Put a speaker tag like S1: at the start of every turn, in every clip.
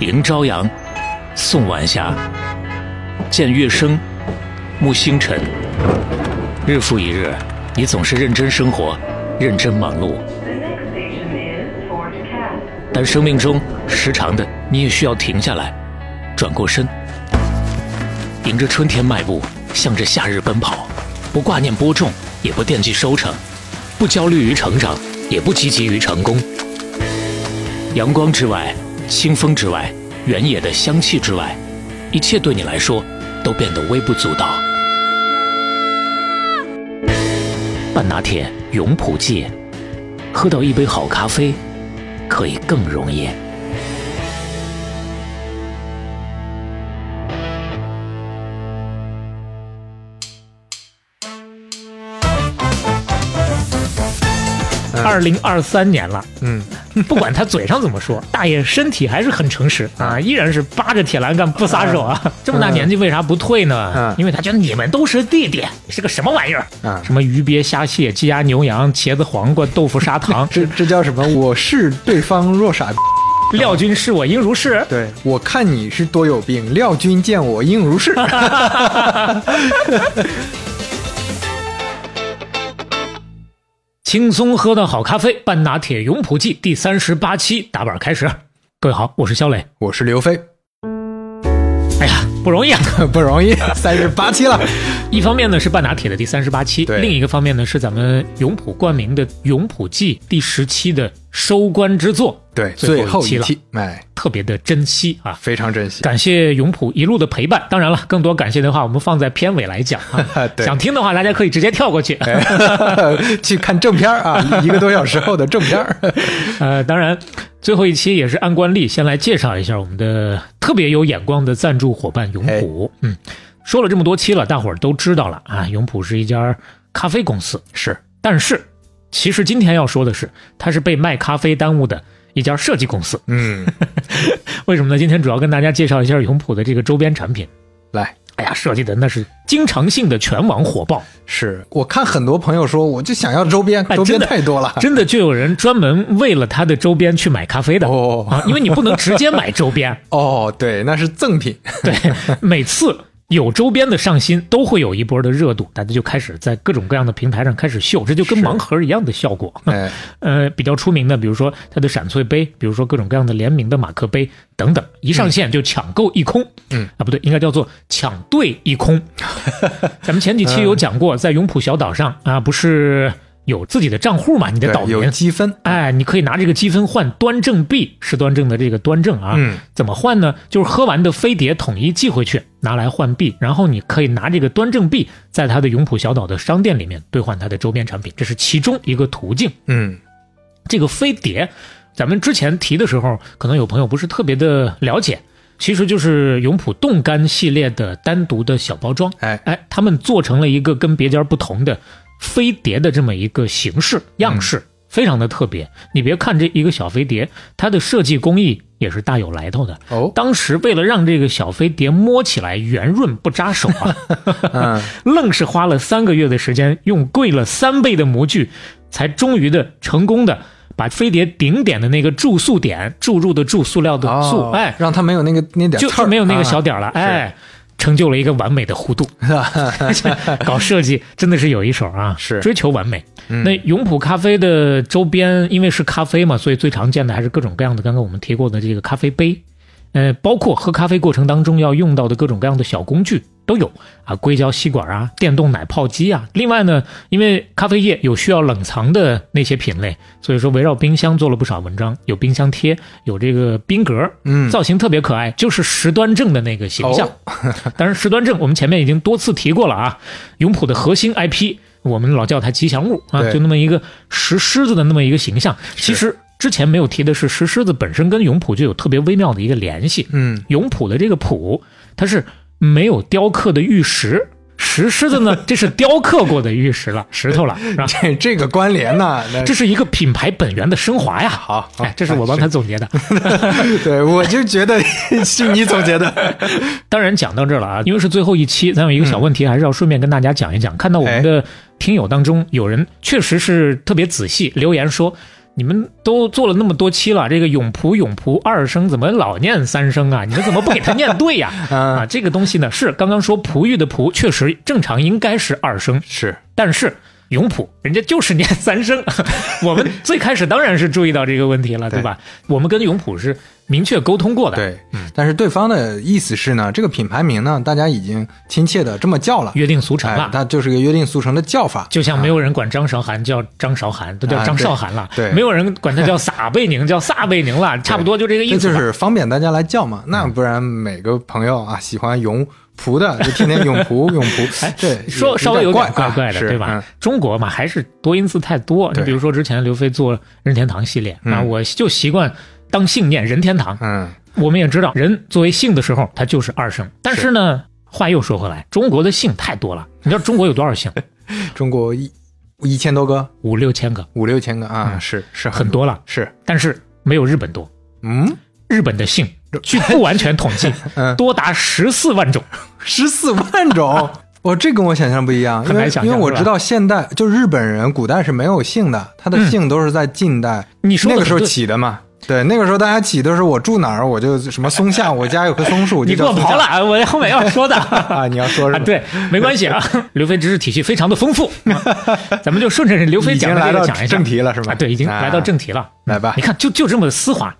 S1: 林朝阳、宋晚霞、见月生、沐星辰。日复一日，你总是认真生活，认真忙碌，
S2: The next station is Fort Cat.
S1: 但生命中时常的你也需要停下来，转过身，迎着春天迈步，向着夏日奔跑，不挂念播种，也不惦记收成，不焦虑于成长，也不积极于成功。阳光之外，清风之外，原野的香气之外，一切对你来说都变得微不足道。半拿铁永璞界，喝到一杯好咖啡，可以更容易。
S3: 二零二三年了，
S4: 嗯，
S3: 不管他嘴上怎么 说，大爷身体还是很诚实
S4: 嗯
S3: 啊，依然是扒着铁栏杆不撒手啊。 这么大年纪为啥不退呢
S4: 嗯？
S3: 因为他觉得你们都是弟弟，你是个什么玩意儿？
S4: 啊
S3: 什么鱼鳖、虾蟹、鸡鸭、牛羊、茄子、黄瓜、豆腐、砂
S4: ，
S3: 糖
S4: 这这 叫什么？我是对方若傻逼，
S3: 廖君视我应如是。
S4: 对我看你是多有病。廖君见我应 如是。
S3: 轻松喝到好咖啡，半拿铁永璞记第三十八期打板开始。各位好，我是肖磊。
S4: 我是刘飞，
S3: 哎呀，不容易啊！
S4: 不容易，三十八期了。
S3: 一方面呢是半拿铁的第三十八期，
S4: 对
S3: 另一个方面呢是咱们永璞冠名的《永璞记》第十期的收官之作，
S4: 对，
S3: 最
S4: 最
S3: 后
S4: 后
S3: 一期
S4: 一
S3: 了
S4: 期，哎，
S3: 特别的珍惜啊！
S4: 非常珍惜。
S3: 感谢永璞一路的陪伴，当然了，更多感谢的话，我们放在片尾来讲啊
S4: 。对
S3: 想听的话，大家可以直接跳过 去。
S4: 哎去看正片儿啊，一个多小时后的正片儿。
S3: 呃，当然，最后一期也是按惯例，先来介绍一下我们的特别有眼光的赞助伙伴永
S4: 哎
S3: 璞。嗯，说了这么多期了，大伙儿都知道了啊，永璞是一家咖啡公司，
S4: 是
S3: 但是其实今天要说的是，它是被卖咖啡耽误的。一家设计公司，
S4: 嗯，
S3: 为什么呢？今天主要跟大家介绍一下永璞的这个周边产品。
S4: 来，
S3: 哎呀，设计的那是经常性的全网火爆，
S4: 是我看很多朋友说，我就想要周边，
S3: 哎
S4: 周边
S3: 真的
S4: 太多了。
S3: 真的就有人专门为了它的周边去买咖啡的
S4: 哦
S3: 啊，因为你不能直接买周边，
S4: 哦，对，那是赠品。
S3: 对，每次有周边的上新，都会有一波的热度，大家就开始在各种各样的平台上开始秀，这就跟盲盒一样的效果。
S4: 哎，
S3: 呃，比较出名的，比如说它的闪萃杯，比如说各种各样的联名的马克杯等等，一上线就抢购一空。
S4: 嗯
S3: 啊，不对，应该叫做抢对一 空。咱们前几期有讲过，在永璞小岛上啊，不是有自己的账户嘛？你的
S4: 对
S3: 岛
S4: 有
S3: 民。
S4: 积分。
S3: 哎，你可以拿这个积分换端正币，是端正的这个端正啊。
S4: 嗯，
S3: 怎么换呢？就是喝完的飞碟统一寄回去，拿来换币，然后你可以拿这个端正币在它的永璞小岛的商店里面兑换它的周边产品，这是其中一个途径。
S4: 嗯，
S3: 这个飞碟，咱们之前提的时候，可能有朋友不是特别的了解，其实就是永璞冻干系列的单独的小包装。
S4: 哎，
S3: 哎，他们做成了一个跟别家不同的飞碟的这么一个形式样式，非常的特别。你别看这一个小飞碟，它的设计工艺也是大有来头的。
S4: 哦，
S3: 当时为了让这个小飞碟摸起来圆润不扎手啊，
S4: 嗯，
S3: 愣是花了三个月的时间，用贵了三倍的模具，才终于的成功的把飞碟顶点的那个注塑点注入的注塑料的塑，
S4: 哦，
S3: 哎，
S4: 让他没有那个那点
S3: 就
S4: 刺
S3: 就
S4: 儿，
S3: 没有那个
S4: 啊
S3: 小点儿了，哎，成就了一个完美的弧 度。 搞设计真的是有一手啊，
S4: 是嗯
S3: 追求完美。那永璞咖啡的周边，因为是咖啡嘛，所以最常见的还是各种各样的，刚刚我们提过的这个咖啡杯。呃，包括喝咖啡过程当中要用到的各种各样的小工具都有啊，硅胶吸管啊，电动奶泡机啊。另外呢，因为咖啡液有需要冷藏的那些品类，所以说围绕冰箱做了不少文章，有冰箱贴，有这个冰格，
S4: 嗯
S3: 造型特别可爱，就是石端正的那个形象。当然，石端正我们前面已经多次提过了啊，永璞的核心 IP，我们老叫它吉祥物啊，
S4: 对
S3: 就那么一个石狮子的那么一个形象。其实之前没有提的是，石狮子本身跟永璞就有特别微妙的一个联系。
S4: 嗯，
S3: 永璞的这个璞，它是没有雕刻的玉石。石狮子 呢，这是雕刻过的玉石了，石头了，是吧？
S4: 这 这个关联呐，那
S3: 这是一个品牌本源的升华呀。
S4: 好 好
S3: 哎，这是我帮他总结的。
S4: 对，我就 觉得是你总结的。
S3: 当然讲到这儿了啊，因为是最后一期，咱有一个小问题，还是要顺便跟大家
S4: 哎
S3: 讲一讲。看到我们的听友当中有人确实是特别仔细留言说，你们都做了那么多期了，这个永璞永璞二声怎么老念三声啊？你们怎么不给他念对 呀、啊？
S4: 啊，
S3: 这个东西呢，是刚刚说璞玉的璞，确实正常应该是二声，
S4: 是
S3: 但是永璞人家就是念三声。 我们最开始当然是注意到这个问题了，
S4: 对
S3: 对吧？我们跟永璞是明确沟通过的，
S4: 对。嗯但是对方的意思是呢，这个品牌名呢，大家已经亲切的这么叫了，
S3: 约定俗成
S4: 哎
S3: 了。，
S4: 它就是个约定俗成的叫法。
S3: 就像没有人管张韶涵叫张韶涵，都叫
S4: 啊
S3: 张
S4: 对
S3: 韶涵了。
S4: 对
S3: 没有人管她叫撒贝宁，叫撒贝宁了，差不多就这个意
S4: 这
S3: 思
S4: 就
S3: 吧。嗯
S4: 是方便大家来叫嘛，那不然每个朋友啊喜欢永璞的 就天天永 璞永璞，对，
S3: 哎说
S4: 呃有
S3: 稍微有
S4: 有
S3: 点
S4: 怪
S3: 怪
S4: 啊
S3: 怪的，
S4: 是
S3: 对吧？
S4: 嗯
S3: 中国嘛，还是多音字太多。你
S4: 对
S3: 比如说之前刘飞做任天堂系列，
S4: 嗯
S3: 啊，我就习惯当姓念任天堂。
S4: 嗯，
S3: 我们也知道，人作为姓的时候，它就是二声。但是
S4: 是
S3: 呢，话又说回来，中国的姓太多了。你知道中国有多少姓？
S4: 嗯中国一一千多个，
S3: 五六千个，
S4: 五六千个啊，
S3: 嗯
S4: 是是
S3: 很
S4: 多，
S3: 多了。
S4: 是
S3: 但是没有日本多。
S4: 嗯，
S3: 日本的 姓，据不完全统计
S4: 嗯，
S3: 多达十四万 种。
S4: 十四万 种。我这跟我想象不一样，因
S3: 很难
S4: 为
S3: 想象
S4: 因为我
S3: 是吧
S4: 知道现代就日本人古代是没有姓的，他的
S3: 嗯
S4: 姓都是在近代
S3: 你说的
S4: 那个时候
S3: 很对
S4: 起的嘛。对，那个时候大家起都是我住哪儿，我就什么松下，我家有棵松 树，
S3: 你
S4: 就
S3: 给
S4: 叫
S3: 我
S4: 松
S3: 刨
S4: 下
S3: 了，啊，我后面要说的 啊
S4: 啊！你要说什么？
S3: 对，没关系 啊，刘飞知识体系非常的丰富，咱们就顺着刘飞
S4: 已
S3: 讲
S4: 经
S3: 的
S4: 来
S3: 这
S4: 到
S3: 个讲一下
S4: 正题了是吧？
S3: 啊，对，已经来到正题了，
S4: 来吧
S3: 你看，就就这么丝滑。
S4: 啊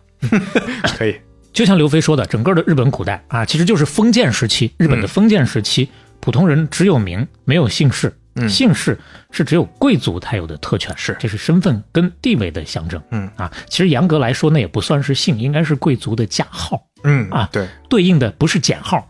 S4: 可 以，
S3: 就像刘飞说的，整个的日本古代啊，其实就是封建时期，日
S4: 嗯
S3: 本的封建时期，普通人只有名，没有姓氏。姓氏是只有贵族才有的特权，
S4: 嗯是
S3: 这是身份跟地位的象征。
S4: 嗯
S3: 啊，其实严格来说，那也不算是姓，应该是贵族的家号，
S4: 嗯
S3: 啊
S4: 对，
S3: 对应的不是简 号，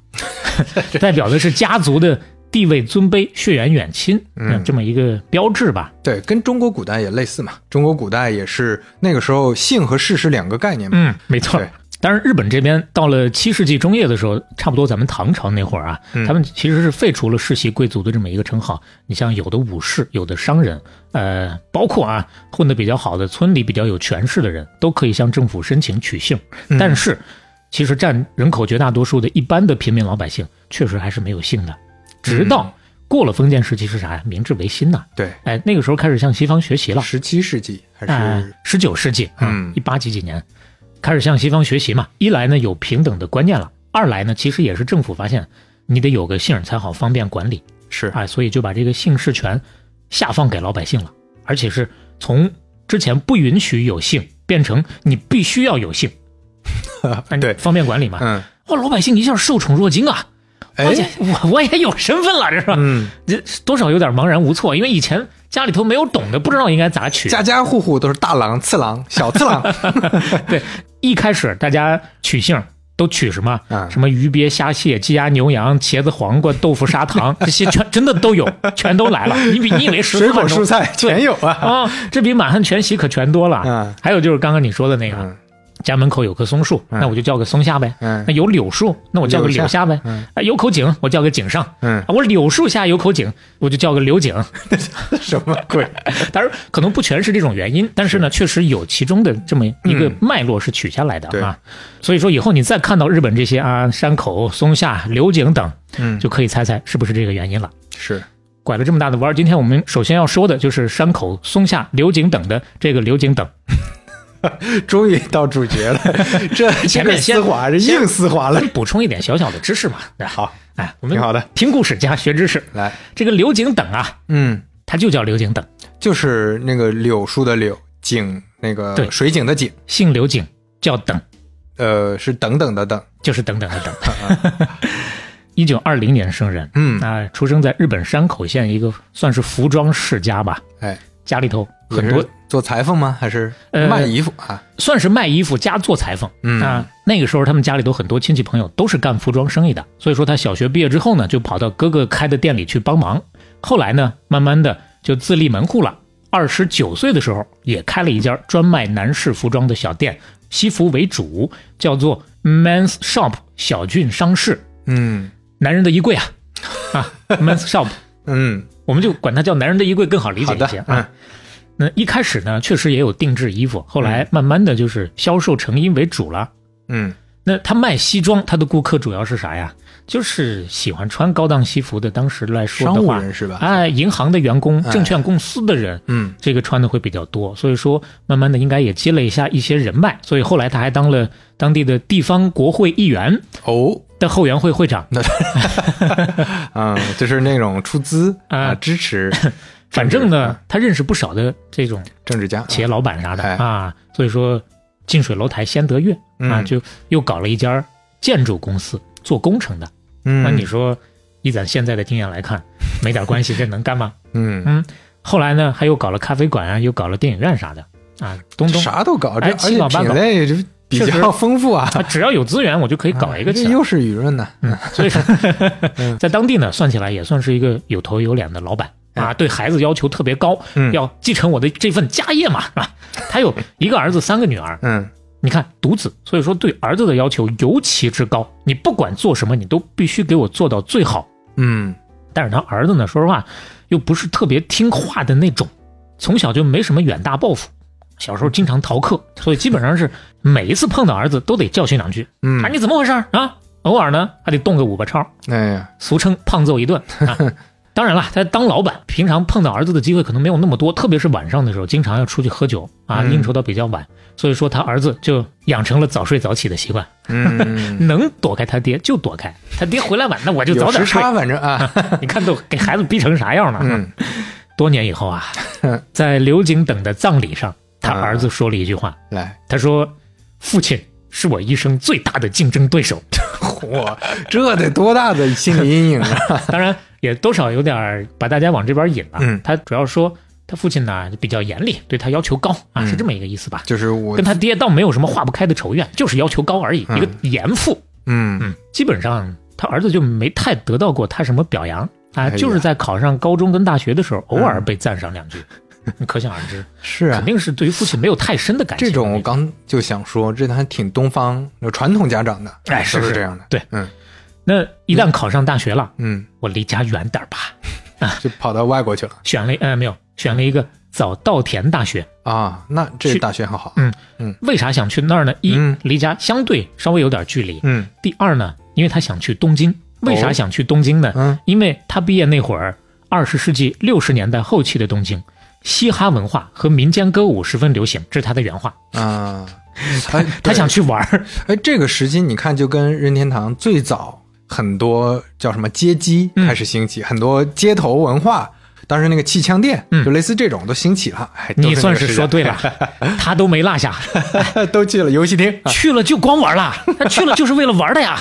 S3: 代表的是家族的地位尊卑、血缘远亲，嗯，这么一个标志吧。
S4: 对，跟中国古代也类似嘛。中国古代也是那个时候姓和氏是两个概念嘛。
S3: 嗯，没错
S4: 对。
S3: 当然，日本这边到了七世纪中叶的时候，差不多咱们唐朝那会儿啊，他们其实是废除了世袭贵族的这么一个称号。你像有的武士，有的商人，呃，包括啊混得比较好的村里比较有权势的人，都可以向政府申请取姓。但是，其实占人口绝大多数的一般的平民老百姓，确实还是没有姓的。直到过了封建时期是啥呀？明治维新呐、
S4: 对，
S3: 哎，那个时候开始向西方学习了。
S4: 十七世纪还
S3: 啊
S4: 是，
S3: 十九世纪，
S4: 嗯
S3: 一八几几年开始向西方学习嘛。一来呢有平等的观念了，二来呢其实也是政府发现你得有个姓儿才好方便管理，
S4: 是
S3: 哎，所以就把这个姓氏权下放给老百姓了，而且是从之前不允许有姓变成你必须要有 姓，哎
S4: 对
S3: 方便管理嘛。
S4: 嗯
S3: 哇，老百姓一下受宠若惊啊！
S4: 哎
S3: 而且我我也有身份了，这是吧？
S4: 嗯，
S3: 这多少有点茫然无措，因为以前家里头没有懂的，不知道应该咋取。
S4: 家家户户都是大郎、次郎、小 次郎，
S3: 对，一开始大家取姓儿都取什么？
S4: 嗯
S3: 什么鱼鳖、虾蟹、鸡鸭、牛羊、茄子、黄瓜、豆腐、砂糖，这些全真的都有，全都来了。你比你以为十
S4: 水
S3: 四
S4: 果
S3: 万
S4: 蔬
S3: 种
S4: 菜全有啊。
S3: 啊、这比满汉全席可全多了。
S4: 嗯
S3: 还有就是刚刚你说的那个，
S4: 嗯
S3: 家门口有棵松树，那我就叫个松下呗。
S4: 嗯
S3: 那有柳树，那我叫个柳下呗。
S4: 嗯
S3: 啊有口井，我叫个井上。
S4: 嗯
S3: 啊，我柳树下有口井，我就叫个柳井。
S4: 什么鬼？
S3: 当然，可能不全是这种原因，但是呢，确实有其中的这么一个脉络是取下来的
S4: 嗯对
S3: 啊。所以说，以后你再看到日本这些啊，山口、松下、柳井等，
S4: 嗯
S3: 就可以猜猜是不是这个原因了。
S4: 是
S3: 拐了这么大的弯儿，今天我们首先要说的就是山口、松下、柳井等的这个柳井等。
S4: 终于到主 角了，这这
S3: 前
S4: 个
S3: 面先
S4: 丝滑是硬丝滑了。
S3: 补充一点小小的知识嘛，对吧，
S4: 好，
S3: 哎，我们
S4: 挺好的，
S3: 听故事加学知识。
S4: 来，
S3: 这个柳井等啊，
S4: 嗯，
S3: 它就叫柳井等，
S4: 就是那个柳树的柳，井那
S3: 对
S4: 个水井的井，
S3: 姓柳井，叫等，
S4: 呃，是等等的等，
S3: 就是等等的等。 一九二零年生人，
S4: 嗯
S3: 啊，出生在日本山口县一个算是服装世家吧，
S4: 哎，
S3: 家里头很
S4: 也
S3: 多
S4: 是做裁缝吗？还是
S3: 呃
S4: 卖衣服啊？
S3: 算是卖衣服加做裁缝，
S4: 嗯
S3: 啊，那个时候他们家里头很多亲戚朋友都是干服装生意的，所以说他小学毕业之后呢，就跑到哥哥开的店里去帮忙，后来呢，慢慢的就自立门户了。二十九岁的时候，也开了一家专卖男士服装的小店，西服为主，叫做 Men's Shop 小郡商事，
S4: 嗯
S3: 男人的衣柜啊， 啊，Men's Shop
S4: 嗯，
S3: 我们就管它叫男人的衣柜更好理解
S4: 好
S3: 一
S4: 的
S3: 些啊。，
S4: 嗯
S3: 那一开始呢，确实也有定制衣服，后来慢慢的就是销售成衣为主了。
S4: 嗯，
S3: 那他卖西装，他的顾客主要是啥呀？就是喜欢穿高档西服的。当时来说的
S4: 商务
S3: 话，
S4: 人士吧
S3: 哎，银行的员工、
S4: 哎
S3: 证券公司的人，
S4: 嗯，
S3: 这个穿的会比较多。所以说，慢慢的应该也积累一下一些人脉。所以后来他还当了当地的地方国会议员
S4: 哦，
S3: 的后援会会长。
S4: 啊、就是那种出资
S3: 啊
S4: 啊、支 持
S3: 反正呢，他认识不少的这种
S4: 政治家，
S3: 企业老板啥的
S4: 哎
S3: 啊，所以说近水楼台先得月啊，
S4: 嗯
S3: 就又搞了一家建筑公司做工程的。
S4: 嗯，
S3: 那你说，以咱现在的经验来看，没点关系这能干吗？
S4: 嗯，
S3: 嗯，后来呢，还又搞了咖啡馆啊，又搞了电影院啥的啊，东东，
S4: 啥都搞，这
S3: 哎
S4: 而
S3: 七搞
S4: 且
S3: 八
S4: 品
S3: 搞
S4: 类就比
S3: 确实
S4: 较丰富啊，
S3: 他只要有资源，我就可以搞一个
S4: 这
S3: 起来。
S4: 又是舆论呢，
S3: 嗯，所以说
S4: 哎 嗯，
S3: 在当地呢，算起来也算是一个有头有脸的老板啊，对孩子要求特别高，
S4: 哎嗯
S3: 要继承我的这份家业嘛，啊，他有一个儿子，三个女儿，
S4: 嗯
S3: 你看独子，所以说对儿子的要求尤其之高，你不管做什么，你都必须给我做到最好。
S4: 嗯
S3: 但是他儿子呢，说实话，又不是特别听话的那种，从小就没什么远大抱负，小时候经常逃课，所以基本上是每一次碰到儿子都得教训两句，啊，
S4: 嗯，
S3: 你怎么回事儿啊？偶尔呢还得动个五八超，
S4: 哎呀，
S3: 俗称胖揍一 顿。啊当然了，他当老板，平常碰到儿子的机会可能没有那么多，特别是晚上的时候，经常要出去喝酒啊，
S4: 嗯
S3: 应酬到比较晚，所以说他儿子就养成了早睡早起的习惯，
S4: 嗯，
S3: 能躲开他爹就躲开，他爹回来晚，那我就早
S4: 有
S3: 点
S4: 时
S3: 睡。
S4: 差，反正啊，
S3: 你看都给孩子逼成啥样了。
S4: 嗯
S3: 多年以后 啊，在刘景等的葬礼上，他
S4: 啊
S3: 儿子说了一句话，
S4: 来，
S3: 他说：“父亲是我一生最大的竞争对手。”
S4: 嚯，这得多大的心理阴 影啊！
S3: 当然也多少有点儿把大家往这边引了。
S4: 嗯
S3: 他主要说他父亲呢比较严厉，对他要求高啊，是这么一个意思吧？
S4: 就是嗯我
S3: 跟，他爹倒没有什么化不开的仇怨，就是要求高而已，
S4: 嗯
S3: 一个严父。
S4: 嗯
S3: 嗯，基本上他儿子就没太得到过他什么表扬啊，
S4: 哎呀嗯
S3: 就是在考上高中跟大学的时候，偶尔被赞赏两 句。你可想而知，
S4: 是啊
S3: 肯，定是对于父亲没有太深的感情。
S4: 这种我刚就想说，这还挺东方传统家长的，
S3: 哎是
S4: 都
S3: 是
S4: 这样的，
S3: 对，
S4: 嗯
S3: 那一旦考上大学了，
S4: 嗯，
S3: 我离家远点儿吧。
S4: 就跑到外国去了
S3: 选了呃没有，选了一个早稻田大学。
S4: 啊，那这
S3: 去
S4: 大学很好，
S3: 嗯
S4: 嗯
S3: 为啥想去那儿呢？一
S4: 嗯
S3: 离家相对稍微有点距离。
S4: 嗯
S3: 第二呢，因为他想去东京。为啥想去东京呢？
S4: 嗯
S3: 因为他毕业那会儿，二十世纪六十年代后期的东京，嘻哈文化和民间歌舞十分流行，这是他的原话。
S4: 啊，他
S3: 他想去玩儿，
S4: 哎，这个时期你看，就跟任天堂最早很多叫什么街机
S3: 嗯
S4: 开始兴起，很多街头文化，当时那个气枪店，
S3: 嗯
S4: 就类似这种 都兴起了。哎，
S3: 你算是
S4: 是那个时代
S3: 说对了， 他都没落下，
S4: 都去了游戏厅。
S3: 去了就光玩了，他去了就是为了玩的 呀。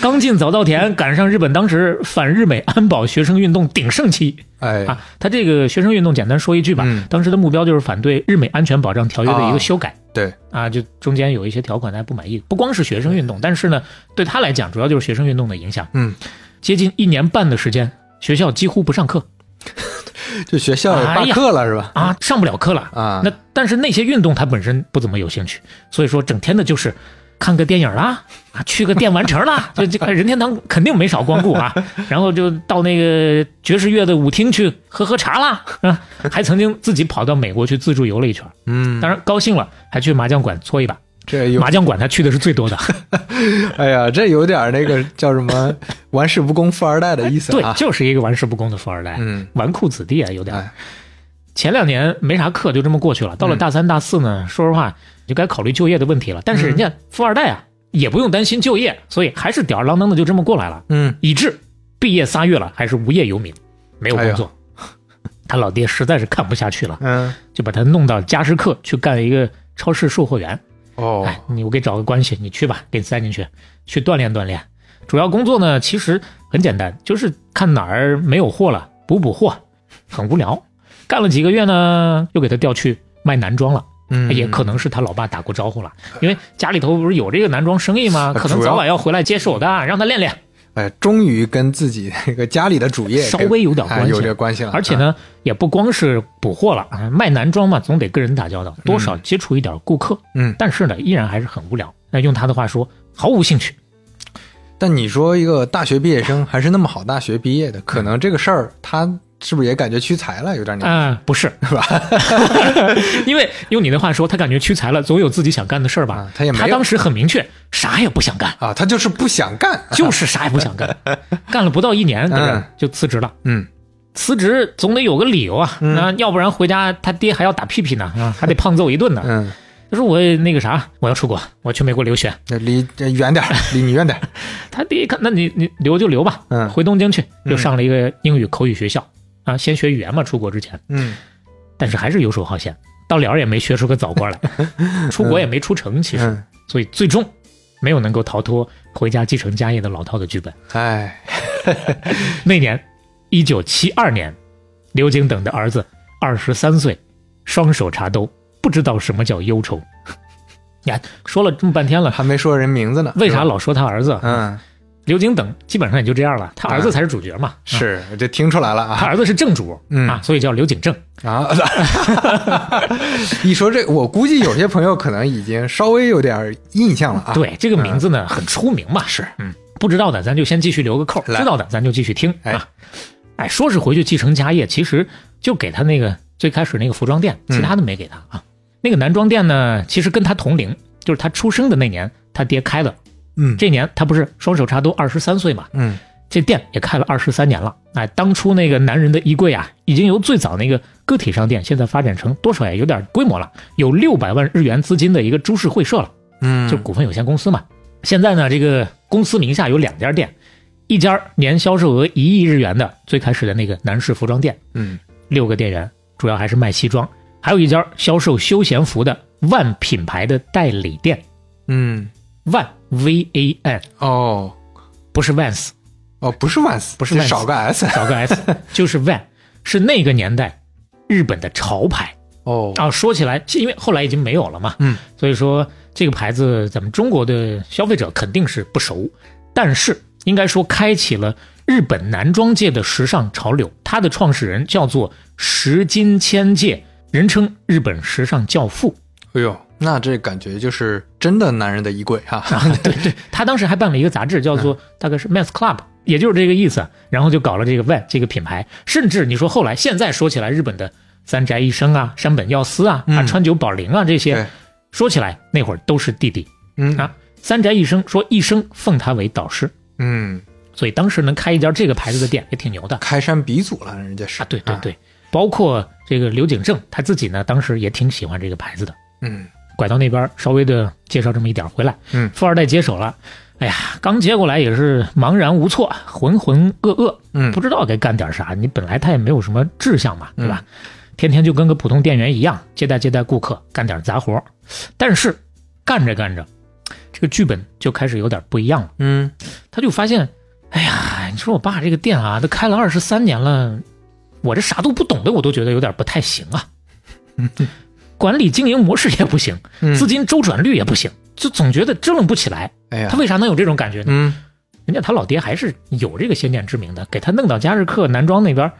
S3: 刚进早稻田，赶上日本当时反日美安保学生运动鼎盛期，
S4: 哎，
S3: 啊，他这个学生运动简单说一句吧，
S4: 嗯
S3: 当时的目标就是反对日美安全保障条约的一个修改
S4: 对，
S3: 啊就中间有一些条款大家不满意，不光是学生运动，但是呢，对他来讲主要就是学生运动的影响。
S4: 嗯，
S3: 接近一年半的时间，学校几乎不上课
S4: 就学校也罢课了、是吧？
S3: 啊，上不了课了
S4: 啊
S3: 那但是那些运动他本身不怎么有兴趣，所以说整天的就是。看个电影啦，啊，去个电玩城啦， 就这个任天堂肯定没少光顾啊。然后就到那个爵士乐的舞厅去喝喝茶啦，啊，还曾经自己跑到美国去自助游了一圈。
S4: 嗯，
S3: 当然高兴了，还去麻将馆搓一把。
S4: 这有，
S3: 麻将馆他去的是最多的，
S4: 哎呀，这有点那个叫 什么“玩世不恭富二代”的意思
S3: 对，
S4: 啊。
S3: 就是一个玩世不恭的富二代，
S4: 嗯
S3: 纨绔子弟啊，有点儿
S4: 哎。嗯
S3: 前两年没啥课，就这么过去了。到了大三、大四呢，说实话就该考虑就业的问题了。但
S4: 嗯
S3: 是人家富二代啊，也不用担心就业，所以还是吊儿郎当的就这么过来了，
S4: 嗯，
S3: 以致毕业仨月了还是无业游民，没有
S4: 哎
S3: 工作。 他老爹实在是看不下去了，
S4: 嗯，
S3: 就把他弄到佳士克去干一个超市售货员。
S4: 哦，
S3: 哎，你我给找个关系，你去吧，给你塞进去，去锻炼锻炼。主要工作呢，其实很简单，就是看哪儿没有货了补补货，很无聊。干了几个月呢，又给他调去卖男装了，哎
S4: 嗯，
S3: 也可能是他老爸打过招呼了，因为家里头不是有这个男装生意吗？可能
S4: 主要
S3: 早晚要回来接手的，让他练练。
S4: 哎，终于跟自己那个家里的主业
S3: 稍
S4: 给
S3: 微有点关
S4: 哎
S3: 系
S4: 有这关系了。
S3: 而且呢，也不光是补货了，啊卖男装嘛，总得跟人打交道，多少接触一点顾客。
S4: 嗯
S3: 但是呢，依然还是很无聊。那用他的话说，毫无兴趣。
S4: 但你说一个大学毕业生还是那么好大学毕业的，可能这个事儿他是不是也感觉屈才了？有点
S3: 啊、
S4: 年
S3: 不是， 因为用你的话说，他感觉屈才了，总有自己想干的事儿吧、
S4: 啊他也没有
S3: 他当时很明确，啥也不想 干，
S4: 啊，他就是不想干。
S3: 就是啥也不想干，干了不到一年，对不对
S4: 嗯
S3: 就辞职了。
S4: 嗯，
S3: 辞职总得有个理由啊，那要不然回家他爹还要打屁屁呢，啊，还得胖揍一顿呢。
S4: 嗯，
S3: 他说我那个啥，我要出国，我去美国留学。
S4: 那离这远 点儿，离你远点儿。
S3: 他爹一看，那你你留就留吧，
S4: 嗯
S3: 回东京去，又上了一个英语口语学校啊，先学语言嘛，出国之前，
S4: 嗯
S3: 但是还是游手好闲，到了也没学出个枣瓜来， 出国也没出成，其实，
S4: 嗯，
S3: 所以最终没有能够逃脱回家继承家业的老套的剧本。
S4: 哎，
S3: 那年，一九七二年，刘景等的儿子二十三岁，双手插兜，不知道什么叫忧愁。 呀，说了这么半天了，
S4: 还没说人名字呢。
S3: 为啥
S4: 是吧？
S3: 老说他儿子？
S4: 嗯，
S3: 刘景等基本上也就这样了，他儿子才是主角嘛。啊
S4: 嗯是，我这听出来了
S3: 他
S4: 啊
S3: 儿子是正主、
S4: 嗯
S3: 啊，所以叫刘景正。
S4: 啊！ 一说这，我估计有些朋友可能已经稍微有点印象了啊。
S3: 对，这个名字呢、很出名嘛。
S4: 是，
S3: 嗯，不知道的咱就先继续留个扣，
S4: 来
S3: 知道的咱就继续听
S4: 哎
S3: 啊。哎，说是回去继承家业，其实就给他那个最开始那个服装店，
S4: 嗯
S3: 其他的没给他啊。那个男装店呢，其实跟他同龄，就是他出生的那年，他爹开的。
S4: 嗯
S3: 这年他不是双手插兜二十三岁嘛，
S4: 嗯
S3: 这店也开了二十三年了。哎，当初那个男人的衣柜啊，已经由最早那个个体商店，现在发展成多少也有点规模了，有六百万日元资金的一个株式会社了。
S4: 嗯，
S3: 就股份有限公司嘛。现在呢，这个公司名下有两家店，一家年销售额一亿日元的最开始的那个男士服装店，
S4: 嗯
S3: 六个店员，主要还是卖西装；还有一家销售休闲服的万品牌的代理店，
S4: 嗯
S3: 万 V A N
S4: 哦
S3: 不是 Vans，
S4: 哦，不是 Vans，
S3: 不是
S4: 这
S3: Vans
S4: 少个 S
S3: 少个 S，就是 Van，是那个年代日本的潮牌
S4: 哦
S3: 啊。说起来，因为后来已经没有了嘛，
S4: 嗯
S3: 所以说这个牌子咱们中国的消费者肯定是不熟，但是应该说开启了日本男装界的时尚潮流。它的创始人叫做石金千介，人称日本时尚教父。
S4: 哎呦，那这感觉就是真的男人的衣柜啊哈。
S3: 对对，他当时还办了一个杂志，叫
S4: 嗯
S3: 做大概是 Men's Club，也就是这个意思。然后就搞了这个 Van 这个品牌，甚至你说后来现在说起来，日本的三宅一生啊、山本耀司啊、啊
S4: 嗯
S3: 川久保玲啊这些
S4: 对，
S3: 说起来那会儿都是弟弟。
S4: 嗯
S3: 啊，三宅一生说一生奉他为导师，
S4: 嗯，
S3: 所以当时能开一家这个牌子的店也挺牛的
S4: 开山鼻祖了，人家是
S3: 啊。对对，对，包括这个刘景正他自己呢，当时也挺喜欢这个牌子的。
S4: 嗯
S3: 拐到那边稍微的介绍这么一点儿回来，
S4: 嗯
S3: 富二代接手了，哎呀，刚接过来也是茫然无措，浑浑噩噩，
S4: 嗯
S3: 不知道该干点啥。你本来他也没有什么志向嘛，对吧？天天就跟个普通店员一样，接待接待顾客，干点杂活儿。但是干着干着，这个剧本就开始有点不一样了。
S4: 嗯
S3: 他就发现，哎呀，你说我爸这个店啊，都开了二十三年了，我这啥都不懂的，我都觉得有点不太行啊。 管理经营模式也不行，
S4: 嗯
S3: 资金周转率也不行，就总觉得支棱不起来。
S4: 哎呀
S3: 他，为啥能有这种感觉呢？
S4: 嗯
S3: 人家他老爹还是有这个先见之明的，给他弄到加日克男装那边，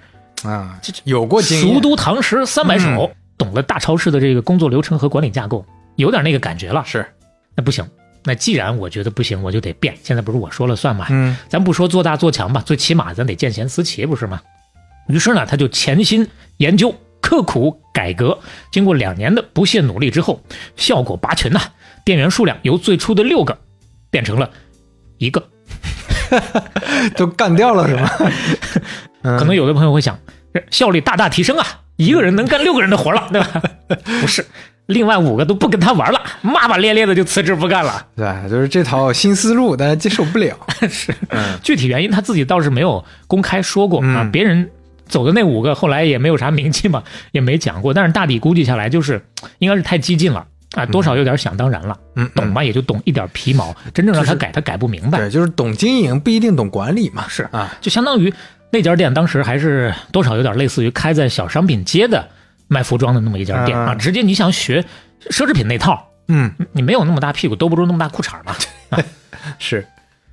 S4: 啊，有过经嗯验
S3: 熟读唐诗三百首，懂了大超市的这个工作流程和管理架构，有点那个感觉了。
S4: 是，
S3: 那不行，那既然我觉得不行，我就得变。现在不是我说了算吗？
S4: 嗯
S3: 咱不说做大做强吧，最起码咱得见贤思齐，不是吗？于是呢，他就潜心研究、刻苦改革。经过两年的不懈努力之后，效果拔群呐、店员数量由最初的六个变成了一个。
S4: 都干掉了是 吗？嗯
S3: 可能有的朋友会想，这效率大大提升啊，一个人能干六个人的活了，对吧？不是，另外五个都不跟他玩了，骂骂咧咧的就辞职不干了。
S4: 对，就是这套新思路大家接受不 了。
S3: 是，
S4: 嗯
S3: 具体原因他自己倒是没有公开说过、啊
S4: 嗯，
S3: 别人走的那五个后来也没有啥名气嘛，也没讲过。但是大体估计下来，就是应该是太激进了啊，多少有点想当然了，
S4: 嗯，
S3: 懂
S4: 嗯
S3: 嘛也就懂一点皮毛，真正让他
S4: 就是
S3: 改他改不明白，
S4: 对，就是懂经营不一定懂管理嘛。
S3: 是
S4: 啊，
S3: 就相当于那家店当时还是多少有点类似于开在小商品街的卖服装的那么一家店
S4: 嗯
S3: 啊，直接你想学奢侈品那套，
S4: 嗯，
S3: 你没有那么大屁股兜不住那么大裤衩嘛。
S4: 是，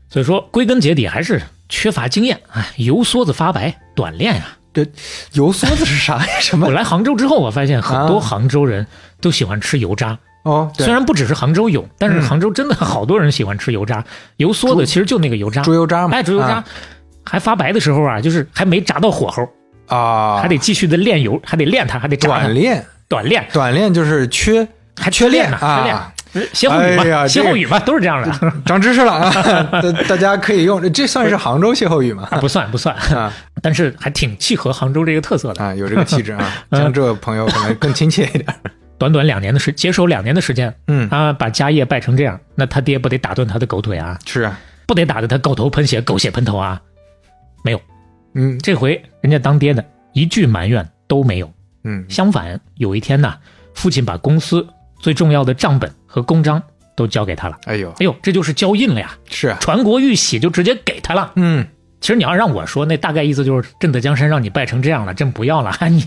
S3: 所以说归根结底还是缺乏经验啊，油梭子发白，短练呀、
S4: 这油梭子是啥呀？什 么
S3: 我？来杭州之后，我发现很多
S4: 啊
S3: 杭州人都喜欢吃油渣。
S4: 哦，对
S3: 虽，然不只是杭州有，但是
S4: 嗯
S3: 杭州真的好多人喜欢吃油渣。油梭子其实就那个油渣，
S4: 猪油渣嘛，
S3: 哎，猪油渣
S4: 啊，
S3: 还发白的时候啊，就是还没炸到火候，
S4: 啊，
S3: 还得继续的炼油，还得炼它，还得炸它
S4: 短练，
S3: 短炼，
S4: 短练就是缺
S3: 还
S4: 缺
S3: 练
S4: 练
S3: 呢，还
S4: 啊
S3: 练。歇后语
S4: 哎呀
S3: 嘛，歇
S4: 这
S3: 后
S4: 个
S3: 语嘛，都是这样 的，
S4: 长知识了啊！ 大大家可以用，这算是杭州歇后语吗？
S3: 不算不算，
S4: 啊
S3: 但是还挺契合杭州这个特色的。
S4: 啊，有这个气质啊，江浙朋友可能更亲切一点。
S3: 短短两年的时，接手两年的时间，
S4: 嗯
S3: 他把家业败成这样，那他爹不得打断他的狗腿啊？
S4: 是啊，
S3: 不得打得他狗头喷血，狗血喷头啊？没有，
S4: 嗯
S3: 这回人家当爹的一句埋怨都没有。
S4: 嗯
S3: 相反，有一天呢，父亲把公司最重要的账本和公章都交给他了。
S4: 哎呦，
S3: 哎呦，这就是交印了呀！
S4: 是啊，
S3: 传国玉玺就直接给他了。
S4: 嗯，
S3: 其实你要让我说，那大概意思就是朕的江山让你败成这样了，朕不要了。 你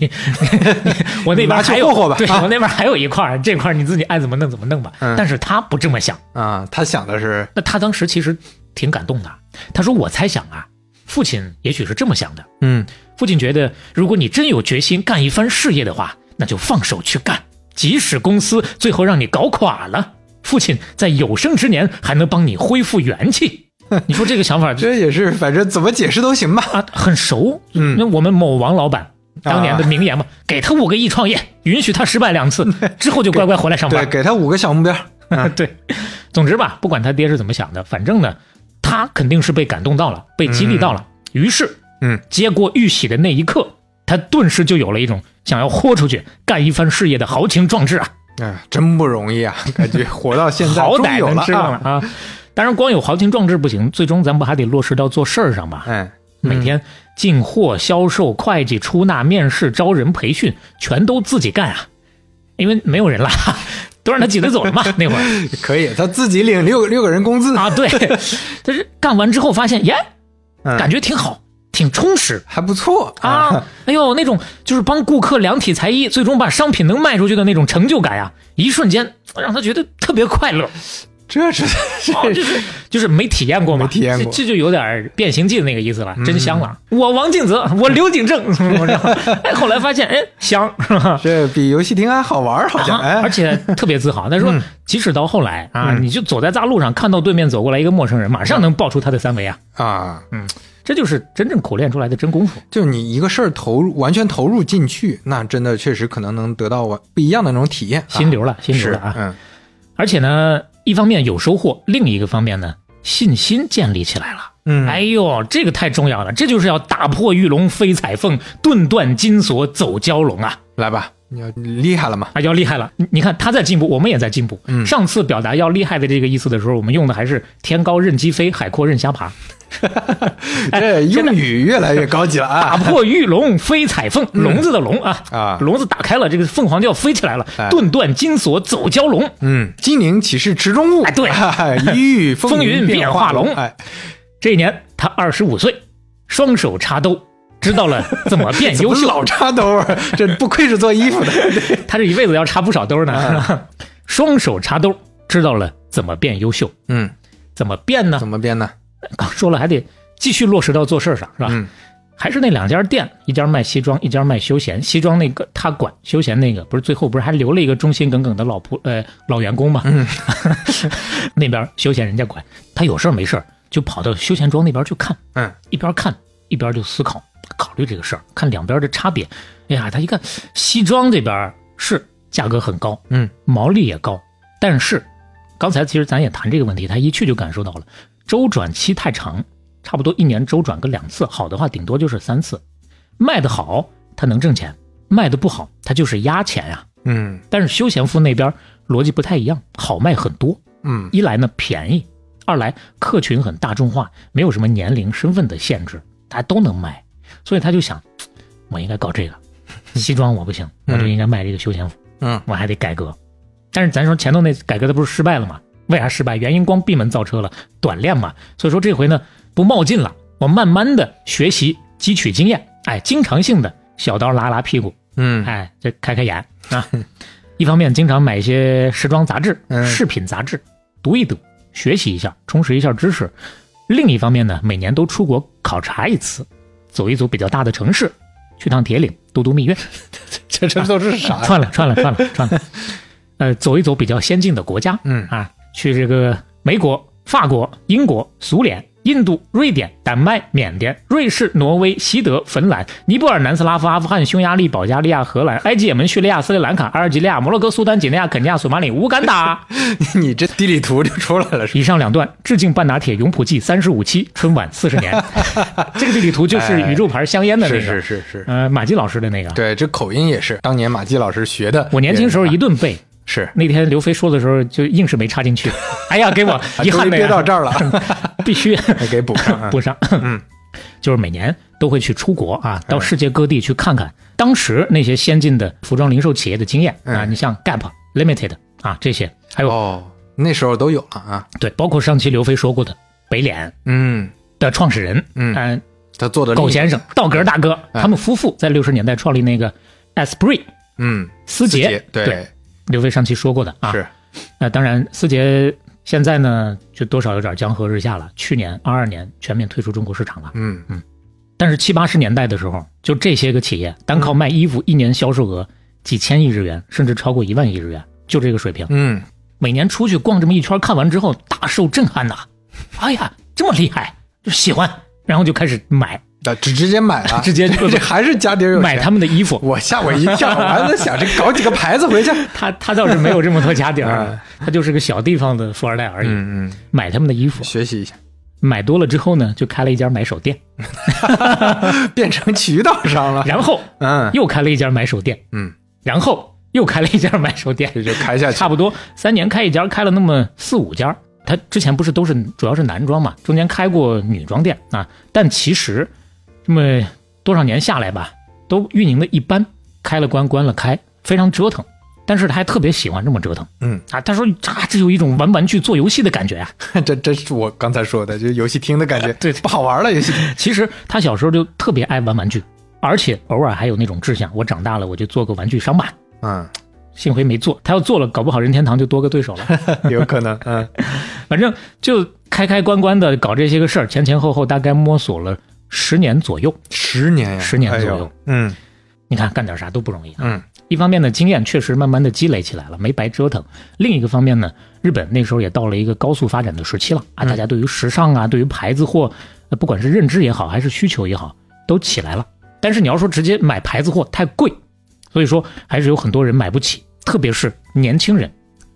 S3: 你我那边还有
S4: 拿去霍霍吧
S3: 对、
S4: 啊
S3: 我那边还有一块儿，这块儿你自己爱怎么弄怎么弄吧。
S4: 嗯
S3: 但是他不这么想，
S4: 啊，他想的是，
S3: 那他当时其实挺感动的。他说：“我猜想啊，父亲也许是这么想的。
S4: 嗯
S3: 父亲觉得，如果你真有决心干一番事业的话，那就放手去干，即使公司最后让你搞垮了，父亲在有生之年还能帮你恢复元气。你说这个想法
S4: 这也是，反正怎么解释都行吧。
S3: 啊，很熟。
S4: 嗯啊
S3: 那我们某王老板当年的名言嘛， 给他五个亿创业，允许他失败两 次，之后就乖乖回来上
S4: 对，
S3: 班。
S4: 给他五个小目标。嗯
S3: 对，总之吧，不管他爹是怎么想的，反正呢，他肯定是被感动到了，被激励到了。于是，
S4: 嗯，
S3: 接过玉玺的那一刻，他顿时就有了一种想要豁出去干一番事业的豪情壮志啊！
S4: 哎，真不容易啊，感觉活到现在
S3: 好
S4: 终于
S3: 歹
S4: 有
S3: 能
S4: 了
S3: 知道了
S4: 啊。
S3: 啊！当然，光有豪情壮志不行，最终咱不还得落实到做事儿上吧？
S4: 哎，
S3: 每天进货、销售、会计、出纳、面试、招人、培训，全都自己干啊，因为没有人了， 都让他挤兑走了嘛。那会儿，
S4: 可以，他自己领六六个人工资，
S3: 啊，对， 就是干完之后发现，耶，
S4: 嗯
S3: 感觉挺好，挺充实
S4: 还不错
S3: 啊。哎呦，那种就是帮顾客量体裁衣，最终把商品能卖出去的那种成就感呀、一瞬间让他觉得特别快乐，
S4: 这是
S3: 啊
S4: 这
S3: 就是是就是没体验过嘛，
S4: 没体验过嗯
S3: 这这就有点《变形记》的那个意思了，真香了。我王静泽， 我刘景正，我这样哎，后来发现，哎， 香是吧？
S4: 这比游戏厅还好玩，好像
S3: 啊
S4: 哎
S3: 而，且特别 自豪。他说，即使到后来啊，
S4: 嗯
S3: 你就走在大路上，看到对面走过来一个陌生人，马上能报出他的三围啊。
S4: 啊，
S3: 这就是真正苦练出来的真功夫。
S4: 就是你一个事儿投入完全投入进去，那真的确实可能能得到完不一样的那种体验啊，
S3: 心流了，心流
S4: 是
S3: 了啊！
S4: 嗯
S3: 而且呢，一方面有收获，另一个方面呢，信心建立起来了。
S4: 嗯，
S3: 哎呦，这个太重要了，这就是要打破玉龙飞彩凤，顿断金锁走蛟龙啊！
S4: 来吧，你要你厉害了嘛，
S3: 啊，要厉害了！你你看他在进步，我们也在进步。
S4: 嗯
S3: 上次表达要厉害的这个意思的时候，我们用的还是天高任鸡飞，海阔任虾爬，哎
S4: 这用语越来越高级了
S3: 打
S4: 啊，嗯
S3: 破玉龙飞彩凤，笼子的笼啊
S4: 啊
S3: 笼子打开了，这个凤凰就要飞起来了
S4: 哎，
S3: 顿断金锁走蛟龙。
S4: 嗯，金陵岂是池中物，
S3: 哎对
S4: 哎一遇
S3: 风云变
S4: 变
S3: 化龙
S4: 哎，
S3: 这一年他二十五岁，双手插兜，知道了怎么变优
S4: 不是
S3: 秀。
S4: 老插兜儿， 这不愧是做衣服的，
S3: 他这一辈子要插不少兜
S4: 嗯
S3: 呢。双手插兜，知道了怎么变优秀，
S4: 嗯，
S3: 怎么变呢
S4: 怎？么编呢？
S3: 刚说了还得继续落实到做事儿上，是吧？
S4: 嗯
S3: 还是那两家店，一家卖西装，一家卖休闲。西装那个他管，休闲那个不是最后不是还留了一个忠心耿耿的老仆呃老员工吗？嗯， 那边休闲人家管，他有事儿没事儿就跑到休闲庄那边去看，
S4: 嗯，
S3: 一边看一边就思考考虑这个事儿，看两边的差别。哎呀，他一看西装这边是价格很高，
S4: 嗯，
S3: 毛利也高，但是刚才其实咱也谈这个问题，他一去就感受到了周转期太长，差不多一年周转个两次，好的话顶多就是三次。卖得好，他能挣钱；卖得不好，他就是压钱呀、
S4: 嗯
S3: 但是休闲服那边逻辑不太一样，好卖很多，
S4: 嗯
S3: 一来呢便宜，二来客群很大众化，没有什么年龄、身份的限制，大家都能卖，所以他就想，嘖我应该搞 这个。西装我不行，我就应该卖这个休闲服，
S4: 嗯
S3: 我还得改革。但是咱说前头那改革它不是失败了吗？为啥失败？原因光闭门造车了，短练嘛。所以说这回呢不冒进了，我慢慢的学习，汲取经验，哎，经常性的小刀拉拉屁股，
S4: 嗯
S3: 哎，这开开眼啊。 一方面经常买一些时装杂志、
S4: 嗯
S3: 饰品杂志，读一读，学习一下，充实一下知识；另一方面呢，每年都出国考察一次，走一走比较大的城市，去趟铁岭，度度蜜月。
S4: 这这都是啥呀？
S3: 串了串了串了串了，呃，走一走比较先进的国家，
S4: 嗯
S3: 啊，去这个美国、法国、英国、苏联、印度、瑞典、丹麦、缅甸、瑞士、挪威、西德、芬兰、尼泊尔、南斯拉夫、阿富汗、匈牙利、保加利亚、荷兰、埃及、也门、叙利亚、斯里兰卡、阿尔及利亚、摩洛哥、苏丹、几内亚、肯尼亚、索马里、乌干达。
S4: 你这地理图就出来了，是吧
S3: 以上两段致敬半打铁永普记三十五期春晚四十 年，这个地理图就是宇宙牌香烟的那个，
S4: 哎是是是是。
S3: 呃，马季老师的那个。
S4: 对，这口音也是当年马季老师学的。
S3: 我年轻时候一
S4: 顿
S3: 顿背，
S4: 是，
S3: 那天刘飞说的时候就硬是没插进去。 哎呀，给我
S4: 啊
S3: 遗
S4: 终
S3: 憾
S4: 于
S3: 的
S4: 憋到
S3: 呀，
S4: 这儿 了，
S3: 必须
S4: 还给补上啊。
S3: 补上。嗯， 就是每年都会去出国
S4: 哎
S3: 啊，到世界各地去看看当时那些先进的服装零售企业的经验啊。
S4: 嗯
S3: 你像 Gap、Limited 啊这些，还有
S4: 哦，那时候都有了啊。
S3: 对，包括上期刘飞说过的北脸
S4: 嗯，
S3: 的创始人，
S4: 嗯
S3: 呃
S4: 他做的
S3: 苟先生、道格大哥，
S4: 哎
S3: 他们夫妇在六十年代创立那个 Esprit
S4: 嗯，
S3: 思
S4: 字
S3: 杰
S4: 节，对，
S3: 刘飞上期说过的啊。
S4: 是，
S3: 那当然，思杰现在呢，就多少有点江河日下了。去年二二年全面退出中国市场了，
S4: 嗯，
S3: 但是七八十年代的时候，就这些个企业单
S4: 嗯
S3: 靠卖衣服，一年销售额几千亿日元，甚至超过一万亿日元，就这个水平。
S4: 嗯，
S3: 每年出去逛这么一圈，看完之后大受震撼呐！哎呀，这么厉害，就喜欢，然后就开始买
S4: 那啊直直接买了，
S3: 直接
S4: 这这还是家底儿有钱
S3: 买他。们的衣服。
S4: 我吓我一跳，我还在想这搞几个牌子 回去。
S3: 他他倒是没有这么多家底儿
S4: 啊，
S3: 他就是个小地方的富二代而已。
S4: 嗯嗯，
S3: 买他们的衣服，
S4: 学习一下，
S3: 买多了之后呢，就开了一家买手店，
S4: 变成渠道商了。
S3: 然后
S4: 嗯
S3: 又开了一家买手店，
S4: 嗯，
S3: 然后又开了一家买手店，
S4: 这就开下去
S3: 差。不多三年开一家，开了那么四五家。他之前不是都是主要是男装嘛，中间开过女装店啊，但其实这么多少年下来吧，都运营的一般，开了关，关了开，非常折腾。但是他还特别喜欢这么折腾，
S4: 嗯
S3: 啊，他说啊，这有一种玩玩具做游戏的感觉啊。
S4: 这这是我刚才说的，就是游戏厅的感觉，
S3: 对
S4: 不好玩了。游戏厅，
S3: 其实他小时候就特别爱玩玩具，而且偶尔还有那种志向，我长大了我就做个玩具商吧。
S4: 嗯，
S3: 幸亏没做，他要做了，搞不好任天堂就多个对手了。
S4: 有可能，嗯
S3: 反正就开开关关的搞这些个事儿，前前后后大概摸索了十年左右。
S4: 十年呀，
S3: 十年左右
S4: 哎呦嗯
S3: 你看干点啥都不容易啊。
S4: 嗯
S3: 一方面呢，经验确实慢慢的积累起来了，没白折腾；另一个方面呢，日本那时候也到了一个高速发展的时期了啊，大家对于时尚啊，对于牌子货，呃不管是认知也好，还是需求也好，都起来了。但是你要说直接买牌子货太贵，所以说还是有很多人买不起，特别是年轻人，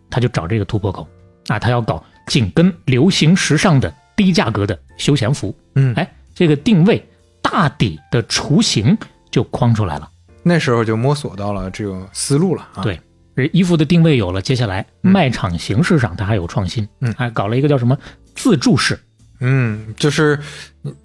S3: 他就找这个突破口啊，他要搞紧跟流行时尚的低价格的休闲服。
S4: 嗯，
S3: 哎，这个定位大底的雏形就框出来了。
S4: 那时候就摸索到了这种思路了啊。
S3: 对，这衣服的定位有了，接下来卖场形式上它还有创新，
S4: 嗯
S3: 还搞了一个叫什么自助式，
S4: 嗯，就是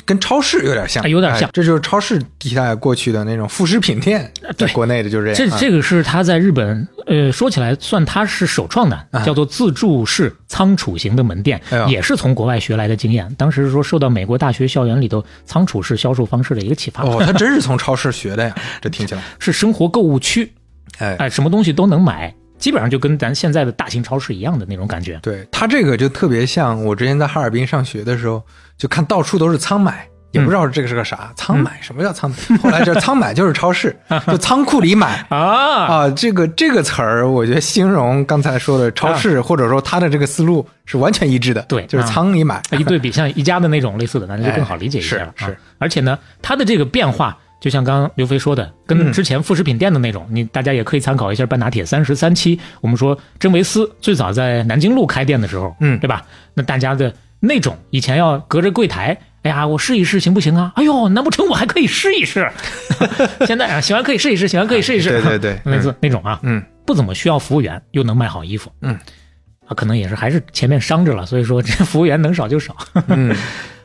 S4: 跟超市有点像，
S3: 哎有点像
S4: 哎这就是超市替代过去的那种副食品店，
S3: 啊对
S4: 在国内的就是
S3: 这
S4: 样。
S3: 这
S4: 啊
S3: 个是他在日本，呃，说起来算他是首创的，叫做自助式仓储型的门店
S4: 啊哎，呦
S3: 也是从国外学来的经验。当时是说受到美国大学校园里头仓储式销售方式的一个启发，
S4: 哦，他真是从超市学的呀，这听起来，
S3: 是生活购物区，
S4: 哎，
S3: 哎、什么东西都能买，基本上就跟咱现在的大型超市一样的那种感觉。
S4: 对他这个就特别像我之前在哈尔滨上学的时候，就看到处都是仓买。也不知道这个是个啥仓
S3: 嗯
S4: 买，什么叫仓买？后来这仓买就是超 市，就仓库里买
S3: 啊，
S4: 啊。这个这个词儿，我觉得形容刚才说的超市，或者说他的这个思路是完全一致的。
S3: 啊对
S4: 就是
S3: 啊
S4: 仓里买。
S3: 一对比像宜家的那种类似的，那就更好理解一些了、
S4: 哎是
S3: 啊
S4: 是
S3: 而且呢，它的这个变化，就像刚刚刘飞说的，
S4: 嗯
S3: 跟之前副食品店的那种，你大家也可以参考一下半打铁三十三期，我们说真维斯最早在南京路开店的时候，
S4: 嗯
S3: 对吧？那大家的那种以前要隔着柜台。哎呀，我试一试行不行啊？哎呦，难不成我还可以试一试？ 现在啊，喜欢可以试一试，喜欢可以试一试。
S4: 对对对
S3: 类 似那种啊，
S4: 嗯，
S3: 不怎么需要服务员，又能卖好衣服，
S4: 嗯，
S3: 啊，可能也是还是前面伤着了，所以说这服务员能少就少。
S4: 嗯，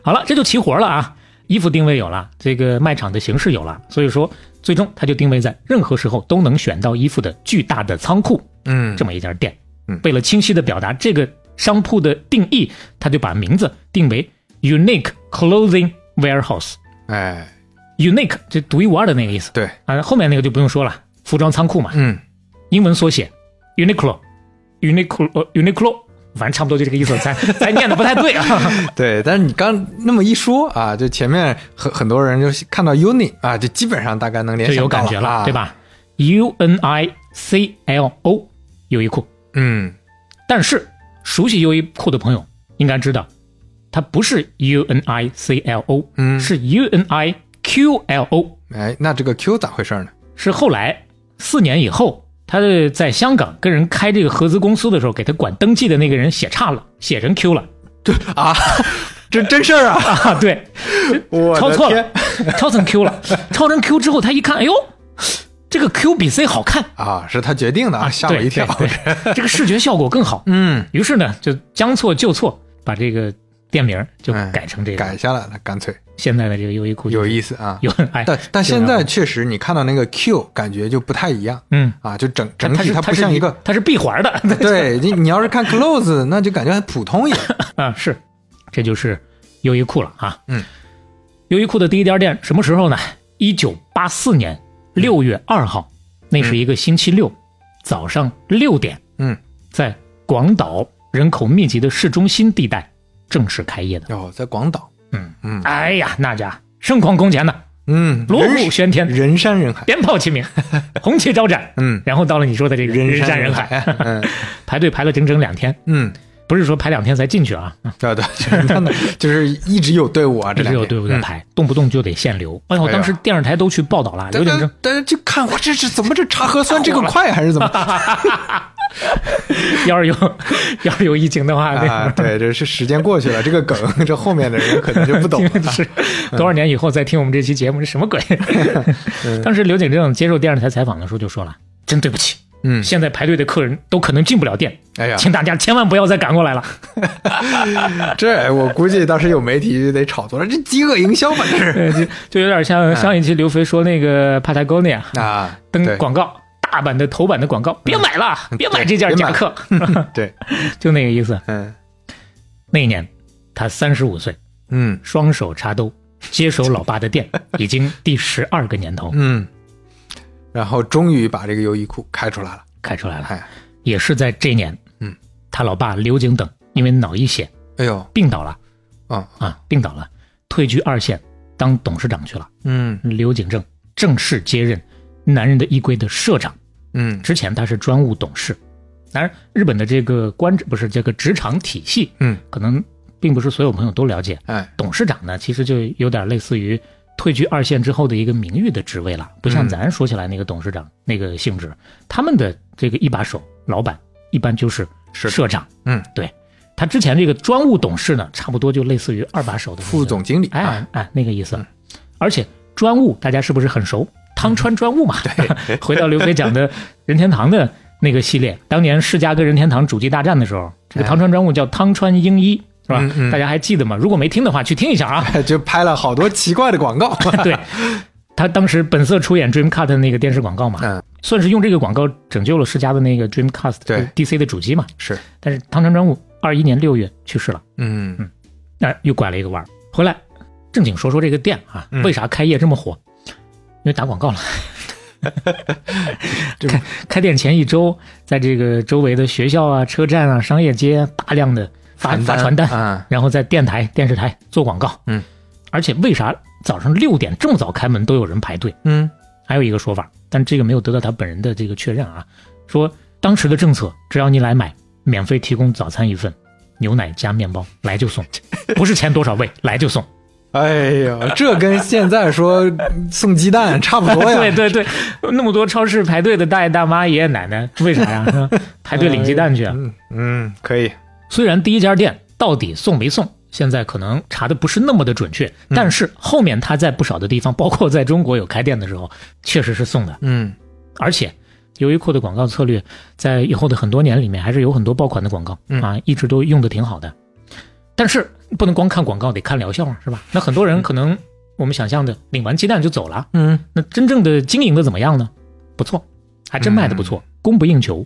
S3: 好了，这就齐活了啊！衣服定位有了，这个卖场的形式有了，所以说最终它就定位在任何时候都能选到衣服的巨大的仓库
S4: 嗯
S3: 这么一家店。
S4: 嗯
S3: 为了清晰的表达这个商铺的定义，他就把名字定为 Unique Clothing Warehouse。
S4: 哎，
S3: Unique 这独一无二的那个意思
S4: 对，
S3: 啊，后面那个就不用说了，服装仓库嘛，
S4: 嗯，
S3: 英文缩写 Uniqlo Uniqlo 呃 Uniqlo，反正差不多就这个意思，咱 咱念的不太对啊。
S4: 对，但是你刚那么一说啊，就前面很很多人就看到 uni 啊，就基本上大概能联
S3: 就
S4: 想
S3: 有
S4: 到
S3: 感觉了，
S4: 啊
S3: 对？吧？U N I C L O 优衣库，
S4: 嗯，
S3: 但是熟悉优衣库的朋友应该知道，它不是 U N I C L O，
S4: 嗯
S3: 是 U N I Q L O，
S4: 哎，那这个 Q 咋回事呢？
S3: 是后来四年以后，他的在香港跟人开这个合资公司的时候，给他管登记的那个人写差了，写成 Q 了
S4: 啊，这真事儿啊！
S3: 啊，对，
S4: 我
S3: 抄
S4: 的
S3: 错了
S4: 天，
S3: 抄成 Q 了，抄成 Q 之后，他一看，哎呦，这个 Q 比 C 好看
S4: 啊，是他决定的啊，吓我
S3: 对
S4: 一跳。
S3: 对对 这个视觉效果更好。
S4: 嗯，
S3: 于是呢，就将错就错，把这个店名儿就改成这个、
S4: 哎改下来了，干脆
S3: 现在的这个优衣库
S4: 有意思啊。
S3: 有哎，
S4: 但但
S3: 有
S4: 现
S3: 点
S4: 在确实，你看到那个 Q 感觉就不太一样
S3: 嗯，
S4: 啊，就整
S3: 它
S4: 整
S3: 它
S4: 体
S3: 是
S4: 它
S3: 它
S4: 不
S3: 是
S4: 像 一个，
S3: 它是闭环的
S4: 对你你要是看 close，那 就感觉很普通一点。
S3: 啊，是，这就是优衣库了啊。
S4: 嗯，
S3: 优衣库的第一家店什么时候呢？一九八四年六月二号，那是一个星期六，早上六点，
S4: 嗯，
S3: 在广岛人口密集的市中心地带正式开业的。
S4: 哟，在广岛，
S3: 嗯，
S4: 嗯
S3: 哎呀，那家盛况空前呐，
S4: 嗯，
S3: 锣
S4: 人
S3: 鼓喧天，
S4: 人山人海，
S3: 鞭炮齐鸣， 红旗招展。
S4: 嗯，
S3: 然后到了你说的这个人山
S4: 山
S3: 人海，
S4: 海，嗯
S3: 排队排了整整两天，
S4: 嗯，
S3: 不是说排两天才进去啊，
S4: 对对，就是他们就是一直有队伍嗯啊，这
S3: 这是
S4: 两
S3: 有
S4: 天
S3: 队伍在
S4: 嗯
S3: 排，动不动就得限流。哎呦，
S4: 哎呀
S3: 当时电视台都去报道了，
S4: 嗯大
S3: 刘景
S4: 家
S3: 正
S4: 大家就看我这是怎么这查核酸这个快还是 怎么
S3: 要 是有要是有疫情的话，
S4: 啊？对，这是时间过去了，这个梗这后面的人可能就不懂 啊嗯
S3: 那
S4: 了。
S3: 是多少年以后再听我们这期节目，这什么鬼？
S4: 嗯
S3: 当时刘景正接受电视台采访的时候就说了：“真对不起，
S4: 嗯，
S3: 现在排队的客人都可能进不了店，
S4: 哎呀，
S3: 请大家千万不要再赶过来了。
S4: 这我估计当时有媒体就得炒作了，这饥饿营销嘛，这是
S3: 呃”就 就有点像
S4: 嗯
S3: 上一期刘飞说那个 Patagonia
S4: 啊，
S3: 登
S4: 对嗯
S3: 广告。大版的头版的广告，别买了，别买这件
S4: 别
S3: 夹
S4: 买
S3: 克，
S4: 对，
S3: 就那个意思。
S4: 嗯
S3: 那一年，他三十五岁，
S4: 嗯
S3: 双手插兜，接手老爸的店，已经第十二个年 头
S4: 嗯，然后终于把这个优衣库开出来了，
S3: 开出来了。
S4: 哎
S3: 也是在这年，
S4: 嗯，
S3: 他老爸刘景等因为脑溢血
S4: 哎呦，
S3: 病倒了
S4: 啊
S3: 啊，病倒了，退居二线当董事长去了。
S4: 嗯
S3: 刘景正正式接任男人的衣柜的社长，
S4: 嗯
S3: 之前他是专务董事。当然，日本的这个官不是这个职场体系，
S4: 嗯，
S3: 可能并不是所有朋友都了解。
S4: 哎
S3: 董事长呢，其实就有点类似于退居二线之后的一个名誉的职位了，不像
S4: 嗯
S3: 咱说起来那个董事长、那个性质。他们的这个一把手，老板一般就是
S4: 是的
S3: 社长。
S4: 嗯，
S3: 对他之前这个专务董事呢，差不多就类似于二把手的那个
S4: 副总，经理啊，
S3: 哎哎那个意思。而且专务大家是不是很熟？汤川专务嘛，
S4: 嗯
S3: 对， 回到刘飞讲的任天堂的那个系列，当年世嘉跟任天堂主机大战的时候，这个汤川专务叫汤川英一，是吧？
S4: 哎嗯嗯
S3: 大家还记得吗？如果没听的话，去听一下 啊。
S4: 就拍了好多奇怪的广告，
S3: 对，他当时本色出演 Dreamcast 的那个电视广告嘛，
S4: 嗯
S3: 算是用这个广告拯救了世嘉的那个 Dreamcast
S4: 对
S3: 就 DC 的主机嘛。
S4: 是，
S3: 但是汤川专务二一年六月去世了，
S4: 嗯
S3: 那、又拐了一个弯儿回来，正经说说这个店啊，
S4: 嗯
S3: 为啥开业这么火？因为打广 告了。
S4: 这
S3: 开开店前一周，在这个周围的学校啊、车站啊、商业街啊大量的发发传单，
S4: 啊，
S3: 然后在电台、电视台做广告。
S4: 嗯，
S3: 而且为啥早上六点这么早开门都有人排队？
S4: 嗯
S3: 还有一个说法，但这个没有得到他本人的这个确认啊，说当时的政策，只要你来买，免费提供早餐一份，牛奶加面包，来就送， 不是钱多少位，来就送。
S4: 哎呦，这跟现在说送鸡蛋差不 多呀，
S3: 对对对，那么多超市排队的大爷大妈、爷爷奶奶，为啥呀？ 是吧排队领鸡蛋去啊？
S4: 嗯嗯，可以，
S3: 虽然第一家店到底送没送，现在可能查的不是那么的准确，
S4: 嗯
S3: 但是后面他在不少的地方，包括在中国有开店的时候，确实是送的。
S4: 嗯
S3: 而且优衣库的广告策略在以后的很多年里面还是有很多爆款的广告、
S4: 嗯
S3: 啊，一直都用的挺好的。但是不能光看广告，得看疗效啊，是吧？那很多人可能我们想象的领完鸡蛋就走了，
S4: 嗯
S3: 那真正的经营的怎么样呢？不错，还真卖的不错，
S4: 嗯
S3: 供不应求，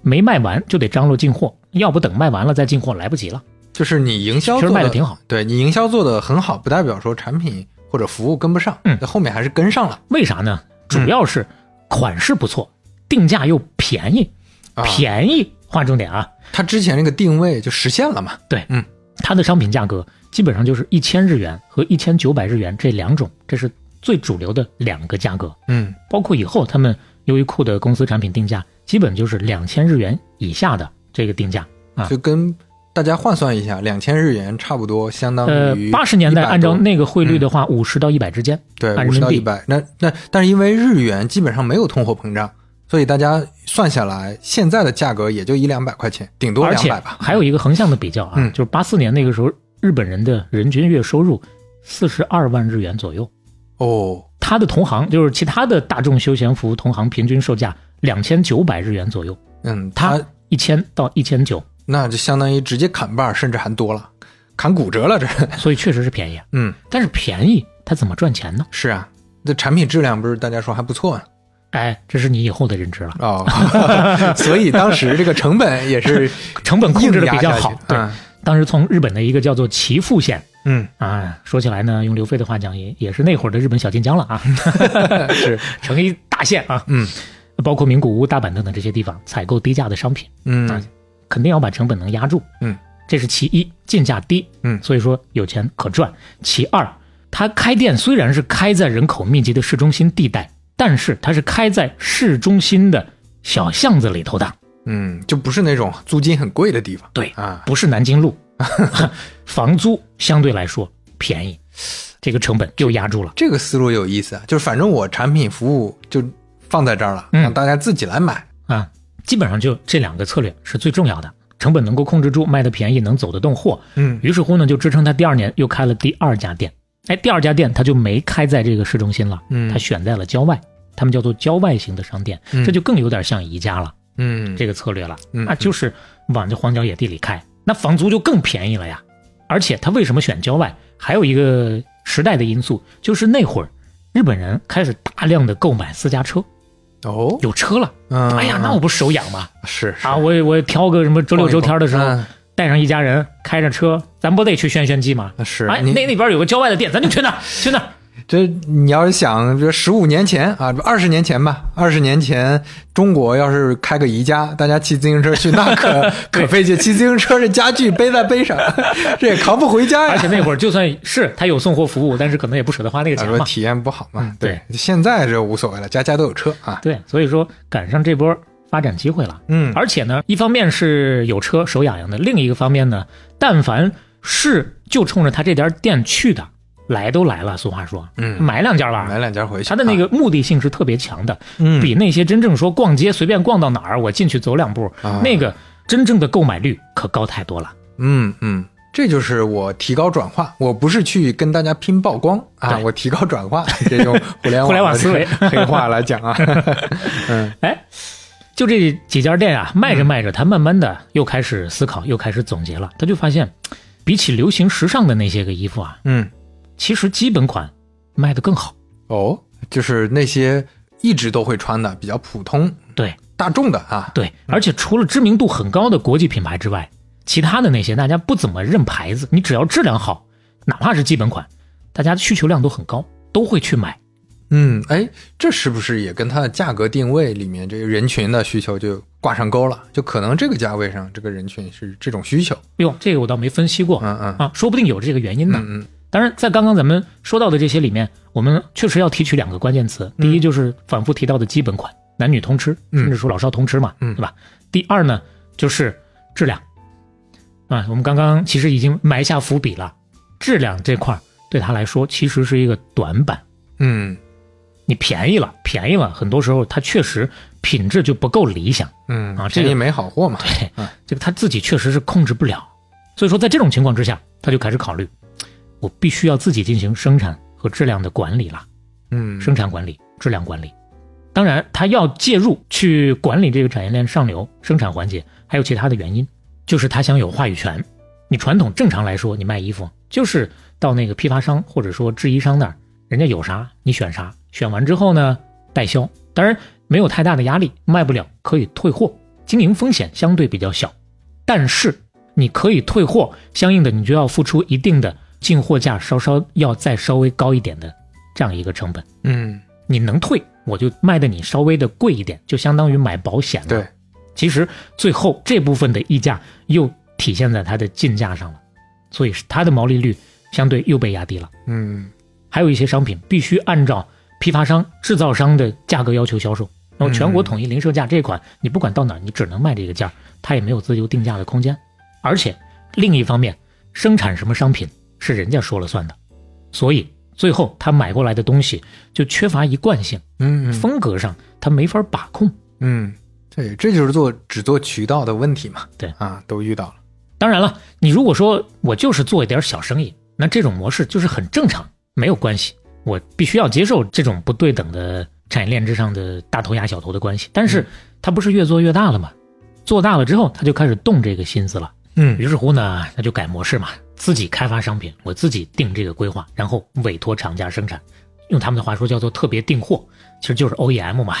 S3: 没卖完就得张罗进货，要不等卖完了再进货来不及了。
S4: 就是你营销
S3: 其实
S4: 做
S3: 卖的挺好，
S4: 对你营销做的很好，不代表说产品或者服务跟不上，
S3: 嗯
S4: 那后面还是跟上了，
S3: 为啥呢？
S4: 嗯
S3: 主要是款式不错，定价又便宜，
S4: 啊
S3: 便宜划重点啊，
S4: 它之前那个定位就实现了嘛，
S3: 对，
S4: 嗯，
S3: 它的商品价格基本上就是一千日元和一千九百日元这两种，这是最主流的两个价格。
S4: 嗯
S3: 包括以后他们优衣库的公司产品定价，基本就是两千日元以下的这个定价。啊
S4: 就跟大家换算一下，两千日元差不多相当
S3: 呃
S4: 于，
S3: 八十年代
S4: 100
S3: 按照
S4: 多嗯
S3: 那个汇率的话，五十到一百之间，
S4: 对
S3: 按
S4: 五
S3: 人民
S4: 十到一
S3: 币。
S4: 百，那那但是因为日元基本上没有通货膨胀，所以大家算下来现在的价格也就一两百块钱，顶多
S3: 而
S4: 两
S3: 且
S4: 百吧。
S3: 还有一个横向的比较啊，
S4: 嗯
S3: 就是八四年那个时候，日本人的人均月收入四十二万日元左右，
S4: 哦，
S3: 他的同行就是其他的大众休闲服务同行平均售价两千九百日元左右，
S4: 嗯，
S3: 他一千到一千九，
S4: 那就相当于直接砍半儿，甚至还多了，砍骨折了这。
S3: 所以确实是便宜啊。
S4: 嗯，
S3: 但是便宜他怎么赚钱呢？
S4: 是啊，这产品质量不是大家说还不错呢
S3: 哎，这是你以后的认知了。
S4: 哦， 所以当时这个成本也是
S3: 成本控制的比较好
S4: 硬压下去。
S3: 对，
S4: 嗯
S3: 当时从日本的一个叫做岐阜县
S4: 嗯，
S3: 啊，说起来呢，用刘飞的话讲，也也是那会儿的日本小晋江了啊，
S4: 是，
S3: 成一大县啊，
S4: 嗯
S3: 包括名古屋、大阪等等这些地方，采购低价的商品，
S4: 嗯
S3: 肯定要把成本能压住。
S4: 嗯，
S3: 这是其一，进价低，
S4: 嗯
S3: 所以说有钱可赚。其二，它开店虽然是开在人口密集的市中心地带，但是它是开在市中心的小巷子里头的，
S4: 嗯，就不是那种租金很贵的地方。
S3: 对
S4: 啊，
S3: 不是南京路， 房租相对来说便宜，这个成本又压住了。
S4: 这个思路有意思啊，就是反正我产品服务就放在这儿了，
S3: 嗯
S4: 让大家自己来买。
S3: 啊，基本上就这两个策略是最重要的，成本能够控制住，卖的便宜，能走得动货。
S4: 嗯
S3: 于是乎呢，就支撑他第二年又开了第二家店。哎，第二家店他就没开在这个市中心了，
S4: 嗯
S3: 他选在了郊外，他们叫做郊外型的商店，
S4: 嗯
S3: 这就更有点像宜家了，
S4: 嗯，
S3: 这个策略了，
S4: 嗯
S3: 啊，就是往这荒郊野地里开，那房租就更便宜了呀。而且他为什么选郊外？还有一个时代的因素，就是那会儿日本人开始大量的购买私家车，
S4: 哦，
S3: 有车了，
S4: 嗯
S3: 哎呀，那我不手痒吗？
S4: 是是嗯
S3: 啊，我也我也挑个什么周六周天的时候，
S4: 逛一逛
S3: 带上一家人，开着车，咱不得去炫炫技吗？
S4: 嗯是
S3: 哎，
S4: 你
S3: 那那边有个郊外的店，咱就去那 儿，去那儿。
S4: 这你要是想，比如十五年前啊，二十年前吧，二十年前中国要是开个宜家，大家骑自行车去，那可可费劲，骑自行车这家具背在背上， 这也扛不回家
S3: 而且
S4: 呀。
S3: 那会儿就算是他有送货服务，但是可能也不舍得花那个
S4: 他
S3: 钱
S4: 说
S3: 嘛。
S4: 啊
S3: 嗯
S4: 体验不好嘛，
S3: 对
S4: 现在这无所谓了，家家都有车啊。
S3: 对，所以说赶上这波发展机会了。
S4: 嗯
S3: 而且呢，一方面是有车手痒痒的，另一个方面呢，但凡是就冲着他这家店去的，来都来了，俗话说，
S4: 嗯
S3: 买两家吧，
S4: 买两家回去。
S3: 他的那
S4: 啊
S3: 个目的性是特别强的，
S4: 嗯
S3: 比那些真正说逛街随便逛到哪儿，我进去走两步，
S4: 啊
S3: 那个真正的购买率可高太多了。
S4: 嗯嗯，这就是我提高转化，我不是去跟大家拼曝光啊，
S3: 对
S4: 我提高转 化，这用互联网
S3: 互联网思维
S4: 黑话来 讲啊。嗯
S3: 哎，就这几家店啊，卖着卖着，他慢慢的又开始思考，又开始总结了，他就发现，比起流行时尚的那些个衣服啊，
S4: 嗯，
S3: 其实基本款卖的更好。
S4: 哦，就是那些一直都会穿的比较普通
S3: 对
S4: 大众的啊。
S3: 对，而且除了知名度很高的国际品牌之外，其他的那些大家不怎么认牌子，你只要质量好，哪怕是基本款，大家的需求量都很高，都会去买。
S4: 嗯，哎，这是不是也跟它的价格定位里面这个人群的需求就挂上钩了？就可能这个价位上这个人群是这种需求。
S3: 哟，这个我倒没分析过，
S4: 嗯嗯
S3: 啊，说不定有这个原因呢。
S4: 嗯嗯
S3: 当然，在刚刚咱们说到的这些里面，我们确实要提取两个关键词，第一就是反复提到的基本款，男女通吃，
S4: 嗯
S3: 甚至说老少通吃嘛，
S4: 嗯
S3: 对吧？第二呢，就是质量，啊，我们刚刚其实已经埋下伏笔了，质量这块儿对他来说其实是一个短板，
S4: 嗯
S3: 你便宜了，便宜了，很多时候它确实品质就不够理想。
S4: 嗯
S3: 啊这个
S4: 便宜没好货嘛。
S3: 对
S4: 嗯，
S3: 这个他自己确实是控制不了，所以说在这种情况之下，他就开始考虑，我必须要自己进行生产和质量的管理了，
S4: 嗯
S3: 生产管理、质量管理。当然，他要介入去管理这个产业链上游生产环节，还有其他的原因，就是他想有话语权。你传统正常来说，你卖衣服就是到那个批发商或者说制衣商那儿，人家有啥你选啥，选完之后呢代销，当然没有太大的压力，卖不了可以退货，经营风险相对比较小。但是你可以退货，相应的你就要付出一定的进货价稍稍要再稍微高一点的这样一个成本。
S4: 嗯，
S3: 你能退，我就卖的你稍微的贵一点，就相当于买保险了。
S4: 对，
S3: 其实最后这部分的溢价又体现在它的进价上了，所以是它的毛利率相对又被压低了。
S4: 嗯
S3: 还有一些商品必须按照批发商、制造商的价格要求销售。那么全国统一零售价这款，你不管到哪儿，你只能卖这个价儿，它也没有自由定价的空间。而且另一方面，生产什么商品是人家说了算的，所以最后他买过来的东西就缺乏一贯性，
S4: 嗯嗯
S3: 风格上他没法把控。
S4: 嗯，对，这就是做只做渠道的问题嘛。
S3: 对
S4: 啊，都遇到了。
S3: 当然了，你如果说我就是做一点小生意，那这种模式就是很正常，没有关系。我必须要接受这种不对等的产业链之上的大头压小头的关系。但是它不是越做越大了吗？做大了之后，他就开始动这个心思了。
S4: 嗯
S3: 于是乎呢，那就改模式嘛，自己开发商品，我自己定这个规划，然后委托厂家生产。用他们的话说叫做特别订货，其实就是 OEM 嘛。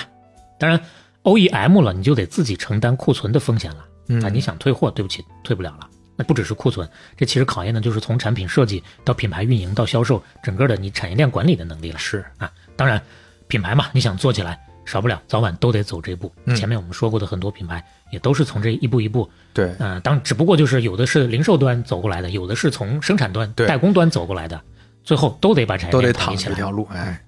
S3: 当然 OEM 了，你就得自己承担库存的风险了。
S4: 嗯
S3: 啊，你想退货，对不起，退不了了。那不只是库存，这其实考验的就是从产品设计到品牌运营到销售，整个的你产业链管理的能力了。
S4: 是
S3: 啊，当然，品牌嘛，你想做起来，少不了早晚都得走这一步。
S4: 嗯
S3: 前面我们说过的很多品牌，也都是从这一步一步
S4: 对，
S3: 呃，当只不过就是有的是零售端走过来的，有的是从生产端、
S4: 对
S3: 代工端走过来的，最后都得把产业
S4: 都
S3: 链
S4: 得
S3: 统一
S4: 躺
S3: 起
S4: 这
S3: 来。
S4: 条路。哎，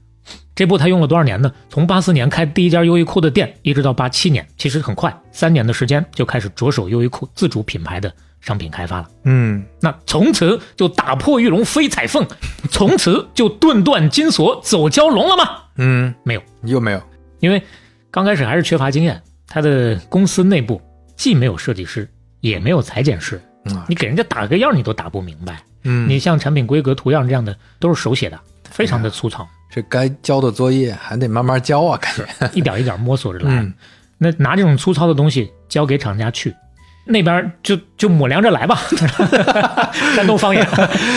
S3: 这步他用了多少年呢？从八四年开第一家优衣库的店，一直到八七年，其实很快，三年的时间就开始着手优衣库自主品牌的商品开发了。
S4: 嗯
S3: 那从此就打破玉龙飞彩凤，从此就顿断金锁走蛟龙了吗？
S4: 嗯，
S3: 没有，
S4: 又没有。
S3: 因为刚开始还是缺乏经验，他的公司内部既没有设计师，也没有裁剪师，
S4: 嗯啊
S3: 你给人家打个样儿你都打不明白。
S4: 嗯，
S3: 你像产品规格、图样这样的都是手写的，非常的粗糙，
S4: 这该交的作业还得慢慢交啊，感觉。
S3: 一点一点摸索着来。
S4: 嗯
S3: 那拿这种粗糙的东西交给厂家去，那边儿就就抹量着来吧， 山东方言，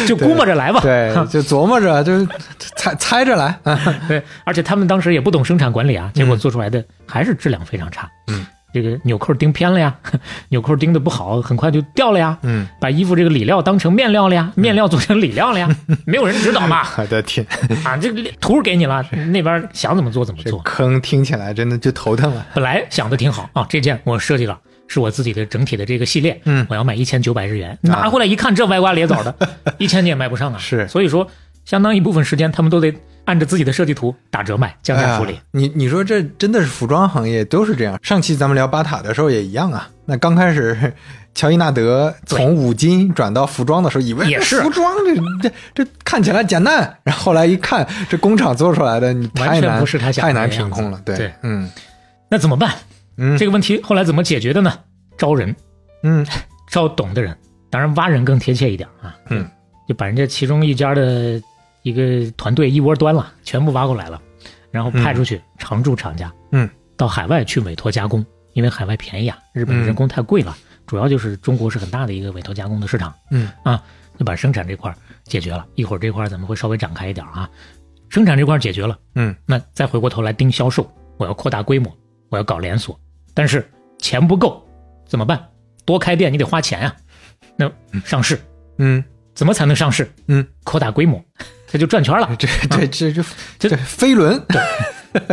S3: 就估摸着来吧。
S4: 对，就琢磨着，就是 猜猜着来。啊
S3: 对，而且他们当时也不懂生产管理啊，结果做出来的还是质量非常差。
S4: 嗯，
S3: 这个纽扣钉偏了呀， 纽扣钉的不好，很快就掉了呀。
S4: 嗯，
S3: 把衣服这个里料当成面料了呀，面料做成里料了 呀，没有人指导嘛。
S4: 我的天，
S3: 啊，这个图儿给你了，那边想怎么做怎么
S4: 这
S3: 做。
S4: 坑听起来真的就头疼了。
S3: 本来想的挺好啊，这件我设计了，是我自己的整体的这个系列，
S4: 嗯啊
S3: 我要卖一千九百日元，拿回来一看，这歪瓜裂枣 的，一千你也卖不上啊。
S4: 是
S3: 所以说相当一部分时间他们都得按着自己的设计图打折卖，降价处理。
S4: 哎呀你你说这真的是服装行业都是这样。上期咱们聊巴塔的时候也一样啊。那刚开始，乔伊纳德从五金转到服装的时候，以为
S3: 也是
S4: 服装这这这看起来简单，然后后来一看，这工厂做出来的，你
S3: 完
S4: 太
S3: 全
S4: 难
S3: 不是他想
S4: 太
S3: 的
S4: 难
S3: 那样
S4: 品控
S3: 子
S4: 了。对，
S3: 对
S4: 嗯
S3: 那怎么办？
S4: 嗯
S3: 这个问题后来怎么解决的呢？招人，
S4: 嗯
S3: 招懂的人，当然挖人更贴切一点啊。
S4: 嗯，
S3: 就把人家其中一家的一个团队一窝端了，全部挖过来了，然后派出去常驻厂家，
S4: 嗯，
S3: 到海外去委托加工，因为海外便宜啊，日本
S4: 嗯
S3: 人工太贵了，主要就是中国是很大的一个委托加工的市场
S4: 嗯
S3: 啊，就把生产这块儿解决了。一会儿这块儿咱们会稍微展开一点啊，生产这块儿解决了。
S4: 嗯
S3: 那再回过头来盯销售，我要扩大规模，我要搞连锁，但是钱不够，怎么办？多开店你得花钱啊。那上市
S4: 嗯
S3: 怎么才能上市？
S4: 嗯，
S3: 扩大规模，这就转圈 了，
S4: 这这这这
S3: 嗯这
S4: 这飞轮，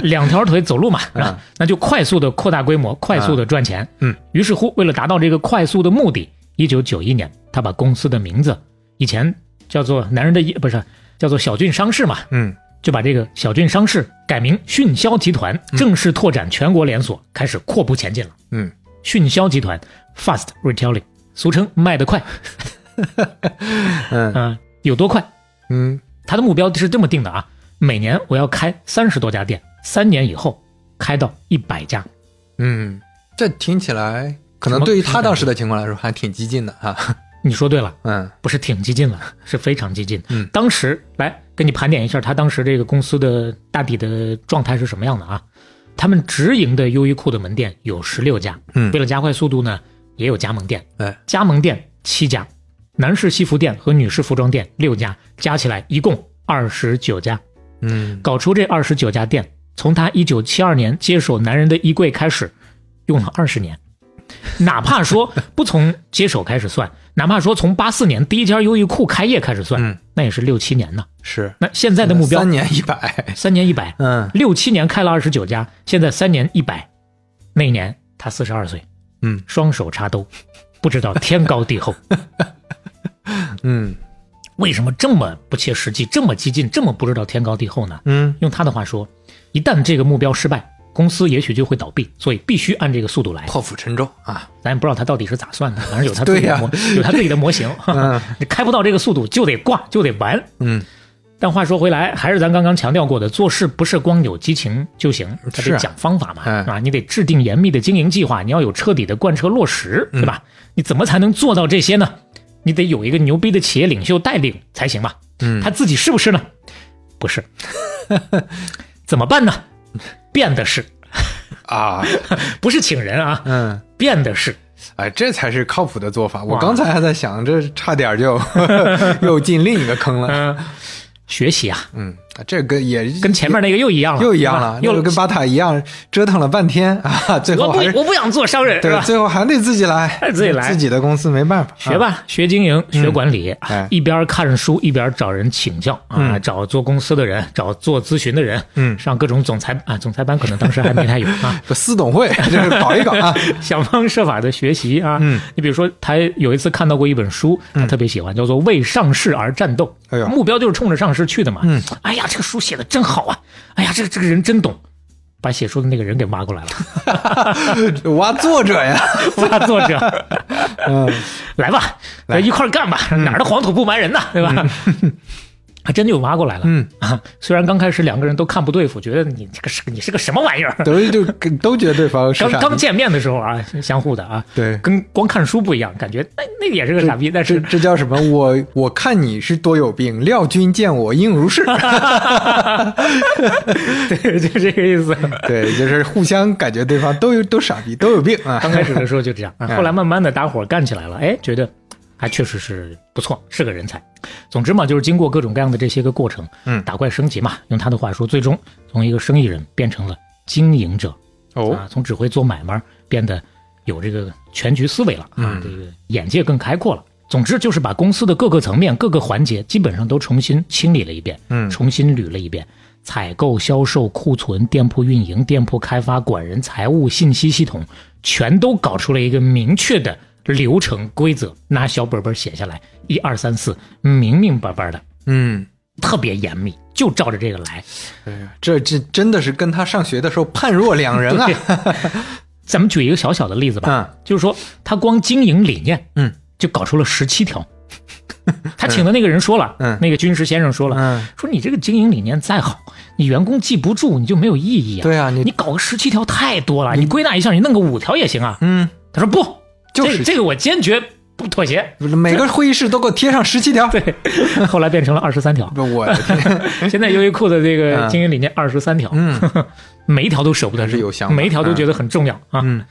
S3: 两条腿走路嘛，是吧？那就快速的扩大规模，快速的赚钱。
S4: 嗯，
S3: 于是乎，为了达到这个快速的目的，一九九一年，他把公司的名字以前叫做“男人的夜”，不是叫做“小俊商事”嘛，
S4: 嗯
S3: 就把这个小俊商事改名迅销集团，正式拓展全国连锁，开始阔步前进了。
S4: 嗯，
S3: 迅销集团 （Fast Retailing），俗称卖得快。
S4: 嗯
S3: 嗯、有多快？
S4: 嗯
S3: 它的目标是这么定的啊，每年我要开三十多家店，三年以后开到一百家。
S4: 嗯，这听起来可能
S3: 什么
S4: 对于他当时的情况来说还挺激进的哈、
S3: 你说对了，
S4: 嗯
S3: 不是挺激进了， 是非常激进。
S4: 嗯
S3: 当时来跟你盘点一下，他当时这个公司的大体的状态是什么样的啊？他们直营的优衣库的门店有十六家，
S4: 嗯
S3: 为了加快速度呢，也有加盟店，
S4: 哎
S3: 加盟店七家，男士西服店和女士服装店六家，加起来一共二十九家。
S4: 嗯
S3: 搞出这二十九家店，从他一九七二年接手男人的衣柜开始，用了二十年。哪怕说不从接手开始算，哪怕说从八四年第一家优衣库开业开始算，
S4: 嗯
S3: 那也是六七年呢。
S4: 是
S3: 那现在的目标
S4: 三年一百，
S3: 三年一百，
S4: 嗯
S3: 六七年开了二十九家，现在三年一百，那一年他四十二岁，
S4: 嗯
S3: 双手插兜，不知道天高地厚。
S4: 嗯
S3: 为什么这么不切实际，这么激进，这么不知道天高地厚呢？
S4: 嗯
S3: 用他的话说，一旦这个目标失败，公司也许就会倒闭，所以必须按这个速度来。
S4: 破釜沉舟啊！
S3: 咱也不知道他到底是咋算的，反正有他自己的模，
S4: 对呀
S3: 有他自己的模型。
S4: 嗯
S3: 你 开不到这个速度就得挂，就得完。
S4: 嗯，
S3: 但话说回来，还是咱刚刚强调过的，做事不是光有激情就行，它
S4: 是
S3: 得
S4: 啊
S3: 讲方法嘛，
S4: 哎
S3: 啊，你得制定严密的经营计划，你要有彻底的贯彻落实，对吧？
S4: 嗯
S3: 你怎么才能做到这些呢？你得有一个牛逼的企业领袖带领才行吧？
S4: 嗯
S3: 他自己是不是呢？不 是，怎么办呢？变的是，
S4: 啊，
S3: 不是请人啊？
S4: 嗯，
S3: 变的是，
S4: 哎，这才是靠谱的做法。我
S3: 哇
S4: 刚才还在想，这差点 就又进另一个坑了。
S3: 嗯、学习啊，
S4: 嗯，这个也
S3: 跟前面那个又一样了，
S4: 又一样
S3: 对吧
S4: 了，
S3: 又
S4: 又跟巴塔一样折腾了半天啊，最后
S3: 我
S4: 还
S3: 不
S4: 是
S3: 我不想做商人，是
S4: 对，
S3: 吧？
S4: 最后还得自己来，
S3: 自己来
S4: 自己的公司没办法，啊
S3: 学吧，学经营，学管理，
S4: 嗯
S3: 啊
S4: 哎
S3: 一边看书一边找人请教啊，
S4: 嗯
S3: 找做公司的人，找做咨询的人，
S4: 嗯
S3: 上各种总裁啊，总裁班可能当时还没太有啊。
S4: 啊，私董会就是搞一搞 啊，
S3: 想方设法的学习啊，
S4: 嗯，
S3: 你比如说，他有一次看到过一本书，他特别喜欢，叫做《为上市而战斗》，
S4: 哎呦
S3: 目标就是冲着上市去的嘛，
S4: 嗯，
S3: 哎呀，这个书写的真好啊，哎呀，这个这个人真懂，把写书的那个人给挖过来了，
S4: 挖作 者呀，
S3: 挖作者，
S4: 嗯
S3: 来吧，
S4: 来嗯
S3: 一块儿干吧，哪儿的黄土不埋人呐，对吧？ 还真就挖过来了。
S4: 嗯，
S3: 啊，虽然刚开始两个人都看不对付，觉得你这个是你是个什么玩意儿。
S4: 都就都觉得对方是
S3: 刚
S4: 傻逼
S3: 刚见面的时候啊，相互的啊，
S4: 对
S3: 跟光看书不一样，感觉那那也是个傻逼，但
S4: 这
S3: 是
S4: 这叫什么？我我看你是多有病，廖君见我应如 是。
S3: 对，就这个意思。
S4: 对，就是互相感觉对方都有都傻逼，都有病啊。
S3: 刚开始的时候就这样，啊后来慢慢的大伙儿干起来了，哎，觉得还确实是不错，是个人才。总之嘛，就是经过各种各样的这些个过程，
S4: 嗯
S3: 打怪升级嘛，用他的话说，最终从一个生意人变成了经营者，
S4: 哦
S3: 啊，从只会做买卖变得有这个全局思维了啊，这个眼界更开阔了。总之就是把公司的各个层面、各个环节基本上都重新清理了一遍，
S4: 嗯
S3: 重新捋了一遍。采购、销售、库存、店铺运营、店铺开发、管人、财务、信息系统，全都搞出了一个明确的流程规则，拿小本本写下来，一二三四，明明白白的，
S4: 嗯，
S3: 特别严密，就照着这个来。
S4: 哎呀，这这真的是跟他上学的时候判若两人啊。
S3: 咱们举一个小小的例子吧，
S4: 嗯
S3: 就是说他光经营理念，
S4: 嗯，
S3: 就搞出了十七 条。他请的那个人说了，
S4: 嗯
S3: 那个军师先生说了，
S4: 嗯
S3: 说你这个经营理念再好，你员工记不住，你就没有意义啊。
S4: 对嗯啊你
S3: 你搞个十七条太多了，你归纳一下，你弄个五条也行啊。
S4: 嗯，
S3: 他说不，
S4: 就
S3: 这
S4: 是
S3: 个这个我坚决不妥 协。
S4: 每个会议室都给我贴上十七条。对，
S3: 后来变成了二十三条，
S4: 我的天，
S3: 现在优衣库的这个
S4: 嗯
S3: 经营理念二十三条，
S4: 嗯
S3: 每一条都舍不得
S4: 还是有
S3: 扔
S4: 想，法
S3: 每一条都觉得很重要啊。
S4: 嗯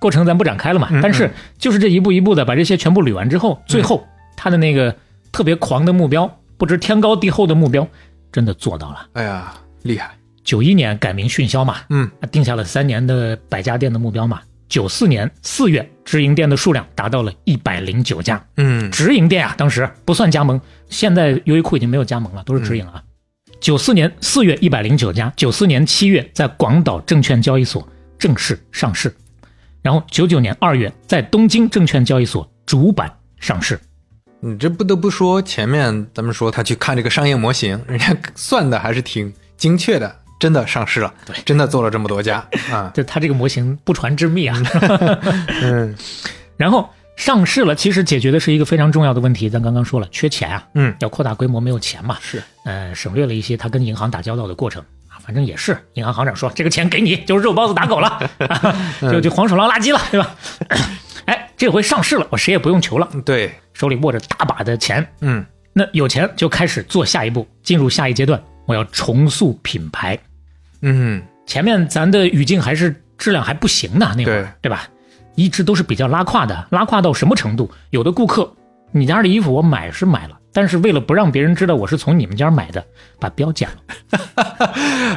S3: 过程咱不展开了嘛，但是就是这一步一步的把这些全部捋完之后，最
S4: 嗯
S3: 后他的那个特别狂的目标，不知天高地厚的目标，真的做到了。
S4: 哎呀，厉害。
S3: 九一年改名迅销嘛，
S4: 嗯，
S3: 定下了三年的百家店的目标嘛。九四年四月，直营店的数量达到了一百零九家，
S4: 嗯
S3: 直营店啊，当时不算加盟，现在优衣库已经没有加盟了，都是直
S4: 嗯
S3: 营啊。九四年四月一百零九家，九四年七月在广岛证券交易所正式上市，然后九九年二月在东京证券交易所主板上市。。
S4: 你这不得不说，前面咱们说他去看这个商业模型，人家算的还是挺精确的，真的上市了，对，真的做了这么多家啊
S3: 就它这个模型不传之秘啊。
S4: 嗯
S3: 然后上市了，其实解决的是一个非常重要的问题，咱刚刚说了，缺钱啊，
S4: 嗯，
S3: 要扩大规模没有钱嘛，
S4: 是，
S3: 呃，省略了一些他跟银行打交道的过程啊。反正也是，银行行长说这个钱给你，就是肉包子打狗了，啊就就黄鼠狼垃圾了，对吧？ 哎，这回上市了，我谁也不用求了，
S4: 对，
S3: 手里握着大把的钱，
S4: 嗯
S3: 那有钱就开始做下一步，进入下一阶段，我要重塑品牌。
S4: 嗯
S3: 前面咱的语境还是质量还不行呢，那会儿对
S4: 对
S3: 吧？一直都是比较拉胯的，拉胯到什么程度？有的顾客，你家的衣服我买是买了，但是为了不让别人知道我是从你们家买的，把标剪了。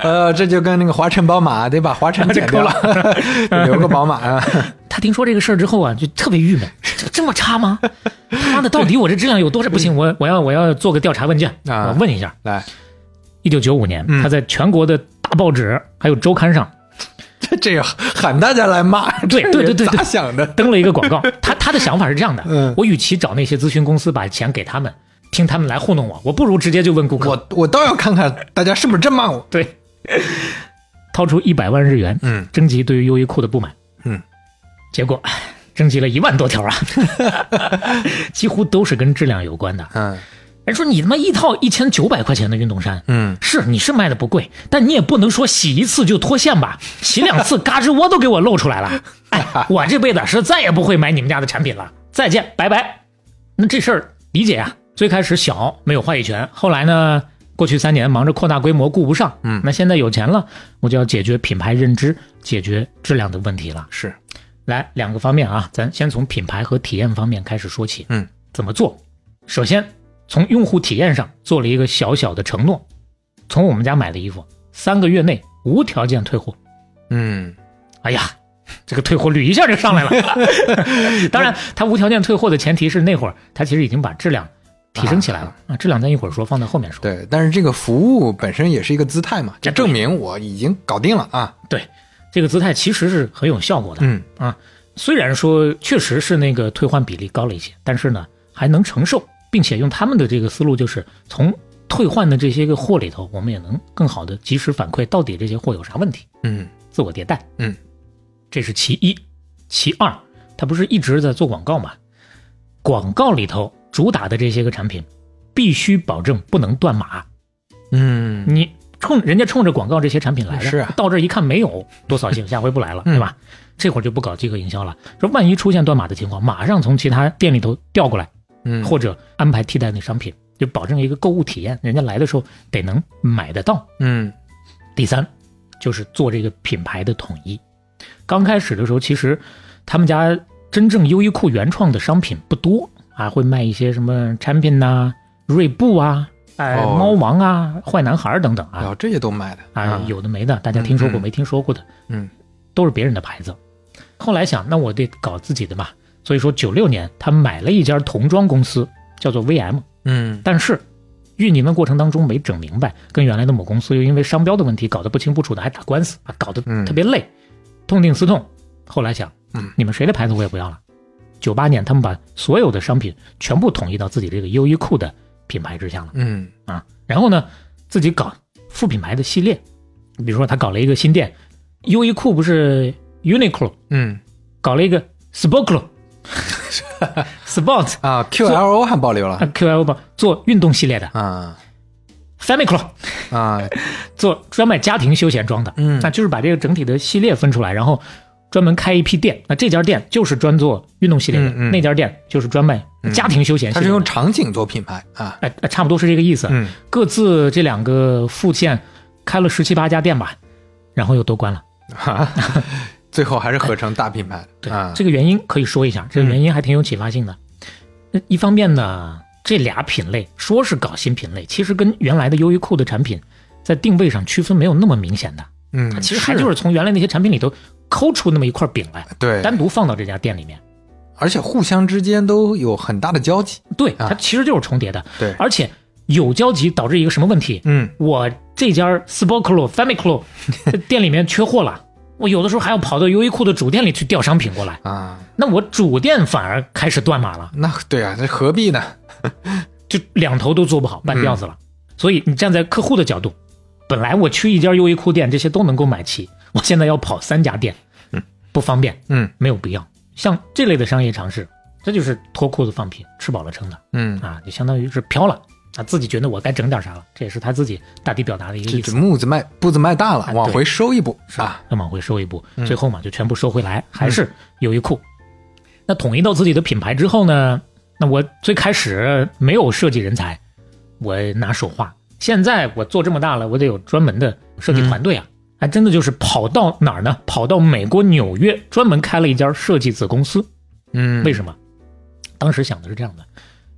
S4: 呃，这就跟那个华晨宝马得把华晨剪 掉啊了，留个宝马啊。
S3: 他听说这个事儿之后啊，就特别郁闷，这这么差吗？他妈的，到底我这质量有多少？不行，我我要我要做个调查问卷，
S4: 嗯啊
S3: 我问一下。
S4: 来，
S3: 一九九五年，
S4: 嗯
S3: 他在全国的大报纸还有周刊上
S4: 这这个喊大家来 骂，
S3: 对
S4: 这
S3: 对
S4: 人
S3: 对对对
S4: 咋想的？
S3: 登了一个广 告。他他的想法是这样的：
S4: 嗯
S3: 我与其找那些咨询公司把钱给他们，听他们来糊 弄我，我不如直接就问顾客。
S4: 我我倒要看看大家是不是真骂我。
S3: 对，掏出一百万日元，
S4: 嗯，
S3: 征集对于优衣库的不满，
S4: 嗯，
S3: 结果 唉征集了一万多 条啊，几乎都是跟质量有关的。
S4: 嗯
S3: 人哎说你他妈一套一千九百块钱的运动衫，
S4: 嗯，
S3: 是你是卖的不贵，但你也不能说洗一次就脱线吧，洗两 次嘎吱窝都给我露出来了。哎，我这辈子是再也不会买你们家的产品了，再见，拜拜。那这事儿理解啊，最开始小没有话语权，后来呢，过去三年忙着扩大规模顾不上，
S4: 嗯
S3: 那现在有钱了，我就要解决品牌认知、解决质量的问题了。
S4: 是，
S3: 来两个方面啊，咱先从品牌和体验方面开始说起。
S4: 嗯，
S3: 怎么做？首先从用户体验上做了一个小小的承诺，从我们家买的衣服三个月内无条件退货。
S4: 嗯
S3: 哎呀，这个退货率一下就上来了。 当然，他无条件退货的前提是那会儿他其实已经把质量提升起来了啊，质量咱一会儿说，放在后面说。
S4: 对，但是这个服务本身也是一个姿态嘛，就证明我已经搞定了啊。
S3: 对，这个姿态其实是很有效果的。
S4: 嗯
S3: 啊，虽然说确实是那个退换比例高了一些，但是呢还能承受，并且用他们的这个思路，就是从退换的这些个货里头，我们也能更好的及时反馈到底这些货有啥问题，
S4: 嗯
S3: 自我迭代。
S4: 嗯，
S3: 这是其一，其二，它不是一直在做广告嘛？广告里头主打的这些个产品，必须保证不能断码。
S4: 嗯
S3: 你冲人家冲着广告这些产品来的，
S4: 是啊
S3: 到这儿一看没有，多扫兴，下回不来了，
S4: 嗯
S3: 对吧？这会儿就不搞这个营销了。说万一出现断码的情况，马上从其他店里头调过来，
S4: 嗯，
S3: 或者安排替代的商品，就保证一个购物体验，人家来的时候得能买得到。
S4: 嗯
S3: 第三，就是做这个品牌的统一。刚开始的时候，其实他们家真正优衣库原创的商品不多啊，会卖一些什么产品呐、锐步啊、哎、
S4: 哦
S3: 猫王啊、坏男孩儿等等啊。
S4: 哦，这些都卖的
S3: 啊，有的没的，大家听说过
S4: 嗯嗯
S3: 没听说过的，
S4: 嗯，
S3: 都是别人的牌子。后来想，那我得搞自己的嘛，所以说九六年他买了一家童装公司，叫做 VM，
S4: 嗯
S3: 但是运营的过程当中没整明白，跟原来的母公司又因为商标的问题搞得不清不楚的，还打官司啊，搞得
S4: 嗯
S3: 特别累，痛定思痛。后来想，
S4: 嗯
S3: 你们谁的牌子我也不要了。九八年他们把所有的商品全部统一到自己这个优衣库的品牌之下了。
S4: 嗯
S3: 啊，然后呢，自己搞副品牌的系列，比如说他搞了一个新店，优衣库不是 Uniqlo，
S4: 嗯
S3: 搞了一个 Spoklo，Sport
S4: 啊，QLO 还保留
S3: 啊
S4: 了
S3: QL 吧，做运动系列的
S4: 啊
S3: Famiclo
S4: 啊，
S3: 做专卖家庭休闲装的，
S4: 嗯
S3: 那就是把这个整体的系列分出来，然后专门开一批店，那这家店就是专做运动系列的，
S4: 嗯嗯嗯
S3: 那家店就是专卖家庭休闲系
S4: 它
S3: 列的，
S4: 是用场景做品牌啊，
S3: 哎哎，差不多是这个意思，
S4: 嗯
S3: 各自这两个副线开了十七八家店吧，然后又都关了。
S4: 哈，最后还是合成大品牌
S3: 哎对，
S4: 啊，
S3: 这个原因可以说一下，这个原因还挺有启发性的。那一方面呢，这俩品类说是搞新品类，其实跟原来的优衣库的产品在定位上区分没有那么明显的，
S4: 嗯
S3: 它其实还就是从原来那些产品里头抠出那么一块饼来，
S4: 对，
S3: 单独放到这家店里面。
S4: 而且互相之间都有很大的交集，
S3: 对，
S4: 啊
S3: 它其实就是重叠的，
S4: 对
S3: 而且有交集导致一个什么问题？
S4: 嗯
S3: 我这家 Spoklo、Famiclo 店里面缺货了，我有的时候还要跑到优衣库的主店里去调商品过来，
S4: 啊，
S3: 那我主店反而开始断码了。
S4: 那对啊，这何必呢？
S3: 就两头都做不好，半吊子了。所以你站在客户的角度，本来我去一家优衣库店，这些都能够买齐，我现在要跑三家店，不方便，
S4: 嗯
S3: 没有必要。像这类的商业常识，这就是脱裤子放屁，吃饱了撑的
S4: 嗯，
S3: 啊，就相当于是飘了啊，自己觉得我该整点啥了，这也是他自己大体表达的一个
S4: 这
S3: 意
S4: 这
S3: 思。
S4: 木子迈步子迈大了
S3: 啊，
S4: 往
S3: 对
S4: 回收一步啊，嗯
S3: 那往回收一步，最后嘛就全部收回来，还是优衣库。那统一到自己的品牌之后呢，那我最开始没有设计人才，我拿手画。现在我做这么大了，我得有专门的设计团队
S4: 嗯
S3: 啊！还真的就是跑到哪儿呢？跑到美国纽约，专门开了一家设计子公司。
S4: 嗯，
S3: 为什么？当时想的是这样的，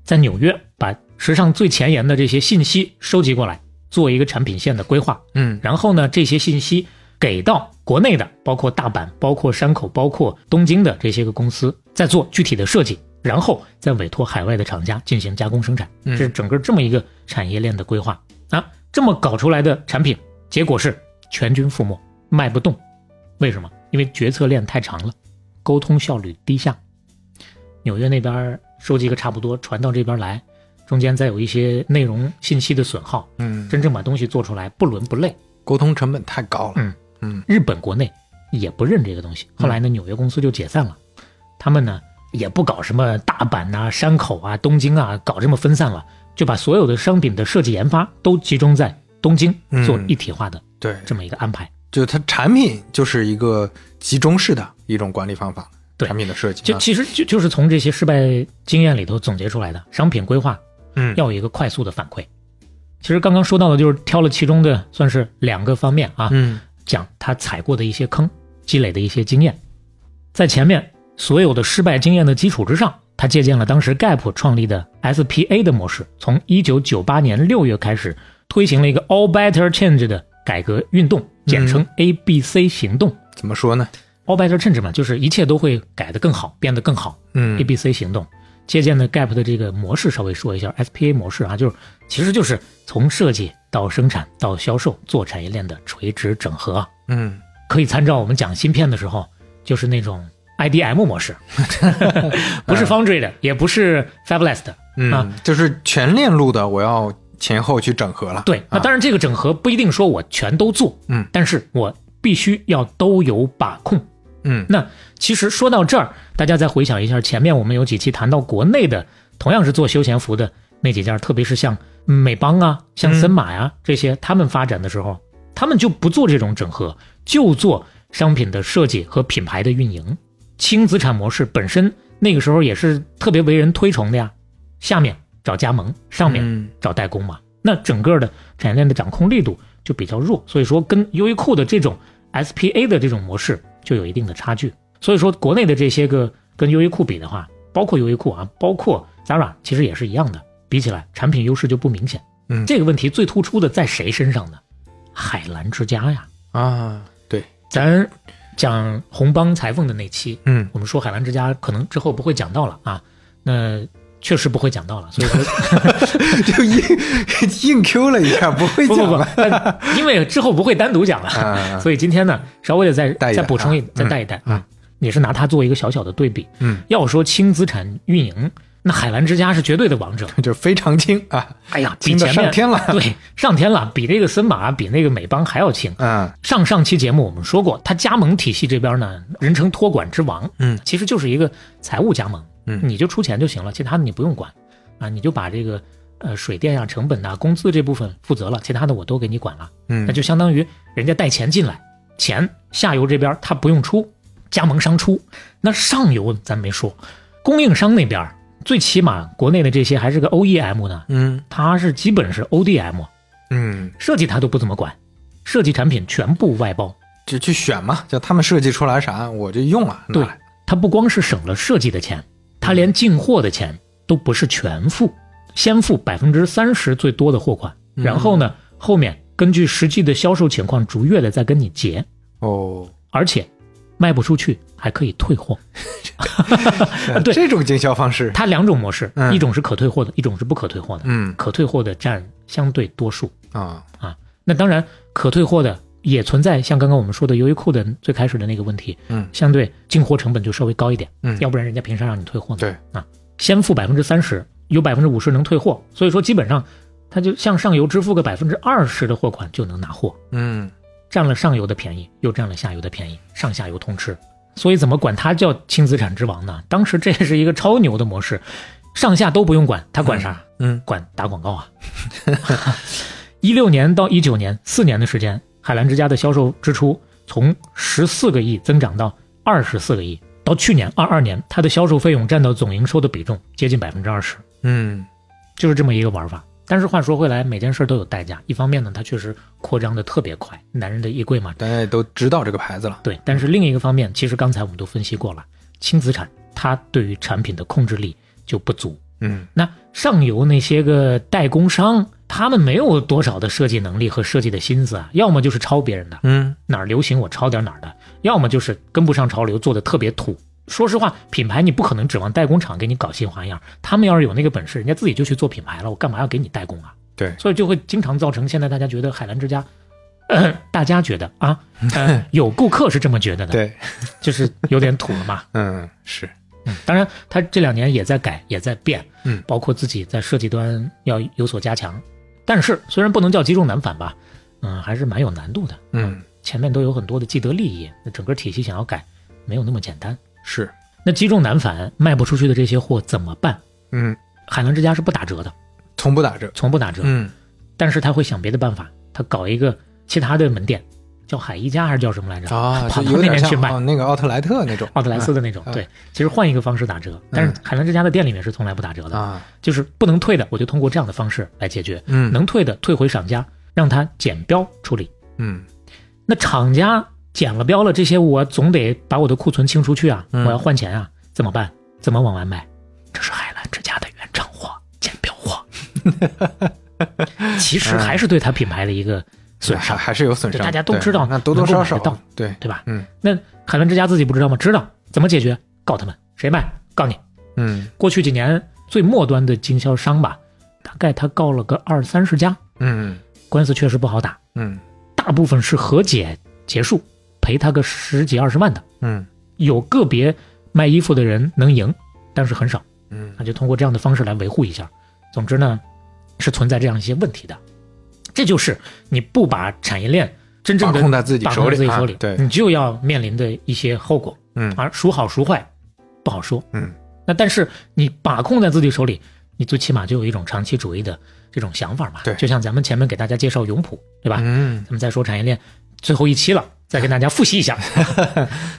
S3: 在纽约把时尚最前沿的这些信息收集过来，做一个产品线的规划，
S4: 嗯
S3: 然后呢，这些信息给到国内的，包括大阪、包括山口、包括东京的这些个公司，再做具体的设计，然后再委托海外的厂家进行加工生产，
S4: 嗯
S3: 这是整个这么一个产业链的规划啊。这么搞出来的产品，结果是全军覆没，卖不动。为什么？因为决策链太长了，沟通效率低下。纽约那边收集个差不多，传到这边来，中间再有一些内容信息的损耗，
S4: 嗯，
S3: 真正把东西做出来不伦不类。
S4: 沟通成本太高了，
S3: 嗯，
S4: 嗯，
S3: 日本国内也不认这个东西。后来呢，纽约公司就解散了，他们呢也不搞什么大阪呐、山口啊、东京啊，搞这么分散了，就把所有的商品的设计研发都集中在东京
S4: 嗯
S3: 做一体化的
S4: 对，
S3: 这么一个安排。
S4: 就它产品就是一个集中式的一种管理方法，
S3: 对
S4: 产品的设计，
S3: 就
S4: 啊
S3: 其实就就是从这些失败经验里头总结出来的，商品规划
S4: 嗯
S3: 要有一个快速的反馈。其实刚刚说到的就是挑了其中的算是两个方面啊，
S4: 嗯
S3: 讲他踩过的一些坑，积累的一些经验，在前面所有的失败经验的基础之上，他借鉴了当时 Gap 创立的 SPA 的模式，从1998年6月开始推行了一个 All Better Change 的改革运动，简称 ABC 行动。
S4: 怎么说呢？
S3: All Better Change 嘛，就是一切都会改得更好，变得更好。
S4: 嗯
S3: A B C 行动，借鉴的 Gap 的这个模式稍微说一下 S P A 模式啊，就是其实就是从设计到生产到销售做产业链的垂直整合啊，
S4: 嗯，
S3: 可以参照我们讲芯片的时候，就是那种 I D M 模 式，不是 Foundry 的，也不是 Fabless 的。
S4: 嗯，
S3: 啊
S4: 就是全链路的，我要前后去整合了。
S3: 对，那
S4: 啊
S3: 当然这个整合不一定说我全都做，
S4: 嗯
S3: 但是我必须要都有把控。
S4: 嗯
S3: 那其实说到这儿，大家再回想一下，前面我们有几期谈到国内的，同样是做休闲服的那几家，特别是像美邦啊、像森马呀、这些，他们发展的时候，嗯他们就不做这种整合，就做商品的设计和品牌的运营。轻资产模式本身那个时候也是特别为人推崇的呀，下面找加盟，上面
S4: 嗯
S3: 找代工嘛。那整个的产业链的掌控力度就比较弱，所以说跟优衣库的这种 SPA 的这种模式就有一定的差距。所以说国内的这些个跟优衣库比的话，包括优衣库啊，包括 Zara，其实也是一样的，比起来产品优势就不明显。
S4: 嗯
S3: 这个问题最突出的在谁身上呢？海澜之家呀，
S4: 啊，对，
S3: 咱讲红帮裁缝的那期，
S4: 嗯
S3: 我们说海澜之家可能之后不会讲到了啊，那确实不会讲到了，所以说
S4: 就硬硬 Q 了一下，不会
S3: 不
S4: 讲
S3: 不不
S4: 了，
S3: 但因为之后不会单独讲了，
S4: 啊，
S3: 所以今天呢，稍微的再
S4: 带一带
S3: 再补充一
S4: 啊
S3: 再
S4: 嗯
S3: 带一带啊
S4: 嗯，
S3: 也是拿它做一个小小的对比。
S4: 嗯，
S3: 要说轻资产运营，那海澜之家是绝对的王者。
S4: 就非常轻啊，
S3: 哎呀，比
S4: 轻的
S3: 前面
S4: 上天了。
S3: 对上天了，比这个森马、比那个美邦还要轻。
S4: 嗯
S3: 上上期节目我们说过，它加盟体系这边呢，人称托管之王，
S4: 嗯
S3: 其实就是一个财务加盟，
S4: 嗯
S3: 你就出钱就行了，其他的你不用管，啊，你就把这个呃水电呀、成本呐、工资这部分负责了，其他的我都给你管了，
S4: 嗯，
S3: 那就相当于人家带钱进来，钱下游这边他不用出，加盟商出，那上游咱没说，供应商那边最起码国内的这些还是个 OEM 呢，
S4: 嗯
S3: 它是基本是 ODM，
S4: 嗯，
S3: 设计他都不怎么管，设计产品全部外包。
S4: 就去选嘛，就他们设计出来啥，我就用啊，拿
S3: 对
S4: 来，
S3: 他不光是省了设计的钱，他连进货的钱都不是全付，先付百分之三十最多的货款，
S4: 嗯
S3: 然后呢，后面根据实际的销售情况逐月的再跟你结，
S4: 哦，
S3: 而且卖不出去还可以退货。对
S4: 这种经销方式，
S3: 它两种模式，
S4: 嗯
S3: 一种是可退货的，一种是不可退货的。
S4: 嗯
S3: 可退货的占相对多数
S4: 啊，
S3: 啊。那当然，可退货的也存在像刚刚我们说的优衣库的最开始的那个问题，
S4: 嗯
S3: 相对进货成本就稍微高一点，
S4: 嗯
S3: 要不然人家凭啥让你退货呢？
S4: 对
S3: 啊，先付百分之三十，有百分之五十能退货，所以说基本上他就向上游支付个百分之二十的货款就能拿货，
S4: 嗯
S3: 占了上游的便宜，又占了下游的便宜，上下游通吃。所以怎么管它叫轻资产之王呢？当时这是一个超牛的模式，上下都不用管，他管啥？
S4: 嗯
S3: 管打广告啊。 一六年到一九年四年的时间，海澜之家的销售支出从十四个亿增长到二十四个亿，到去年二二年，它的销售费用占到总营收的比重接近百分之二十，
S4: 嗯
S3: 就是这么一个玩法。但是话说回来，每件事都有代价。一方面呢，它确实扩张的特别快，男人的衣柜嘛，
S4: 大家也都知道这个牌子了，
S3: 对，但是另一个方面，其实刚才我们都分析过了，轻资产它对于产品的控制力就不足。
S4: 嗯
S3: 那上游那些个代工商，他们没有多少的设计能力和设计的心思啊，要么就是抄别人的，
S4: 嗯
S3: 哪儿流行我抄点哪儿的，要么就是跟不上潮流，做的特别土。说实话，品牌你不可能指望代工厂给你搞新花样，他们要是有那个本事，人家自己就去做品牌了，我干嘛要给你代工啊？
S4: 对
S3: 所以就会经常造成现在大家觉得海澜之家，呃大家觉得啊，呃有顾客是这么觉得的，
S4: 对，
S3: 就是有点土了嘛。
S4: 嗯是，
S3: 嗯，当然，他这两年也在改，也在变，
S4: 嗯
S3: 包括自己在设计端要有所加强。但是，虽然不能叫积重难返吧，嗯，还是蛮有难度的。
S4: 嗯
S3: 前面都有很多的既得利益，那整个体系想要改没有那么简单。
S4: 是，
S3: 那积重难返，卖不出去的这些货怎么办？
S4: 嗯，
S3: 海澜之家是不打折的，
S4: 从不打折，
S3: 从不打折，
S4: 嗯，
S3: 但是他会想别的办法，他搞一个其他的门店，叫海一家还是叫什么来着？
S4: 啊，
S3: 跑
S4: 就
S3: 到
S4: 有
S3: 那
S4: 点
S3: 边去
S4: 像
S3: 卖
S4: 哦，那个奥特莱特那种，
S3: 奥特莱斯的那种。
S4: 嗯
S3: 对，其实换一个方式打折，但是海澜之家的店里面是从来不打折的，
S4: 啊，
S3: 就是不能退的，我就通过这样的方式来解决，
S4: 嗯
S3: 能退的退回厂家，让他检标处理。
S4: 嗯
S3: 那厂家检了标了，这些我总得把我的库存清出去啊，
S4: 嗯
S3: 我要换钱啊，怎么办？怎么往外卖？这是海澜之家的原厂货，检标 货。其实还是对他品牌的一个损
S4: 还
S3: 伤，
S4: 还是有损
S3: 对
S4: 伤，
S3: 大家都
S4: 对
S3: 知道
S4: 那多多
S3: 能够买
S4: 少
S3: 得
S4: 少
S3: 到
S4: 对
S3: 对吧？
S4: 嗯
S3: 那海澜之家自己不知道吗？知道，怎么解决？告他们，谁卖？告你。
S4: 嗯
S3: 过去几年最末端的经销商吧，大概他告了个二三十家，
S4: 嗯
S3: 官司确实不好打，
S4: 嗯
S3: 大部分是和解结束，赔他个十几二十万的。
S4: 嗯
S3: 有个别卖衣服的人能赢，但是很少。
S4: 嗯
S3: 那就通过这样的方式来维护一下。总之呢，是存在这样一些问题的。这就是你不把产业链真正的
S4: 把控在自己
S3: 把控
S4: 手里
S3: 自己手
S4: 啊
S3: 里，
S4: 对
S3: 你就要面临的一些后果。
S4: 嗯
S3: 而孰好孰坏不好说。
S4: 嗯，
S3: 那但是你把控在自己手里，你最起码就有一种长期主义的这种想法嘛。
S4: 对
S3: 就像咱们前面给大家介绍永璞，对吧？
S4: 嗯
S3: 咱们再说产业链最后一期了，再跟大家复习一下，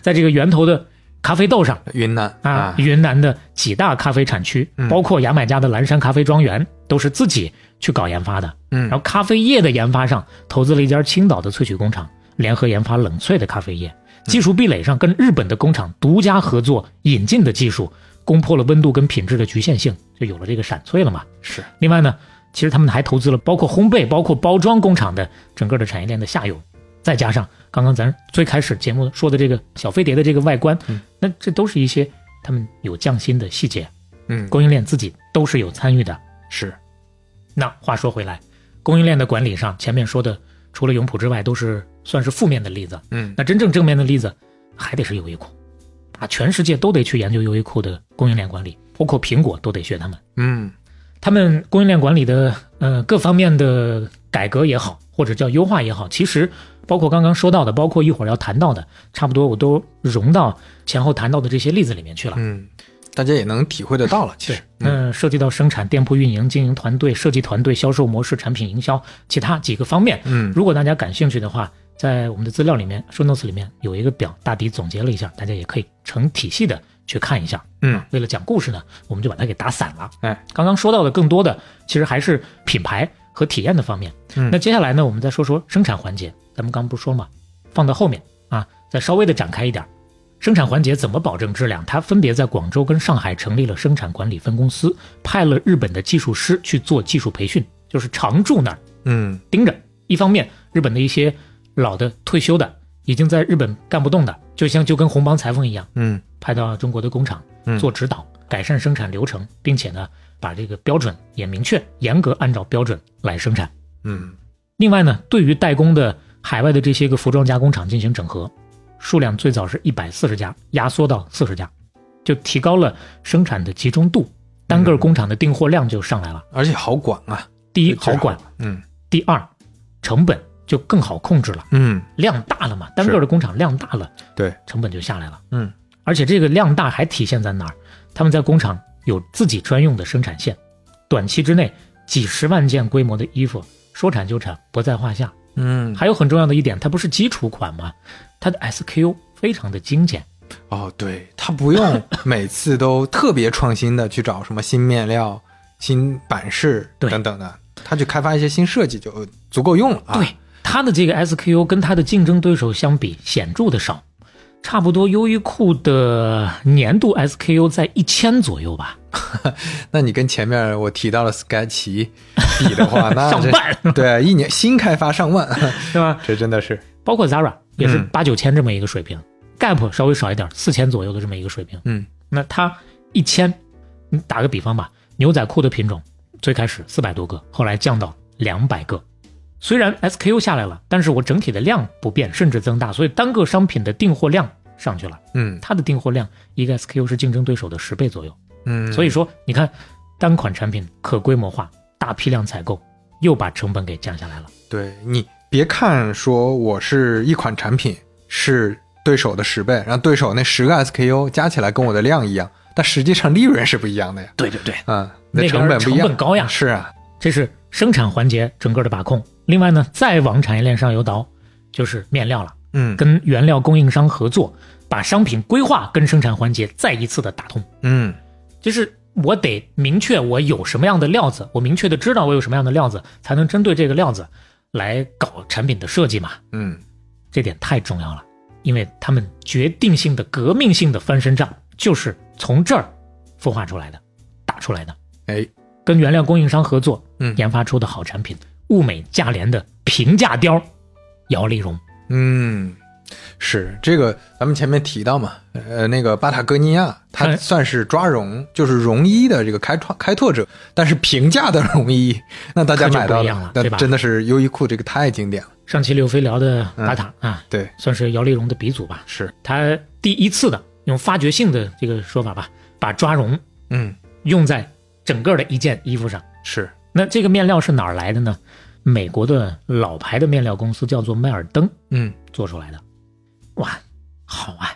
S3: 在这个源头的咖啡豆上
S4: 云南
S3: 啊，云南的几大咖啡产区，
S4: 嗯
S3: 包括牙买加的蓝山咖啡庄园，都是自己去搞研发的。
S4: 嗯
S3: 然后咖啡液的研发上，投资了一家青岛的萃取工厂，联合研发冷萃的咖啡液。技术壁垒上，跟日本的工厂独家合作引进的技术，攻破了温度跟品质的局限性，就有了这个闪萃了嘛。
S4: 是
S3: 另外呢，其实他们还投资了包括烘焙、包括包装工厂的整个的产业链的下游，再加上刚刚咱最开始节目说的这个小飞碟的这个外观，
S4: 嗯
S3: 那这都是一些他们有匠心的细节，
S4: 嗯
S3: 供应链自己都是有参与的。
S4: 是
S3: 那话说回来，供应链的管理上，前面说的除了永璞之外，都是算是负面的例子。
S4: 嗯
S3: 那真正正面的例子，还得是优衣库啊，全世界都得去研究优衣库的供应链管理，包括苹果都得学他们。
S4: 嗯
S3: 他们供应链管理的呃各方面的改革也好，或者叫优化也好，其实包括刚刚说到的，包括一会儿要谈到的，差不多我都融到前后谈到的这些例子里面去了。
S4: 嗯，大家也能体会得到了，其
S3: 对
S4: 实，嗯
S3: 嗯，涉及到生产、店铺运营、经营团队、设计团队、销售模式、产品营销，其他几个方面。
S4: 嗯
S3: 如果大家感兴趣的话，在我们的资料里面，show notes 里面有一个表，大抵总结了一下，大家也可以成体系的去看一下。
S4: 嗯
S3: 为了讲故事呢，我们就把它给打散了。
S4: 哎，
S3: 刚刚说到的更多的其实还是品牌和体验的方面。
S4: 嗯
S3: 那接下来呢，我们再说说生产环节。咱们刚不是说嘛，放到后面啊，再稍微的展开一点儿。生产环节怎么保证质量？它分别在广州跟上海成立了生产管理分公司，派了日本的技术师去做技术培训，就是常驻那儿
S4: 嗯
S3: 盯着。一方面，日本的一些老的退休的，已经在日本干不动的，就像就跟红帮裁缝一样，
S4: 嗯
S3: 派到中国的工厂
S4: 嗯
S3: 做指导，改善生产流程，并且呢，把这个标准也明确，严格按照标准来生产。
S4: 嗯
S3: 另外呢，对于代工的海外的这些个服装加工厂进行整合，数量最早是一百四十家，压缩到四十家，就提高了生产的集中度，单个工厂的订货量就上来了。
S4: 而且好管啊，
S3: 第一
S4: 这这
S3: 好管，
S4: 嗯
S3: 第二成本就更好控制了。
S4: 嗯
S3: 量大了嘛，单个的工厂量大了，
S4: 对，
S3: 成本就下来了。
S4: 嗯
S3: 而且这个量大还体现在哪儿？他们在工厂有自己专用的生产线，短期之内几十万件规模的衣服，说产就产，不在话下。
S4: 嗯
S3: 还有很重要的一点，它不是基础款吗？它的 SKU 非常的精简，
S4: 哦，对他不 用每次都特别创新的去找什么新面料、新版式
S3: 对
S4: 等等的，他去开发一些新设计就足够用了啊。
S3: 对，它的这个 SKU 跟它的竞争对手相比，显著的少。差不多优衣库的年度 SKU 在一千左右吧，
S4: 那你跟前面我提到的 Sketch 比 的话，那
S3: 上
S4: 这
S3: 万
S4: 对，一年新开发上万，
S3: 是吧？
S4: 这 真的是，
S3: 包括 Zara 也是
S4: 嗯
S3: 八九千这么一个水平、g a p 稍微少一点，四千左右的这么一个水平。
S4: 嗯
S3: 那它一千，你打个比方吧，牛仔裤的品种最开始四百多个，后来降到两百个。虽然 SKU 下来了，但是我整体的量不变，甚至增大，所以单个商品的订货量上去了。
S4: 嗯
S3: 它的订货量一个 SKU 是竞争对手的十倍左右。
S4: 嗯，
S3: 所以说，你看单款产品可规模化、大批量采购，又把成本给降下来了。
S4: 对你别看说我是一款产品是对手的十倍，然后对手那十个 SKU 加起来跟我的量一样，但实际上利润是不一样的呀。
S1: 对对对，
S4: 啊，你
S3: 那
S4: 的
S3: 边
S4: 成本不一样，
S3: 成本高呀
S4: 是啊，
S3: 这是生产环节整个的把控。另外呢，再往产业链上游倒，就是面料了，
S4: 嗯
S3: 跟原料供应商合作，把商品规划跟生产环节再一次的打通。
S4: 嗯
S3: 就是我得明确我有什么样的料子，我明确的知道我有什么样的料子，才能针对这个料子来搞产品的设计嘛。
S4: 嗯，
S3: 这点太重要了，因为他们决定性的、革命性的翻身仗就是从这儿孵化出来的、打出来的。
S4: 哎，
S3: 跟原料供应商合作，
S4: 嗯
S3: 研发出的好产品，物美价廉的平价貂儿，姚丽蓉，
S4: 嗯，是这个，咱们前面提到嘛，呃，那个巴塔哥尼亚，它
S3: 哎
S4: 算是抓绒，就是绒衣的这个开创开拓者，但是平价的绒衣，那大家
S3: 可就
S4: 买到
S3: 不一样了
S4: 那
S3: 对吧
S4: 真的是优衣库这个太经典了，
S3: 上期刘飞聊的打塔、啊，
S4: 对，
S3: 算是姚丽蓉的鼻祖吧。
S4: 嗯是，
S3: 他第一次的用发掘性的这个说法吧，把抓绒
S4: 嗯，
S3: 用在整个的一件衣服上。
S4: 是，
S3: 那这个面料是哪儿来的呢？美国的老牌的面料公司叫做麦尔登
S4: 嗯，
S3: 做出来的。哇，好 啊，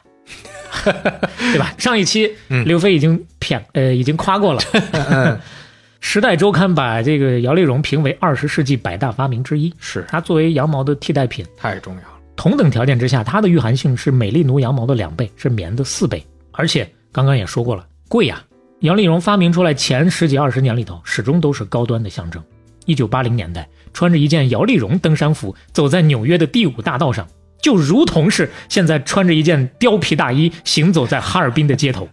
S3: 对吧？上一期
S4: 嗯
S3: 刘飞已经骗呃已经夸过了，
S4: 嗯，
S3: 时代周刊把这个摇粒绒评为二十世纪百大发明之一。
S4: 是
S3: 它作为羊毛的替代品，
S4: 太重要了，
S3: 同等条件之下，它的御寒性是美丽奴羊毛的两倍，是棉的四倍。而且刚刚也说过了，贵呀、摇粒绒发明出来前十几二十年里头，始终都是高端的象征。一九八零年代，穿着一件摇粒绒登山服，走在纽约的第五大道上，就如同是现在穿着一件貂皮大衣行走在哈尔滨的街头。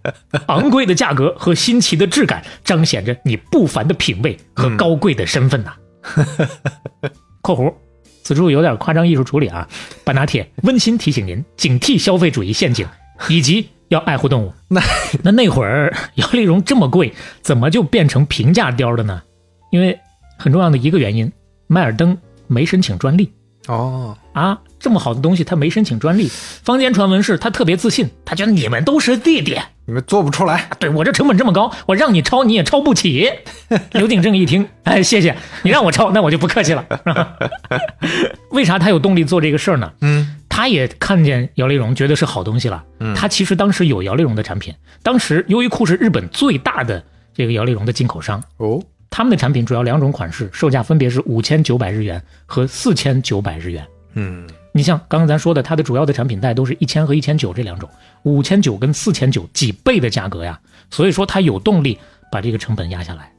S3: 昂贵的价格和新奇的质感，彰显着你不凡的品味和高贵的身份呐、（括弧）此处有点夸张艺术处理啊， 半拿铁温馨提醒您警惕消费主义陷阱，以及要爱护动物。
S4: 那
S3: 那那会儿摇粒绒这么贵，怎么就变成平价貂的呢？因为很重要的一个原因，迈尔登没申请专利
S4: 哦，
S3: 啊，这么好的东西他没申请专利。坊间传闻是他特别自信，他觉得你们都是弟弟，
S4: 你们做不出来，
S3: 对我这成本这么高，我让你抄你也抄不起。刘景正一听，哎，谢谢你让我抄，那我就不客气了。 为啥他有动力做这个事儿呢？
S4: 嗯
S3: 他也看见摇粒绒，觉得是好东西了。他其实当时有摇粒绒的产品，当时优衣库是日本最大的这个摇粒绒的进口商，
S4: 哦，
S3: 他们的产品主要两种款式，售价分别是五千九百日元和四千九百日元。
S4: 嗯
S3: 你像刚刚咱说的，它的主要的产品带都是一千和一千九这两种，五千九跟四千九几倍的价格呀，所以说它有动力把这个成本压下来，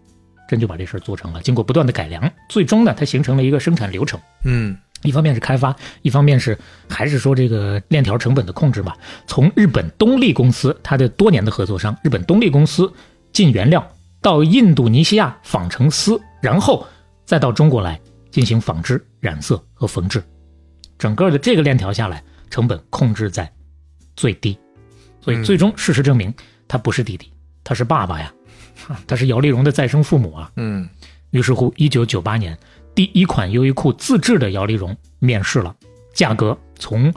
S3: 真就把这事儿做成了。经过不断的改良，最终呢，它形成了一个生产流程。
S4: 嗯
S3: 一方面是开发，一方面是还是说这个链条成本的控制吧。从日本东丽公司，它的多年的合作商，日本东丽公司进原料到印度尼西亚纺成丝，然后再到中国来进行纺织、染色和缝制，整个的这个链条下来，成本控制在最低。所以最终事实证明，他不是弟弟，他是爸爸呀， 他是姚丽蓉的再生父母啊。
S4: 嗯，
S3: 于是乎，一九九八年，第一款优衣库自制的摇粒绒面世了，价格从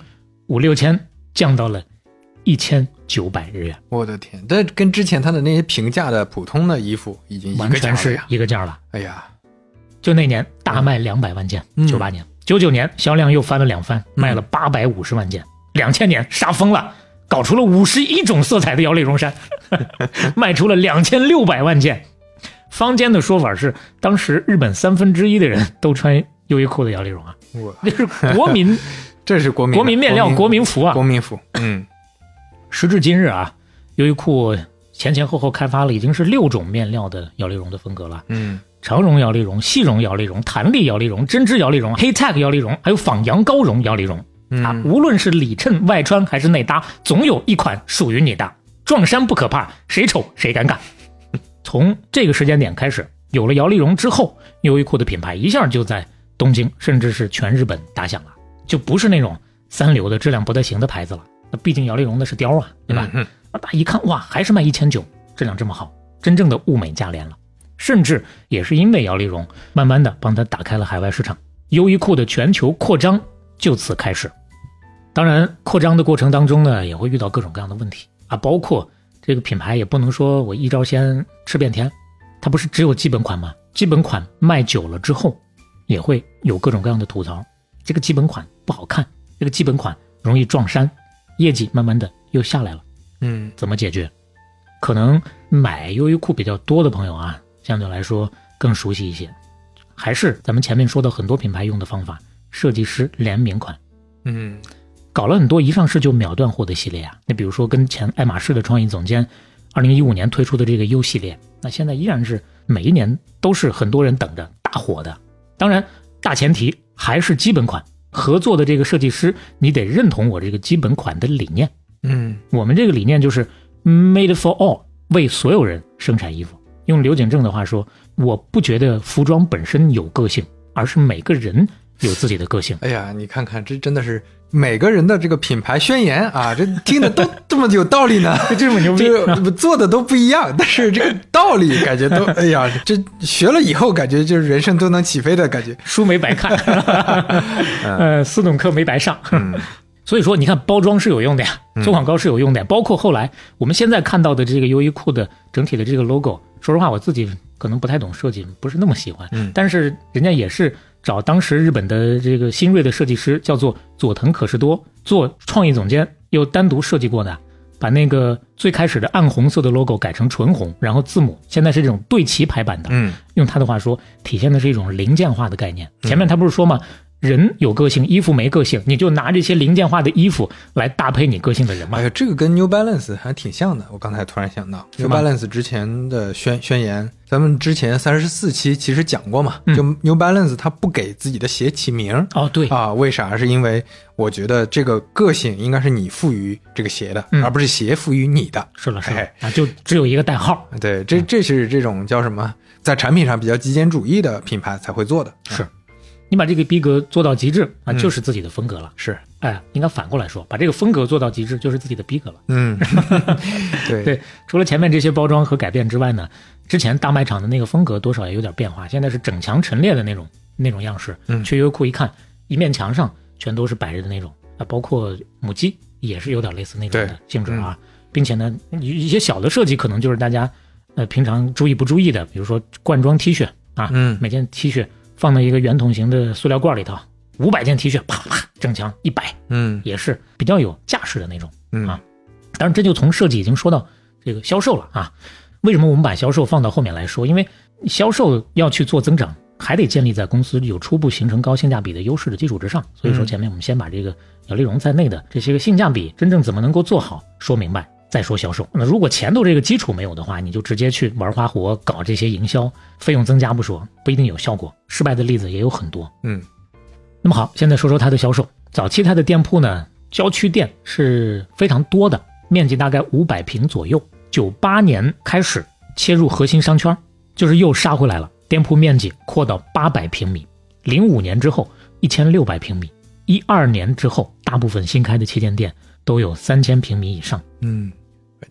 S3: 五六千降到了一千九百日元，
S4: 我的天，这跟之前他的那些平价的普通的衣服已经一
S3: 完
S4: 个价
S3: 全
S4: 了
S3: 是
S4: 呀，
S3: 一个价了。
S4: 哎呀，
S3: 就那年大卖两百万件，
S4: 嗯
S3: 九八年、九九年销量又翻了两番，卖了八百五十万件。两千年杀疯了，搞出了五十一种色彩的摇粒绒衫， 卖出了两千六百万件。坊间的说法是，当时日本三分之一的人都穿优衣库的摇粒绒啊，
S4: 我
S3: 那是国民
S4: 这是国民
S3: 国民面料、国民服啊
S4: 国。民服，嗯
S3: 时至今日啊，优衣库前前后后开发了已经是六种面料的摇粒绒的风格了：
S4: 嗯
S3: 长绒摇粒绒、细绒摇粒绒、弹力摇粒绒、针织摇粒绒、黑 tag 摇粒绒，还有仿羊羔绒摇粒绒。啊，无论是里衬、外穿还是内搭，总有一款属于你的。撞衫不可怕，谁丑谁尴尬。 从这个时间点开始，有了摇粒绒之后，优衣库的品牌一下就在东京，甚至是全日本打响了，就不是那种三流的质量不太行的牌子了。那毕竟摇粒绒那是貂啊，对吧？
S4: 嗯
S3: 那大家一看，哇，还是卖一千九，质量这么好，真正的物美价廉了。甚至也是因为摇粒绒，慢慢的帮他打开了海外市场。优衣库的全球扩张就此开始。当然，扩张的过程当中呢，也会遇到各种各样的问题啊，包括这个品牌也不能说我一招鲜吃遍天，它不是只有基本款吗？基本款卖久了之后，也会有各种各样的吐槽。这个基本款不好看，这个基本款容易撞衫，业绩慢慢的又下来了，
S4: 嗯
S3: 怎么解决？可能买优衣库比较多的朋友啊，相对来说更熟悉一些，还是咱们前面说的很多品牌用的方法，设计师联名款。
S4: 嗯
S3: 搞了很多一上市就秒断货的系列啊。那比如说跟前爱马仕的创意总监，二零一五年推出的这个 U 系列，那现在依然是每一年都是很多人等着大火的。当然，大前提还是基本款合作的这个设计师，你得认同我这个基本款的理念。
S4: 嗯
S3: 我们这个理念就是 made for all，为所有人生产衣服。用刘景正的话说，我不觉得服装本身有个性，而是每个人有自己的个性。
S4: 哎呀，你看看，这真的是每个人的这个品牌宣言啊，这听的都这么有道理呢，
S3: 这么牛逼
S4: 就是做的都不一样，但是这个道理 感觉都，哎呀，这学了以后感觉就是人生都能起飞的感觉，
S3: 书没白看， 呃，斯董克没白上。
S4: 嗯
S3: 所以说，你看包装是有用的呀，做广告是有用的呀，包括后来我们现在看到的这个优衣库的整体的这个 logo，说实话，我自己可能不太懂设计，不是那么喜欢。
S4: 嗯
S3: 但是人家也是找当时日本的这个新锐的设计师，叫做佐藤可士多做创意总监，又单独设计过的。把那个最开始的暗红色的 logo 改成纯红，然后字母现在是这种对齐排版的，
S4: 嗯
S3: 用他的话说，体现的是一种零件化的概念。前面他不是说嘛，人有个性，衣服没个性，你就拿这些零件化的衣服来搭配你个性的人嘛
S4: 哎。呀，这个跟 New Balance 还挺像的。我刚才突然想到，New
S3: 吗
S4: Balance 之前的宣宣言，咱们之前三十四期其实讲过嘛，
S3: 嗯
S4: 就 New Balance 它不给自己的鞋起名儿
S3: 哦，对，
S4: 啊，为啥？是因为我觉得这个个性应该是你赋予这个鞋的，
S3: 嗯
S4: 而不是鞋赋予你的。
S3: 是了嗯是了
S4: 哎，
S3: 啊，就只有一个代号。
S4: 对，这这是这种叫什么，在产品上比较极简主义的品牌才会做的。
S3: 是，你把这个逼格做到极致啊，就是自己的风格了。
S4: 嗯是，
S3: 哎，应该反过来说，把这个风格做到极致，就是自己的逼格了。
S4: 嗯， 对，
S3: 对，除了前面这些包装和改变之外呢，之前大卖场的那个风格多少也有点变化，现在是整墙陈列的那种那种样式。
S4: 嗯
S3: 去优衣库一看，一面墙上全都是摆着的那种啊，包括母鸡也是有点类似那种
S4: 对嗯
S3: 的性质啊，并且呢，一一些小的设计可能就是大家呃平常注意不注意的，比如说罐装 T 恤啊，
S4: 嗯
S3: 每件 T 恤放到一个圆筒形的塑料罐里头，五百件 T 恤啪啪整墙一摆，
S4: 嗯
S3: 也是比较有架势的那种。
S4: 嗯
S3: 啊当然，这就从设计已经说到这个销售了啊。为什么我们把销售放到后面来说？因为销售要去做增长，还得建立在公司有初步形成高性价比的优势的基础之上。所以说，
S4: 嗯
S3: 前面我们先把这个姚丽蓉在内的这些个性价比真正怎么能够做好说明白，再说销售。那如果前头这个基础没有的话，你就直接去玩花活，搞这些营销，费用增加不说，不一定有效果。失败的例子也有很多。
S4: 嗯
S3: 那么好，现在说说它的销售。早期它的店铺呢，郊区店是非常多的，面积大概五百平左右。九八年开始切入核心商圈，就是又杀回来了，店铺面积扩到八百平米。零五年之后，一千六百平米；一二年之后，大部分新开的旗舰店都有三千平米以上。
S4: 嗯，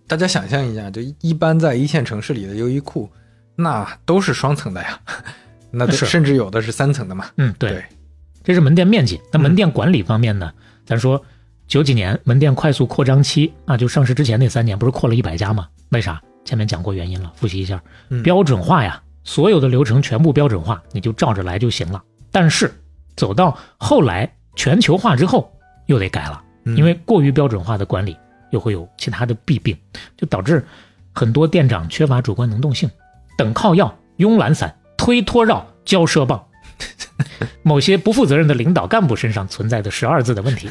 S4: 大家想象一下，就一般在一线城市里的优衣库，那都是双层的呀，那都
S3: 是
S4: 甚至有的是三层的嘛。
S3: 嗯，对，
S4: 对
S3: 这是门店面积。那门店管理方面呢，咱说九几年门店快速扩张期啊，就上市之前那三年，不是扩了一百家吗？为啥？前面讲过原因了，复习一下，
S4: 嗯
S3: 标准化呀，所有的流程全部标准化，你就照着来就行了。但是走到后来全球化之后，又得改了，
S4: 嗯
S3: 因为过于标准化的管理又会有其他的弊病，就导致很多店长缺乏主观能动性，等靠要、慵懒散、推脱绕、交涉棒。某些不负责任的领导干部身上存在的十二字的问 题，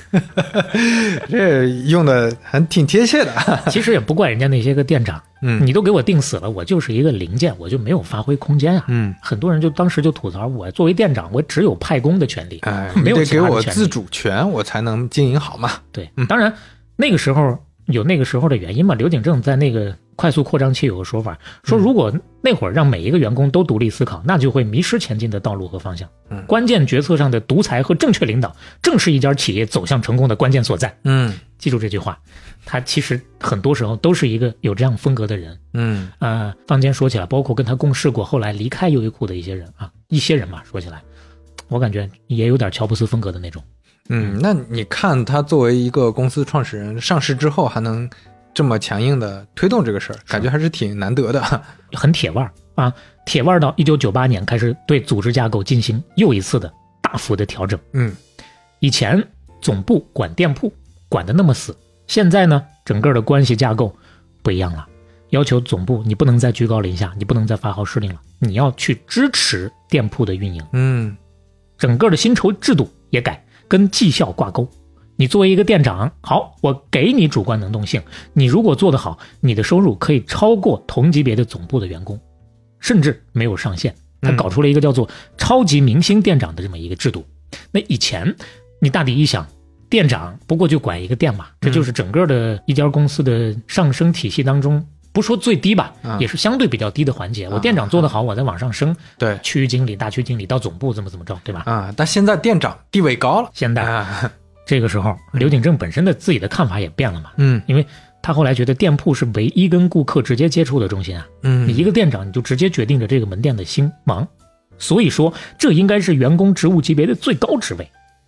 S4: 这用的还挺贴切的。
S3: 其实也不怪人家那些个店长，
S4: 嗯
S3: 你都给我定死了，我就是一个零件，我就没有发挥空间啊。
S4: 嗯，
S3: 很多人就当时就吐槽，我作为店长，我只有派工的权利，
S4: 哎，
S3: 没有
S4: 你得
S3: 其
S4: 给
S3: 他
S4: 我
S3: 的权
S4: 自
S3: 利。
S4: 主权，我才能经营好嘛。
S3: 对
S4: 嗯，
S3: 当然那个时候有那个时候的原因嘛。刘景正在那个快速扩张期有个说法，
S4: 嗯
S3: 说如果那会儿让每一个员工都独立思考，那就会迷失前进的道路和方向
S4: 嗯。
S3: 关键决策上的独裁和正确领导，正是一家企业走向成功的关键所在。
S4: 嗯
S3: 记住这句话，他其实很多时候都是一个有这样风格的人。
S4: 嗯
S3: 呃，坊间说起来，包括跟他共事过，后来离开优衣库的一些人啊，一些人吧，说起来，我感觉也有点乔布斯风格的那种。
S4: 嗯，那你看他作为一个公司创始人，上市之后还能这么强硬的推动这个事儿，感觉还是挺难得 的。
S3: 很铁腕儿啊，铁腕儿到一九九八年开始对组织架构进行又一次的大幅的调整。
S4: 嗯
S3: 以前总部管店铺管得那么死，现在呢，整个的关系架构不一样了，要求总部你不能再居高临下，你不能再发号施令了，你要去支持店铺的运营。
S4: 嗯
S3: 整个的薪酬制度也改，跟绩效挂钩。你作为一个店长，好，我给你主观能动性，你如果做得好，你的收入可以超过同级别的总部的员工，甚至没有上限。他
S4: 嗯
S3: 搞出了一个叫做“超级明星店长”的这么一个制度。那以前你大抵一想，店长不过就管一个店嘛，这就是整个的一家公司的上升体系当中，不说最低吧，
S4: 嗯
S3: 也是相对比较低的环节。我店长做得好，我再往上升，
S4: 对
S3: 区域经理、大区经理到总部怎么怎么着，对吧？
S4: 啊，但现在店长地位高了
S3: 现代
S4: 啊，
S3: 这个时候，刘景正本身的自己的看法也变了嘛，
S4: 嗯
S3: 因为他后来觉得店铺是唯一跟顾客直接接触的中心啊，你
S4: 嗯
S3: 一个店长你就直接决定着这个门店的兴亡，所以说这应该是员工职务级别的最高职位，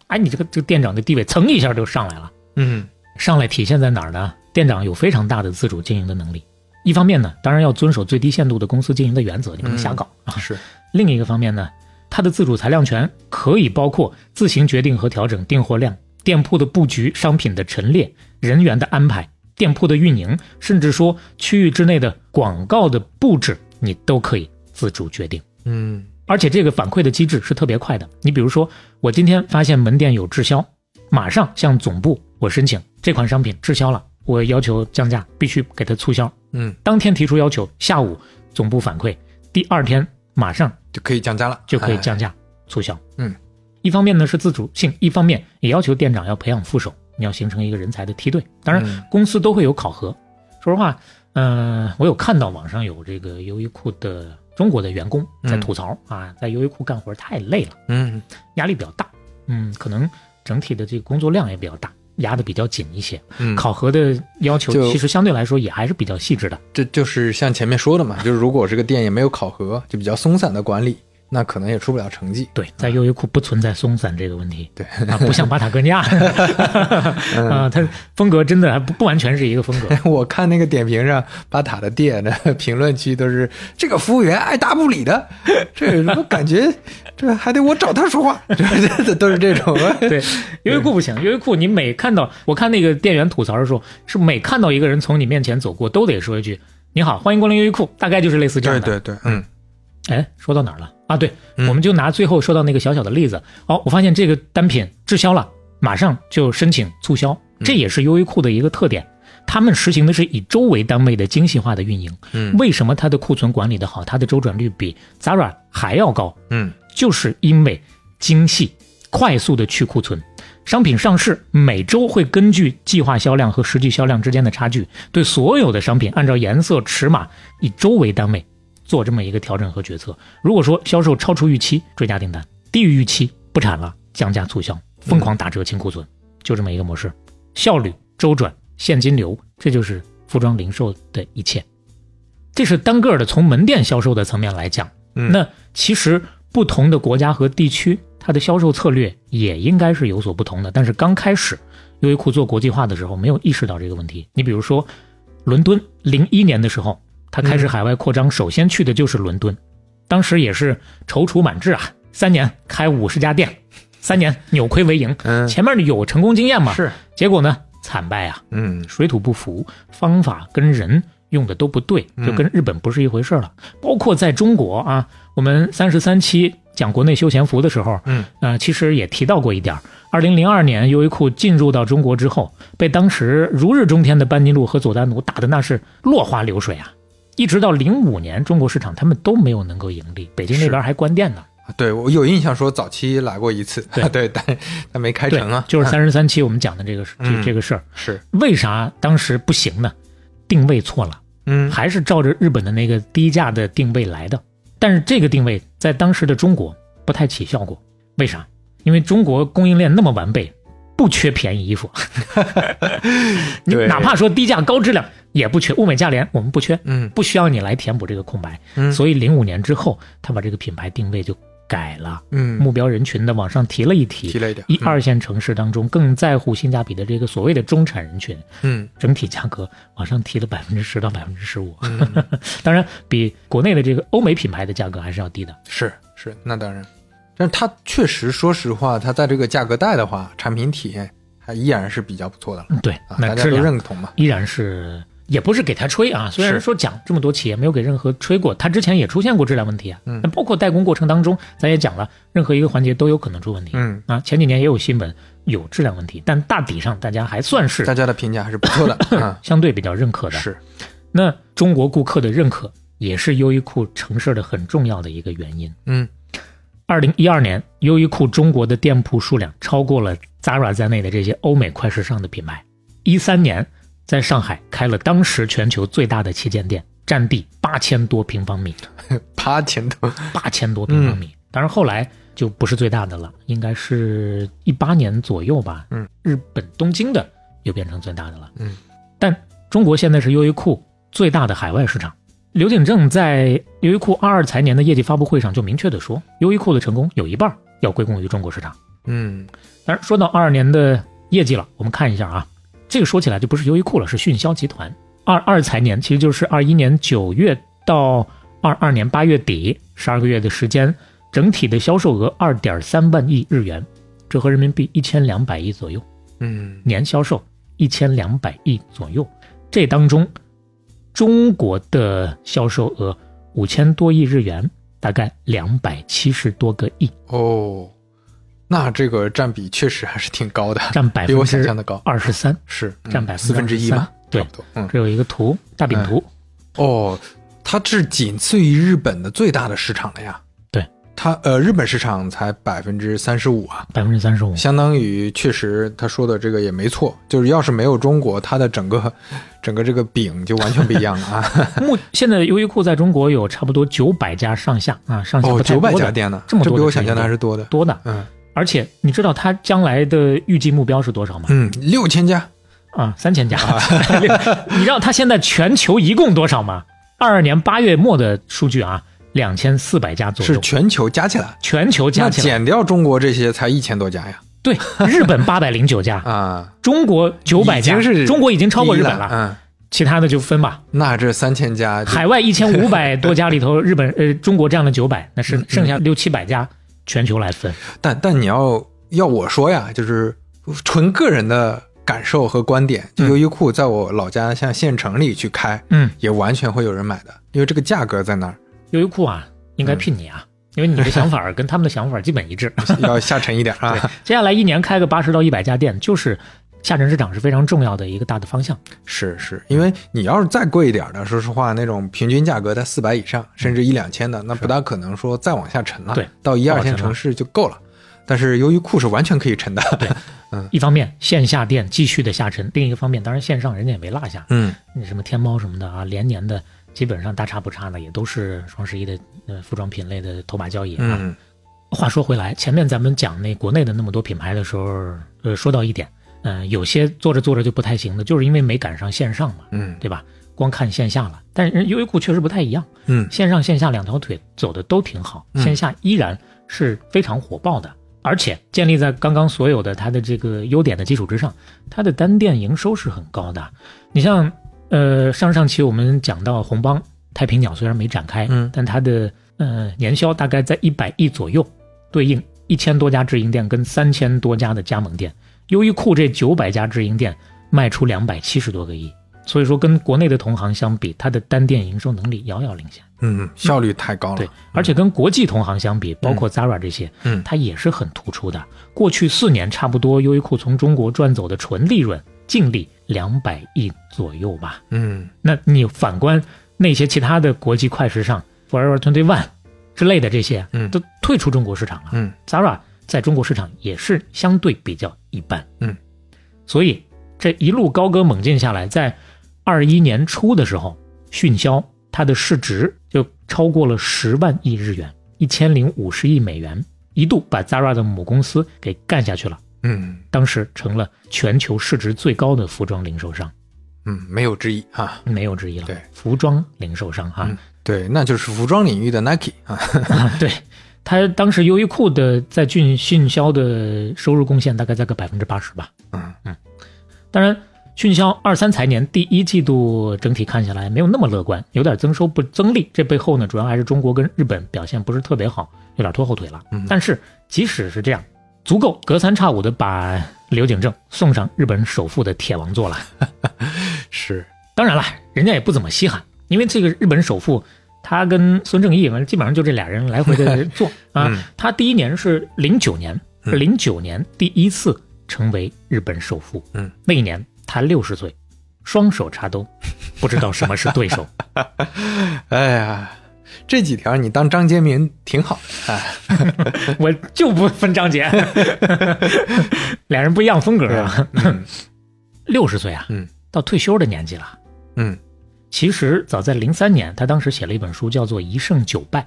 S3: 哎，你这个这个店长的地位噌一下就上来了。
S4: 嗯
S3: 上来体现在哪儿呢？店长有非常大的自主经营的能力。一方面呢，当然要遵守最低限度的公司经营的原则，你不能瞎搞、啊。
S4: 是，
S3: 另一个方面呢，它的自主裁量权可以包括自行决定和调整订货量、店铺的布局、商品的陈列、人员的安排、店铺的运营，甚至说区域之内的广告的布置，你都可以自主决定。
S4: 嗯
S3: 而且这个反馈的机制是特别快的。你比如说，我今天发现门店有滞销，马上向总部我申请这款商品滞销了，我要求降价，必须给它促销。
S4: 嗯，
S3: 当天提出要求，下午总部反馈，第二天马上
S4: 就可以降价了，
S3: 就可以
S4: 哎
S3: 降价促销。
S4: 嗯，
S3: 一方面呢是自主性，一方面也要求店长要培养副手，你要形成一个人才的梯队。当然，
S4: 嗯
S3: 公司都会有考核。说实话，嗯、我有看到网上有这个优衣库的中国的员工在
S4: 嗯
S3: 吐槽、啊，在优衣库干活太累了，
S4: 嗯
S3: 压力比较大。嗯，可能整体的这个工作量也比较大，压得比较紧一些。
S4: 嗯，
S3: 考核的要求
S4: 就
S3: 其实相对来说也还是比较细致的。
S4: 这就是像前面说的嘛，就是如果这个店也没有考核，就比较松散的管理，那可能也出不了成绩。
S3: 对，在优衣库不存在松散这个问题。
S4: 对
S3: 啊，不像巴塔哥尼亚，啊，他风格真的还不不完全是一个风格。
S4: 我看那个点评上，巴塔的店的 评论区都是这个服务员爱答不理的， 这我感觉这还得我找他说话， 这这都是这种。
S3: 对，优衣库不行，优衣库你每看到，我看那个店员吐槽的时候，是每看到一个人从你面前走过，都得说一句“你好，欢迎光临优衣库”，大概就是类似这样的。
S4: 对，嗯
S3: 哎，说到哪儿了啊？对，
S4: 嗯
S3: 我们就拿最后说到那个小小的例子。哦，我发现这个单品滞销了，马上就申请促销，
S4: 嗯
S3: 这也是优衣库的一个特点。他们实行的是以周为单位的精细化的运营。
S4: 嗯
S3: 为什么它的库存管理的好，它的周转率比 Zara 还要高？
S4: 嗯
S3: 就是因为精细、快速的去库存。商品上市每周会根据计划销量和实际销量之间的差距，对所有的商品按照颜色、尺码以周为单位做这么一个调整和决策。如果说销售超出预期，追加订单；低于预期，不产了，降价促销，疯狂打折清库存，就这么一个模式。效率、周转、现金流，这就是服装零售的一切。这是单个的从门店销售的层面来讲。
S4: 嗯
S3: 那其实不同的国家和地区，它的销售策略也应该是有所不同的。但是刚开始优衣库做国际化的时候，没有意识到这个问题。你比如说，伦敦零一年的时候，它开始海外扩张，首先去的就是伦敦，当时也是踌躇满志啊，三年开五十家店，三年扭亏为盈，
S4: 嗯
S3: 前面有成功经验嘛，
S4: 是
S3: 结果呢惨败啊，
S4: 嗯
S3: 水土不服，方法跟人用的都不对，
S4: 嗯
S3: 就跟日本不是一回事儿了。包括在中国啊，我们三十三期讲国内休闲服的时候，
S4: 嗯，
S3: 呃，其实也提到过一点儿。二零零二年，优衣库进入到中国之后，被当时如日中天的班尼路和佐丹奴打的那是落花流水啊。一直到零五年，中国市场他们都没有能够盈利，北京那边还关店呢。
S4: 对我有印象说早期来过一次，
S3: 对
S4: 对，但但没开
S3: 对
S4: 成啊，，
S3: 就是三十三期我们讲的这个事，这
S4: 嗯
S3: 这个事儿，
S4: 是
S3: 为啥当时不行呢？定位错了。
S4: 嗯
S3: 还是照着日本的那个低价的定位来的。但是这个定位在当时的中国不太起效果，为啥？因为中国供应链那么完备，不缺便宜衣 服，你
S4: 对
S3: 哪怕说低价高质量也不缺，物美价廉我们不缺，
S4: 嗯
S3: 不需要你来填补这个空白。
S4: 嗯
S3: 所以零五年之后，他把这个品牌定位就改了，
S4: 嗯
S3: 目标人群的往上提了一提，
S4: 提了一点
S3: 一
S4: 嗯
S3: 二线城市当中更在乎性价比的这个所谓的中产人群，
S4: 嗯
S3: 整体价格往上提了百分之十到百分之十五，
S4: 嗯
S3: 当然比国内的这个欧美品牌的价格还是要低的。
S4: 是是，那当然但是它确实，说实话，它在这个价格带的话，产品体验还依然是比较不错的了
S3: 嗯对
S4: 啊，，
S3: 那
S4: 大家
S3: 质
S4: 都
S3: 量
S4: 认同嘛。
S3: 依然是也不是给他吹啊，虽然
S1: 是
S3: 说讲这么多企业没有给任何吹过，他之前也出现过质量问题啊。
S4: 嗯
S3: 那包括代工过程当中，咱也讲了，任何一个环节都有可能出问题。
S4: 嗯，
S3: 啊，前几年也有新闻有质量问题，但大体上大家还算是
S4: 大家的评价还是不错的 啊。
S3: 相对比较认可的。
S4: 是，
S3: 那中国顾客的认可也是优衣库成事儿的很重要的一个原因。
S4: 嗯，
S3: 二零一二年，优衣库中国的店铺数量超过了 Zara 在内的这些欧美快时尚的品牌。一三年，在上海开了当时全球最大的旗舰店，占地八千多平方米，
S4: 八千多，
S3: 八千多平方米。当然后来就不是最大的了，应该是一八年左右吧。
S4: 嗯，
S3: 日本东京的又变成最大的了。
S4: 嗯，
S3: 但中国现在是优衣库最大的海外市场。刘景正在优衣库二二财年的业绩发布会上就明确的说，优衣库的成功有一半儿要归功于中国市场。
S4: 嗯
S3: 当然，说到二二年的业绩了，我们看一下啊，这个说起来就不是优衣库了，是迅销集团。二二财年其实就是二一年九月到二二年八月底，十二个月的时间，整体的销售额二点三万亿日元，折合人民币一千两百亿左右，
S4: 嗯
S3: 年销售一千两百亿左右。这当中，中国的销售额五千多亿日元，大概两百七十多个亿，
S4: 哦，那这个占比确实还是挺高的，
S3: 占百
S4: 比
S3: 分
S4: 我想
S3: 之
S4: 象的高，
S3: 二十三。
S4: 是
S3: 占
S4: 嗯
S3: 百分之
S4: 四分之一嘛，
S3: 23%对
S4: 差不多。嗯，
S3: 这有一个图，大
S4: 哎
S3: 饼图，
S4: 哦，它是仅次于日本的最大的市场了呀。
S3: 对，
S4: 它呃，日本市场才百分之三十五啊，
S3: 百分之三十五。
S4: 相当于确实他说的这个也没错，就是要是没有中国，它的整个整个这个饼就完全不一样 了啊。
S3: 目现在优衣库在中国有差不多九百家上下啊，上下
S4: 哦，
S3: 不太
S4: 九
S3: 多
S4: 百
S3: 的
S4: 家店呢，
S3: 这么多
S4: 比
S3: 的
S4: 我想象的还是多的。
S3: 多的。
S4: 嗯
S3: 而且你知道它将来的预计目标是多少吗？
S4: 嗯，六千家，
S3: 啊，三千家。 你知道它现在全球一共多少吗？二二年八月末的数据啊，两千四百家左
S4: 是
S3: 右，
S4: 全球加起来，
S3: 全球加
S4: 那
S3: 起来。
S4: 减掉中国这些才一千多家呀。
S3: 对，日本八百零九家，
S4: 啊，
S3: 中国九百
S4: 已
S3: 家
S4: 经是，
S3: 中国已经超过
S4: 第
S3: 日
S4: 一
S3: 本
S4: 了。
S3: 了，
S4: 嗯，
S3: 其他的就分吧。
S4: 那这三千家就
S3: 海外一千五百多家里头，日本呃中国占了九百，那是剩下六七百家全球来分。
S4: 但但你要要我说呀，就是纯个人的感受和观点，就
S3: 嗯
S4: 优衣库在我老家像县城里去开，
S3: 嗯，
S4: 也完全会有人买的，因为这个价格 在那儿，
S3: 优衣库啊，应该聘你啊，因为你的想法儿跟他们的想法儿基本一致。
S4: 要下沉一点啊。
S3: 接下来一年开个八十到一百家店，就是下沉市场是非常重要的一个大的方向。
S4: 是是，因为你要是再贵一点的，说实话，那种平均价格在四百以上，甚至一两千的，那不大可能说再往下沉了。
S3: 对
S4: 到一
S3: 不好
S4: 二线
S3: 沉了
S4: 城市就够了。但是优衣库是完全可以沉的。对，
S3: 一方面线下店继续的下沉，另一个方面当然线上人家也没落下，
S4: 嗯，
S3: 你什么天猫什么的啊，连年的基本上大差不差的也都是双十一的呃服装品类的头把交椅啊。
S4: 嗯
S3: 话说回来，前面咱们讲那国内的那么多品牌的时候，呃，说到一点，嗯、有些做着做着就不太行的，就是因为没赶上线上嘛，
S4: 嗯
S3: 对吧？光看线下了，但是优衣库确实不太一样，
S4: 嗯
S3: 线上线下两条腿走的都挺好，
S4: 嗯
S3: 线下依然是非常火爆的，而且建立在刚刚所有的它的这个优点的基础之上，它的单店营收是很高的。你像呃上上期我们讲到红帮太平鸟虽然没展开，
S4: 嗯
S3: 但它的呃年销大概在一百亿左右，对应一千多家直营店跟三千多家的加盟店，优衣库这九百家直营店卖出两百七十多个亿。所以说，跟国内的同行相比，它的单店营收能力遥遥领先。
S4: 嗯，效率太高了。
S3: 对，而且跟国际同行相比，包括 Zara 这些，
S4: 嗯
S3: 它也是很突出的。过去四年，差不多优衣库从中国赚走的纯利润净利两百亿左右吧。
S4: 嗯
S3: 那你反观那些其他的国际快时尚，Forever Twenty One 之类的这些，
S4: 嗯
S3: 都退出中国市场了。
S4: 嗯
S3: Zara 在中国市场也是相对比较一般，
S4: 嗯，
S3: 所以这一路高歌猛进下来，在二一年初的时候，迅销它的市值就超过了十万亿日元，一千零五十亿美元，一度把 Zara 的母公司给干下去了，
S4: 嗯
S3: 当时成了全球市值最高的服装零售商，
S4: 嗯，没有之一啊。
S3: 没有之一了。
S4: 对
S3: 服装零售商啊，
S4: 对，那就是服装领域的 Nike 啊。
S3: 对。它当时优衣库的在迅迅销的收入贡献大概在个百分之八十吧，
S4: 嗯
S3: 当然，迅销二三财年第一季度整体看下来没有那么乐观，有点增收不增利。这背后呢，主要还是中国跟日本表现不是特别好，有点拖后腿了。
S4: 嗯
S3: 但是即使是这样，足够隔三差五的把刘景正送上日本首富的铁王座了。
S4: 是
S3: 当然了，人家也不怎么稀罕，因为这个日本首富他跟孙正义，反正基本上就这俩人来回的 做
S4: 嗯
S3: 啊。他第一年是零九年，是零九年第一次成为日本首富。
S4: 嗯，
S3: 那一年他六十岁，双手插兜，不知道什么是对 手。
S4: 哎呀，这几条你当张杰民挺好的，哎，
S3: 我就不分章 节，俩人不一样风格啊。 六十岁啊，
S4: 嗯
S3: 到退休的年纪了。
S4: 嗯，
S3: 其实早在零三年，他当时写了一本书，叫做《一胜九败》，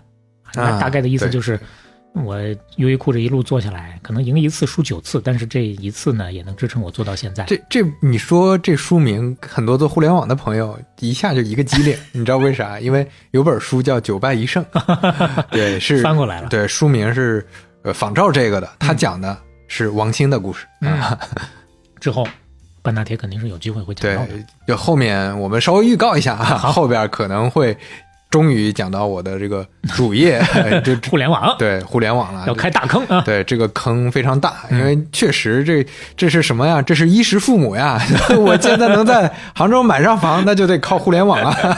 S3: 那
S4: 啊
S3: 大概的意思
S4: 对
S3: 就是，我优衣库这一路做下来，可能赢一次输九次，但是这一次呢，也能支撑我做到现在。
S4: 这这你说这书名，很多做互联网的朋友一下就一个激灵， 你知道为啥？因为有本书叫《九败一胜》， 对，是
S3: 翻过来了嗯
S4: 对，书名是呃仿照这个的，他讲的是王兴的故事。啊，
S3: 之后，半拿铁肯定是有机会会讲
S4: 对
S3: 到的。，
S4: 就后面我们稍微预告一下啊，后边可能会终于讲到我的这个 主业，这
S3: 互联网
S4: 对互联网了，
S3: 要开大坑 啊！
S4: 对，这个坑非常大，
S3: 嗯
S4: 因为确实这这是什么呀？这是衣食父母呀！ 我现在能在杭州买上房，那就得靠互联 网啊。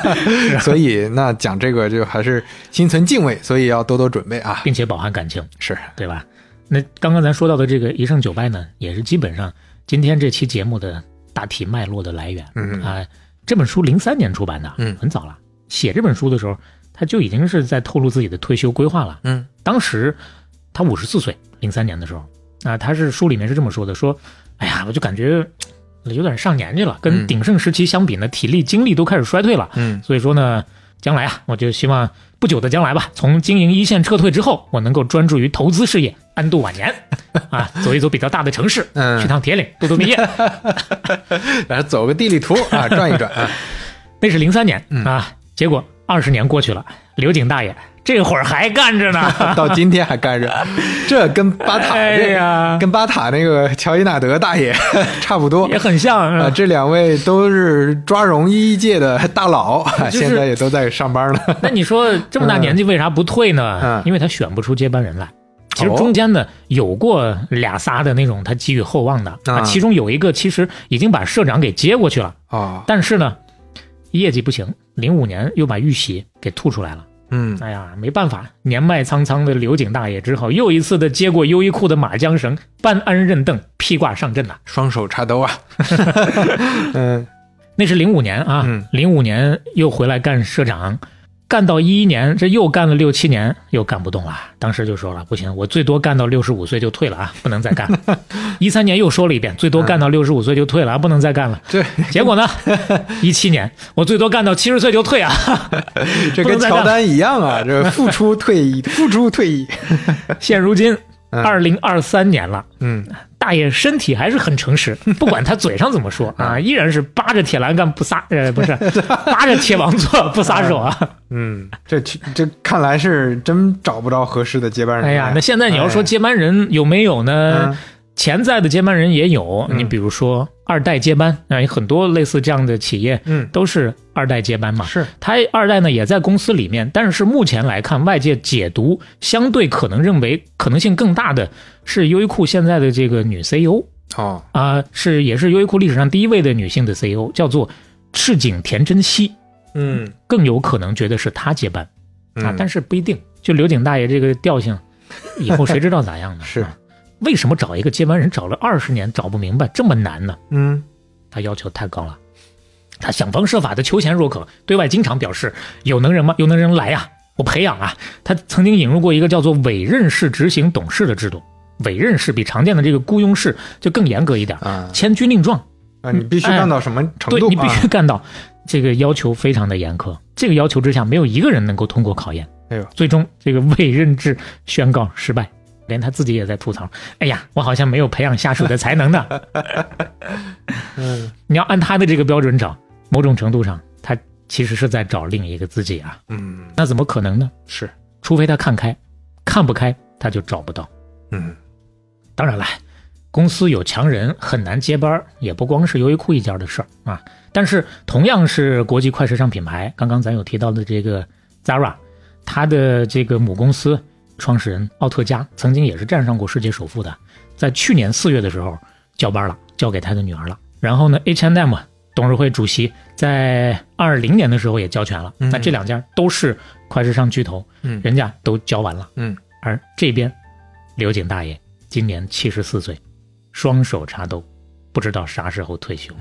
S4: 所以那讲这个就还是心存敬畏，所以要多多准备啊。
S3: 并且饱含感情。
S4: 是，
S3: 对吧？那刚刚咱说到的这个一胜九败呢，也是基本上今天这期节目的大体脉络的来源。
S4: 嗯
S3: 啊、这本书零三年出版的，
S4: 嗯
S3: 很早了。写这本书的时候，他就已经是在透露自己的退休规划了。
S4: 嗯
S3: 当时他五十四岁，零三年的时候，啊，他是书里面是这么说的：说，哎呀，我就感觉嘖有点上年纪了，跟
S4: 嗯
S3: 鼎盛时期相比呢，体力精力都开始衰退了。
S4: 嗯
S3: 所以说呢，将来啊，我就希望不久的将来吧，从经营一线撤退之后，我能够专注于投资事业，安度晚年， 啊，走一走比较大的城市，
S4: 嗯
S3: 去趟铁岭度度蜜月。
S4: 然后走个地理图啊，转一转 啊。
S3: 那是零三年
S4: 嗯
S3: 啊，结果二十年过去了，刘景大爷这会儿还干着 呢。
S4: 到今天还干着，这跟巴塔
S3: 哎
S4: 这
S3: 呀
S4: 跟巴塔那个乔伊纳德大爷 差不多
S3: 也很像
S4: 啊。
S3: 啊，
S4: 这两位都是抓绒衣界的大佬，啊
S3: 就是
S4: 现在也都在上班了。
S3: 那你说这么大年纪为啥不退呢？
S4: 嗯
S3: 因为他选不出接班人来。其实
S4: 哦
S3: 中间呢有过俩仨的那种他寄予厚望的啊，
S4: 啊
S3: 其中有一个其实已经把社长给接过去了，
S4: 啊，
S3: 但是呢，业绩不行，零五年又把玉玺给吐出来了。
S4: 嗯，
S3: 哎呀，没办法，年迈苍苍的刘景大爷只好又一次的接过优衣库的马缰绳，搬鞍认镫，披挂上阵呐。
S4: 双手插兜啊。嗯
S3: 那是零五年啊
S4: 嗯，
S3: 零五、年又回来干社长，干到一一年，这又干了六七年，又干不动了。当时就说了，不行，我最多干到六十五岁就退了啊，不能再干了。 一三年又说了一遍，最多干到六十五岁就退了啊，不能再干了。
S4: 这
S3: 结果呢，一七年我最多干到七十岁就退啊。
S4: 这
S3: 不能
S4: 跟
S3: 再干
S4: 乔丹一样啊，这付出退 役，付出退役。
S3: 现如今，
S4: 嗯
S3: 二零二三年了，
S4: 嗯，
S3: 大爷身体还是很诚实，不管他嘴上怎么 说
S4: 嗯
S3: 啊，依然是扒着铁栏杆不撒，呃，不是扒着铁王座不撒手啊。
S4: 嗯，这去这看来是真找不着合适的接班人。
S3: 哎呀，那现在你要说
S4: 哎
S3: 接班人有没有呢
S4: 嗯？
S3: 潜在的接班人也有，
S4: 嗯
S3: 你比如说二代接班，啊，有很多类似这样的企业，
S4: 嗯
S3: 都是二代接班嘛。
S4: 是
S3: 他二代呢也在公司里面，但是目前来看，外界解读相对可能认为可能性更大的是优衣库现在的这个女 CEO
S4: 哦，
S3: 啊、是也是优衣库历史上第一位的女性的 CEO，叫做赤井田真希，
S4: 嗯
S3: 更有可能觉得是她接班啊，但
S4: 是
S3: 是不一定。就刘景大爷这个调性，以后谁知道咋样呢？
S4: 是
S3: 啊为什么找一个接班人找了二十年找不明白这么难呢？
S4: 嗯
S3: 他要求太高了，他想方设法的求贤若渴，对外经常表示有能人吗？有能人来呀、我培养啊。他曾经引入过一个叫做委任式执行董事的制度，委任式比常见的这个雇佣式就更严格一点，
S4: 啊
S3: 签军令状，
S4: 啊，你必须干到什么程
S3: 对
S4: 度？
S3: 你必须
S4: 啊。
S3: 干到，这个要求非常的严苛。这个要求之下，没有一个人能够通过考验。
S4: 哎呦，
S3: 最终这个委任制宣告失败，连他自己也在吐槽：“哎呀，我好像没有培养下属的才 能呢。”
S4: 嗯
S3: 你要按他的这个标准找，某种程度上，他其实是在找另一个自己啊。
S4: 嗯
S3: 那怎么可能呢？
S4: 是
S3: 除非他看开，看不开他就找不到。
S4: 嗯
S3: 当然了，公司有强人很难接班儿，也不光是优衣库一家的事儿啊。但是同样是国际快时尚品牌，刚刚咱有提到的这个 Zara，它的这个母公司创始人奥特加曾经也是站上过世界首富的，在去年四月的时候交班了，交给他的女儿了。然后呢，H&M 董事会主席在二零年的时候也交权了。
S4: 嗯
S3: 那这两家都是快时尚巨头，
S4: 嗯
S3: 人家都交完了。
S4: 嗯，
S3: 而这边，刘瑾大爷今年七十四岁，双手插兜，不知道啥时候退休。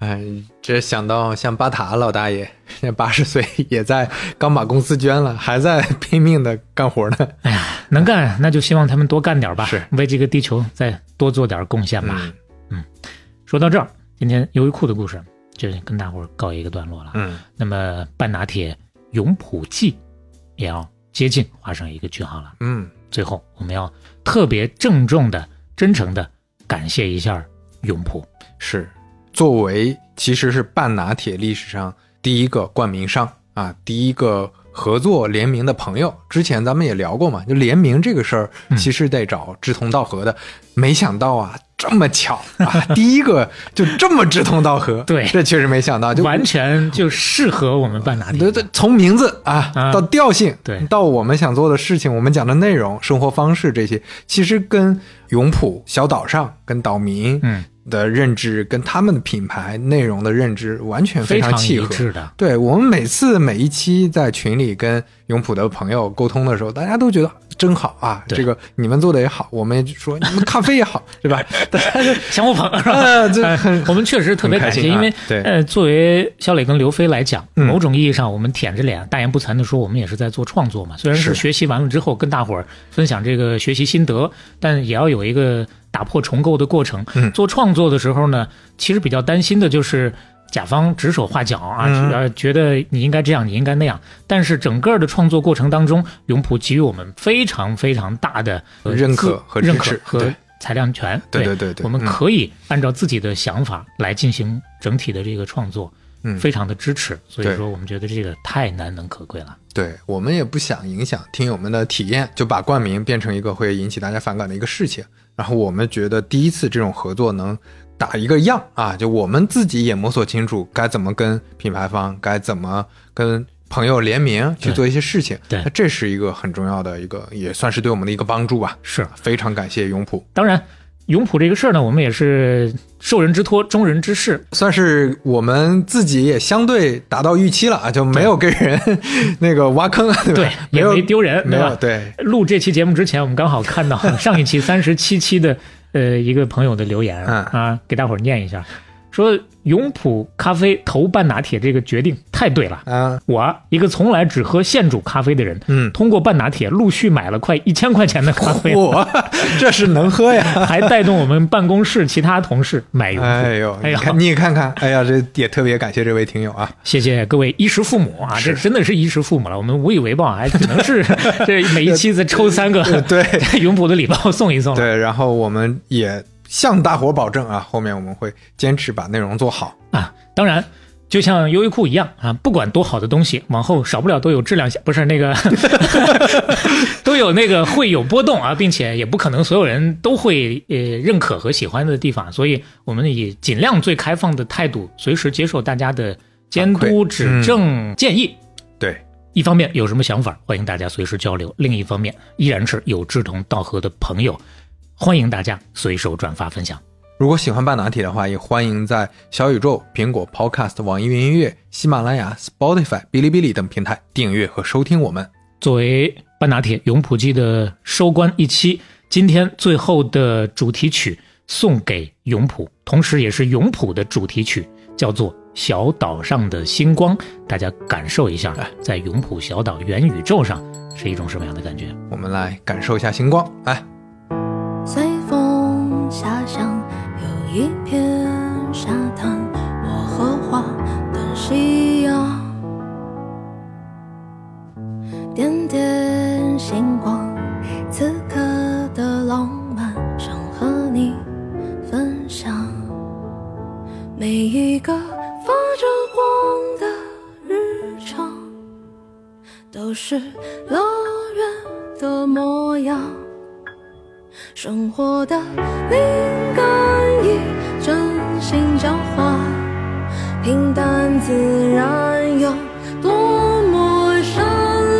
S4: 哎，这想到像巴塔老大爷， 现在八十岁也在刚把公司捐了，还在拼命的干活呢。
S3: 哎呀，能干那就希望他们多干点吧，
S4: 是
S3: 为这个地球再多做点贡献吧。
S4: 嗯
S3: 说到这儿，今天优衣库的故事就跟大伙儿告一个段落了。
S4: 嗯
S3: 那么半拿铁永璞记也要接近画上一个句号了。
S4: 嗯，
S3: 最后，我们要特别郑重的、真诚的感谢一下永璞。
S4: 是，作为其实是半拿铁历史上第一个冠名商啊，第一个合作联名的朋友。之前咱们也聊过嘛，就联名这个事儿，
S3: 嗯
S4: 其实得找志同道合的。没想到啊，这么巧啊，第一个就这么志同道合，
S3: 对
S4: 这确实没想到，就
S3: 完全就适合我们半拿铁
S4: 对。对，从名字啊
S3: 啊
S4: 到调性，
S3: 对
S4: 到我们想做的事情，我们讲的内容、生活方式这些，其实跟永璞小岛上、跟岛民
S3: 嗯
S4: 的认知、跟他们的品牌内容的认知完全
S3: 非
S4: 常
S3: 常
S4: 契
S3: 一
S4: 合。
S3: 致的。
S4: 对我们每次每一期在群里跟永璞的朋友沟通的时候，大家都觉得真好啊，
S3: 对
S4: 这个你们做的也好，我们也说你们咖啡 也好，对吧？大家就
S3: 相互捧， 是吧
S4: 呃，这
S3: 哎
S4: 很
S3: 我们确实特别感谢，因为
S4: 很开心啊对
S3: 呃，作为肖磊跟刘飞来讲，
S4: 嗯
S3: 某种意义上我们舔着脸、大言不惭的说，我们也是在做创作嘛。虽然是
S4: 是
S3: 学习完了之后跟大伙儿分享这个学习心得，但也要有一个打破重构的过程。
S4: 嗯
S3: 做创作的时候呢，其实比较担心的就是。甲方指手画脚啊，
S4: 嗯
S3: 呃，觉得你应该这样，你应该那样。但是整个的创作过程当中，永璞给予我们非常非常大的呃
S4: 认可
S3: 自
S4: 和支
S3: 认可
S4: 持
S3: 和
S4: 对
S3: 裁量权。
S4: 对对对对
S3: 我们
S4: 嗯
S3: 可以按照自己的想法来进行整体的这个创作，
S4: 嗯
S3: 非常的支持。所以
S4: 对
S3: 说，我们觉得这个太难能可贵了。
S4: 对我们也不想影响听友们的体验，就把冠名变成一个会引起大家反感的一个事情。然后我们觉得第一次这种合作能打一个样啊，就我们自己也摸索清楚该怎么跟品牌方，该怎么跟朋友联名去
S3: 对
S4: 做一些事情。
S3: 对
S4: 那这是一个很重要的一个，也算是对我们的一个帮助吧。
S3: 是，
S4: 非常感谢永璞，
S3: 当然，永璞这个事儿呢，我们也是受人之托，忠人之事。
S4: 算是我们自己也相对达到预期了啊，就没有给人 那个挖坑，对吧？
S3: 对也
S4: 有
S3: 没丢人
S4: 没
S3: 对
S4: 有
S3: 吧
S4: 对，
S3: 录这期节目之前，我们刚好看到上一 期三十七期的呃一个朋友的留言
S4: 嗯
S3: 啊，给大伙儿念一下，说永璞咖啡投半拿铁这个决定太对了。
S4: 啊，
S3: 我一个从来只喝现煮咖啡的人，
S4: 嗯哦
S3: 通过半拿铁陆续买了快一千块钱的咖 啡，
S4: 我 这是能喝呀。
S3: 还带动我们办公室其他同事买油。
S4: 哎呦，
S3: 哎
S4: 你
S3: 呀，
S4: 看你看看，哎呀，这也特别感谢这位听友 啊，
S3: 谢谢各位衣食父母啊，这真的是衣食父母了。我们无以为报啊，还只能 是这每一期再抽三个
S4: 对
S3: 永璞的礼包送一送了。
S4: 对，然后我们也向大伙保证啊，后面我们会坚持把内容做好，
S3: 啊，当然。就像优衣库一样啊，不管多好的东西，往后少不了都有质量下，不是那个， 都有那个会有波动啊，并且也不可能所有人都会呃认可和喜欢的地方，所以我们以尽量最开放的态度，随时接受大家的监
S4: 反
S3: 督、
S4: 馈
S3: 指正、建议。
S4: 对，
S3: 一方面有什么想法，欢迎大家随时交流；另一方面，依然是有志同道合的朋友，欢迎大家随手转发分享。
S4: 如果喜欢半拿铁的话，也欢迎在小宇宙、苹果 Podcast、网易云音乐、喜马拉雅、Spotify、哔哩哔哩等平台订阅和收听我们。
S3: 作为半拿铁永璞记的收官一期，今天最后的主题曲送给永璞，同时也是永璞的主题曲，叫做《小岛上的星光》，大家感受一下，在永璞小岛元宇宙上是一种什么样的感觉？
S4: 我们来感受一下星光，哎来，
S5: 随风遐想，有一片沙滩，我和花等夕阳，点点星光，此刻的浪漫想和你分享。每一个发着光的日常，都是乐园的模样。生活的灵感以真心交换，平淡自然有多么善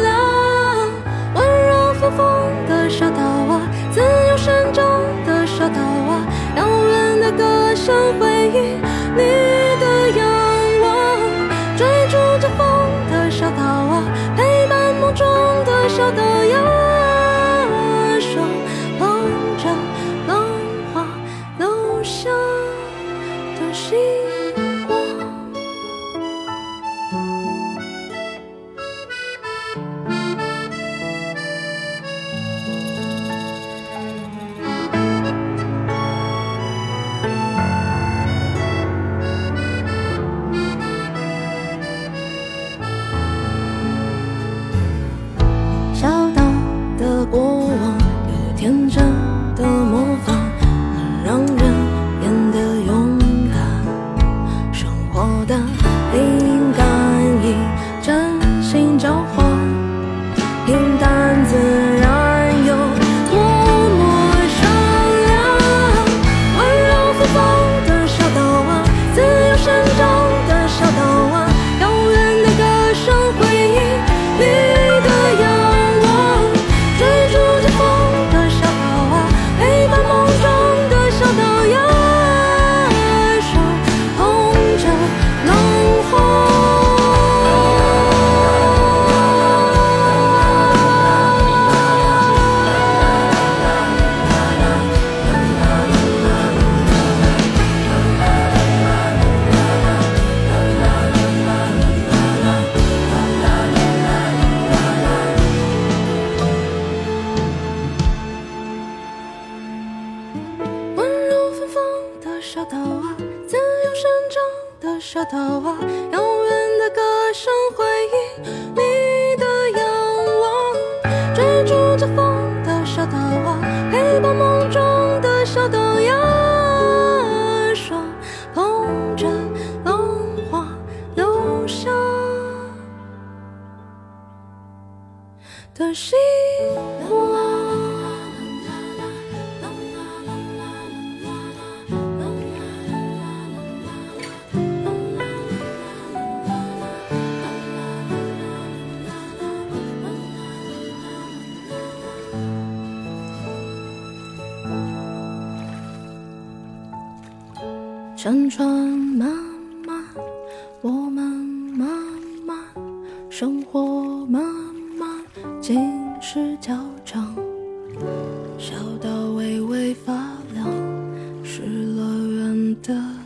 S5: 良，啊温柔芬芳的沙达瓦，自由生长的沙达瓦，啊让人的歌声回应你的仰望，追逐着风的沙达瓦，陪伴梦中的沙达瓦，手捧着浪花留下的星光。小岛的国王有天真的魔法，能让人变得勇敢。生活的灵感以真心交换，平淡自然有多么善良。温柔芬芳的小岛啊，自由生长的小岛啊，遥远的歌声回应你的仰望，追逐着风的小岛啊，陪伴梦中的小岛呀，手捧着浪花。温柔芬芳的小岛啊，自由生长的小岛啊，遥远的歌声回应你的仰望，追逐着风的小岛啊，陪伴梦中的小岛呀，手捧着浪花留下的星光。乘船慢慢，我们慢慢，生活慢慢，尽是较长。小岛微微发亮，是乐园的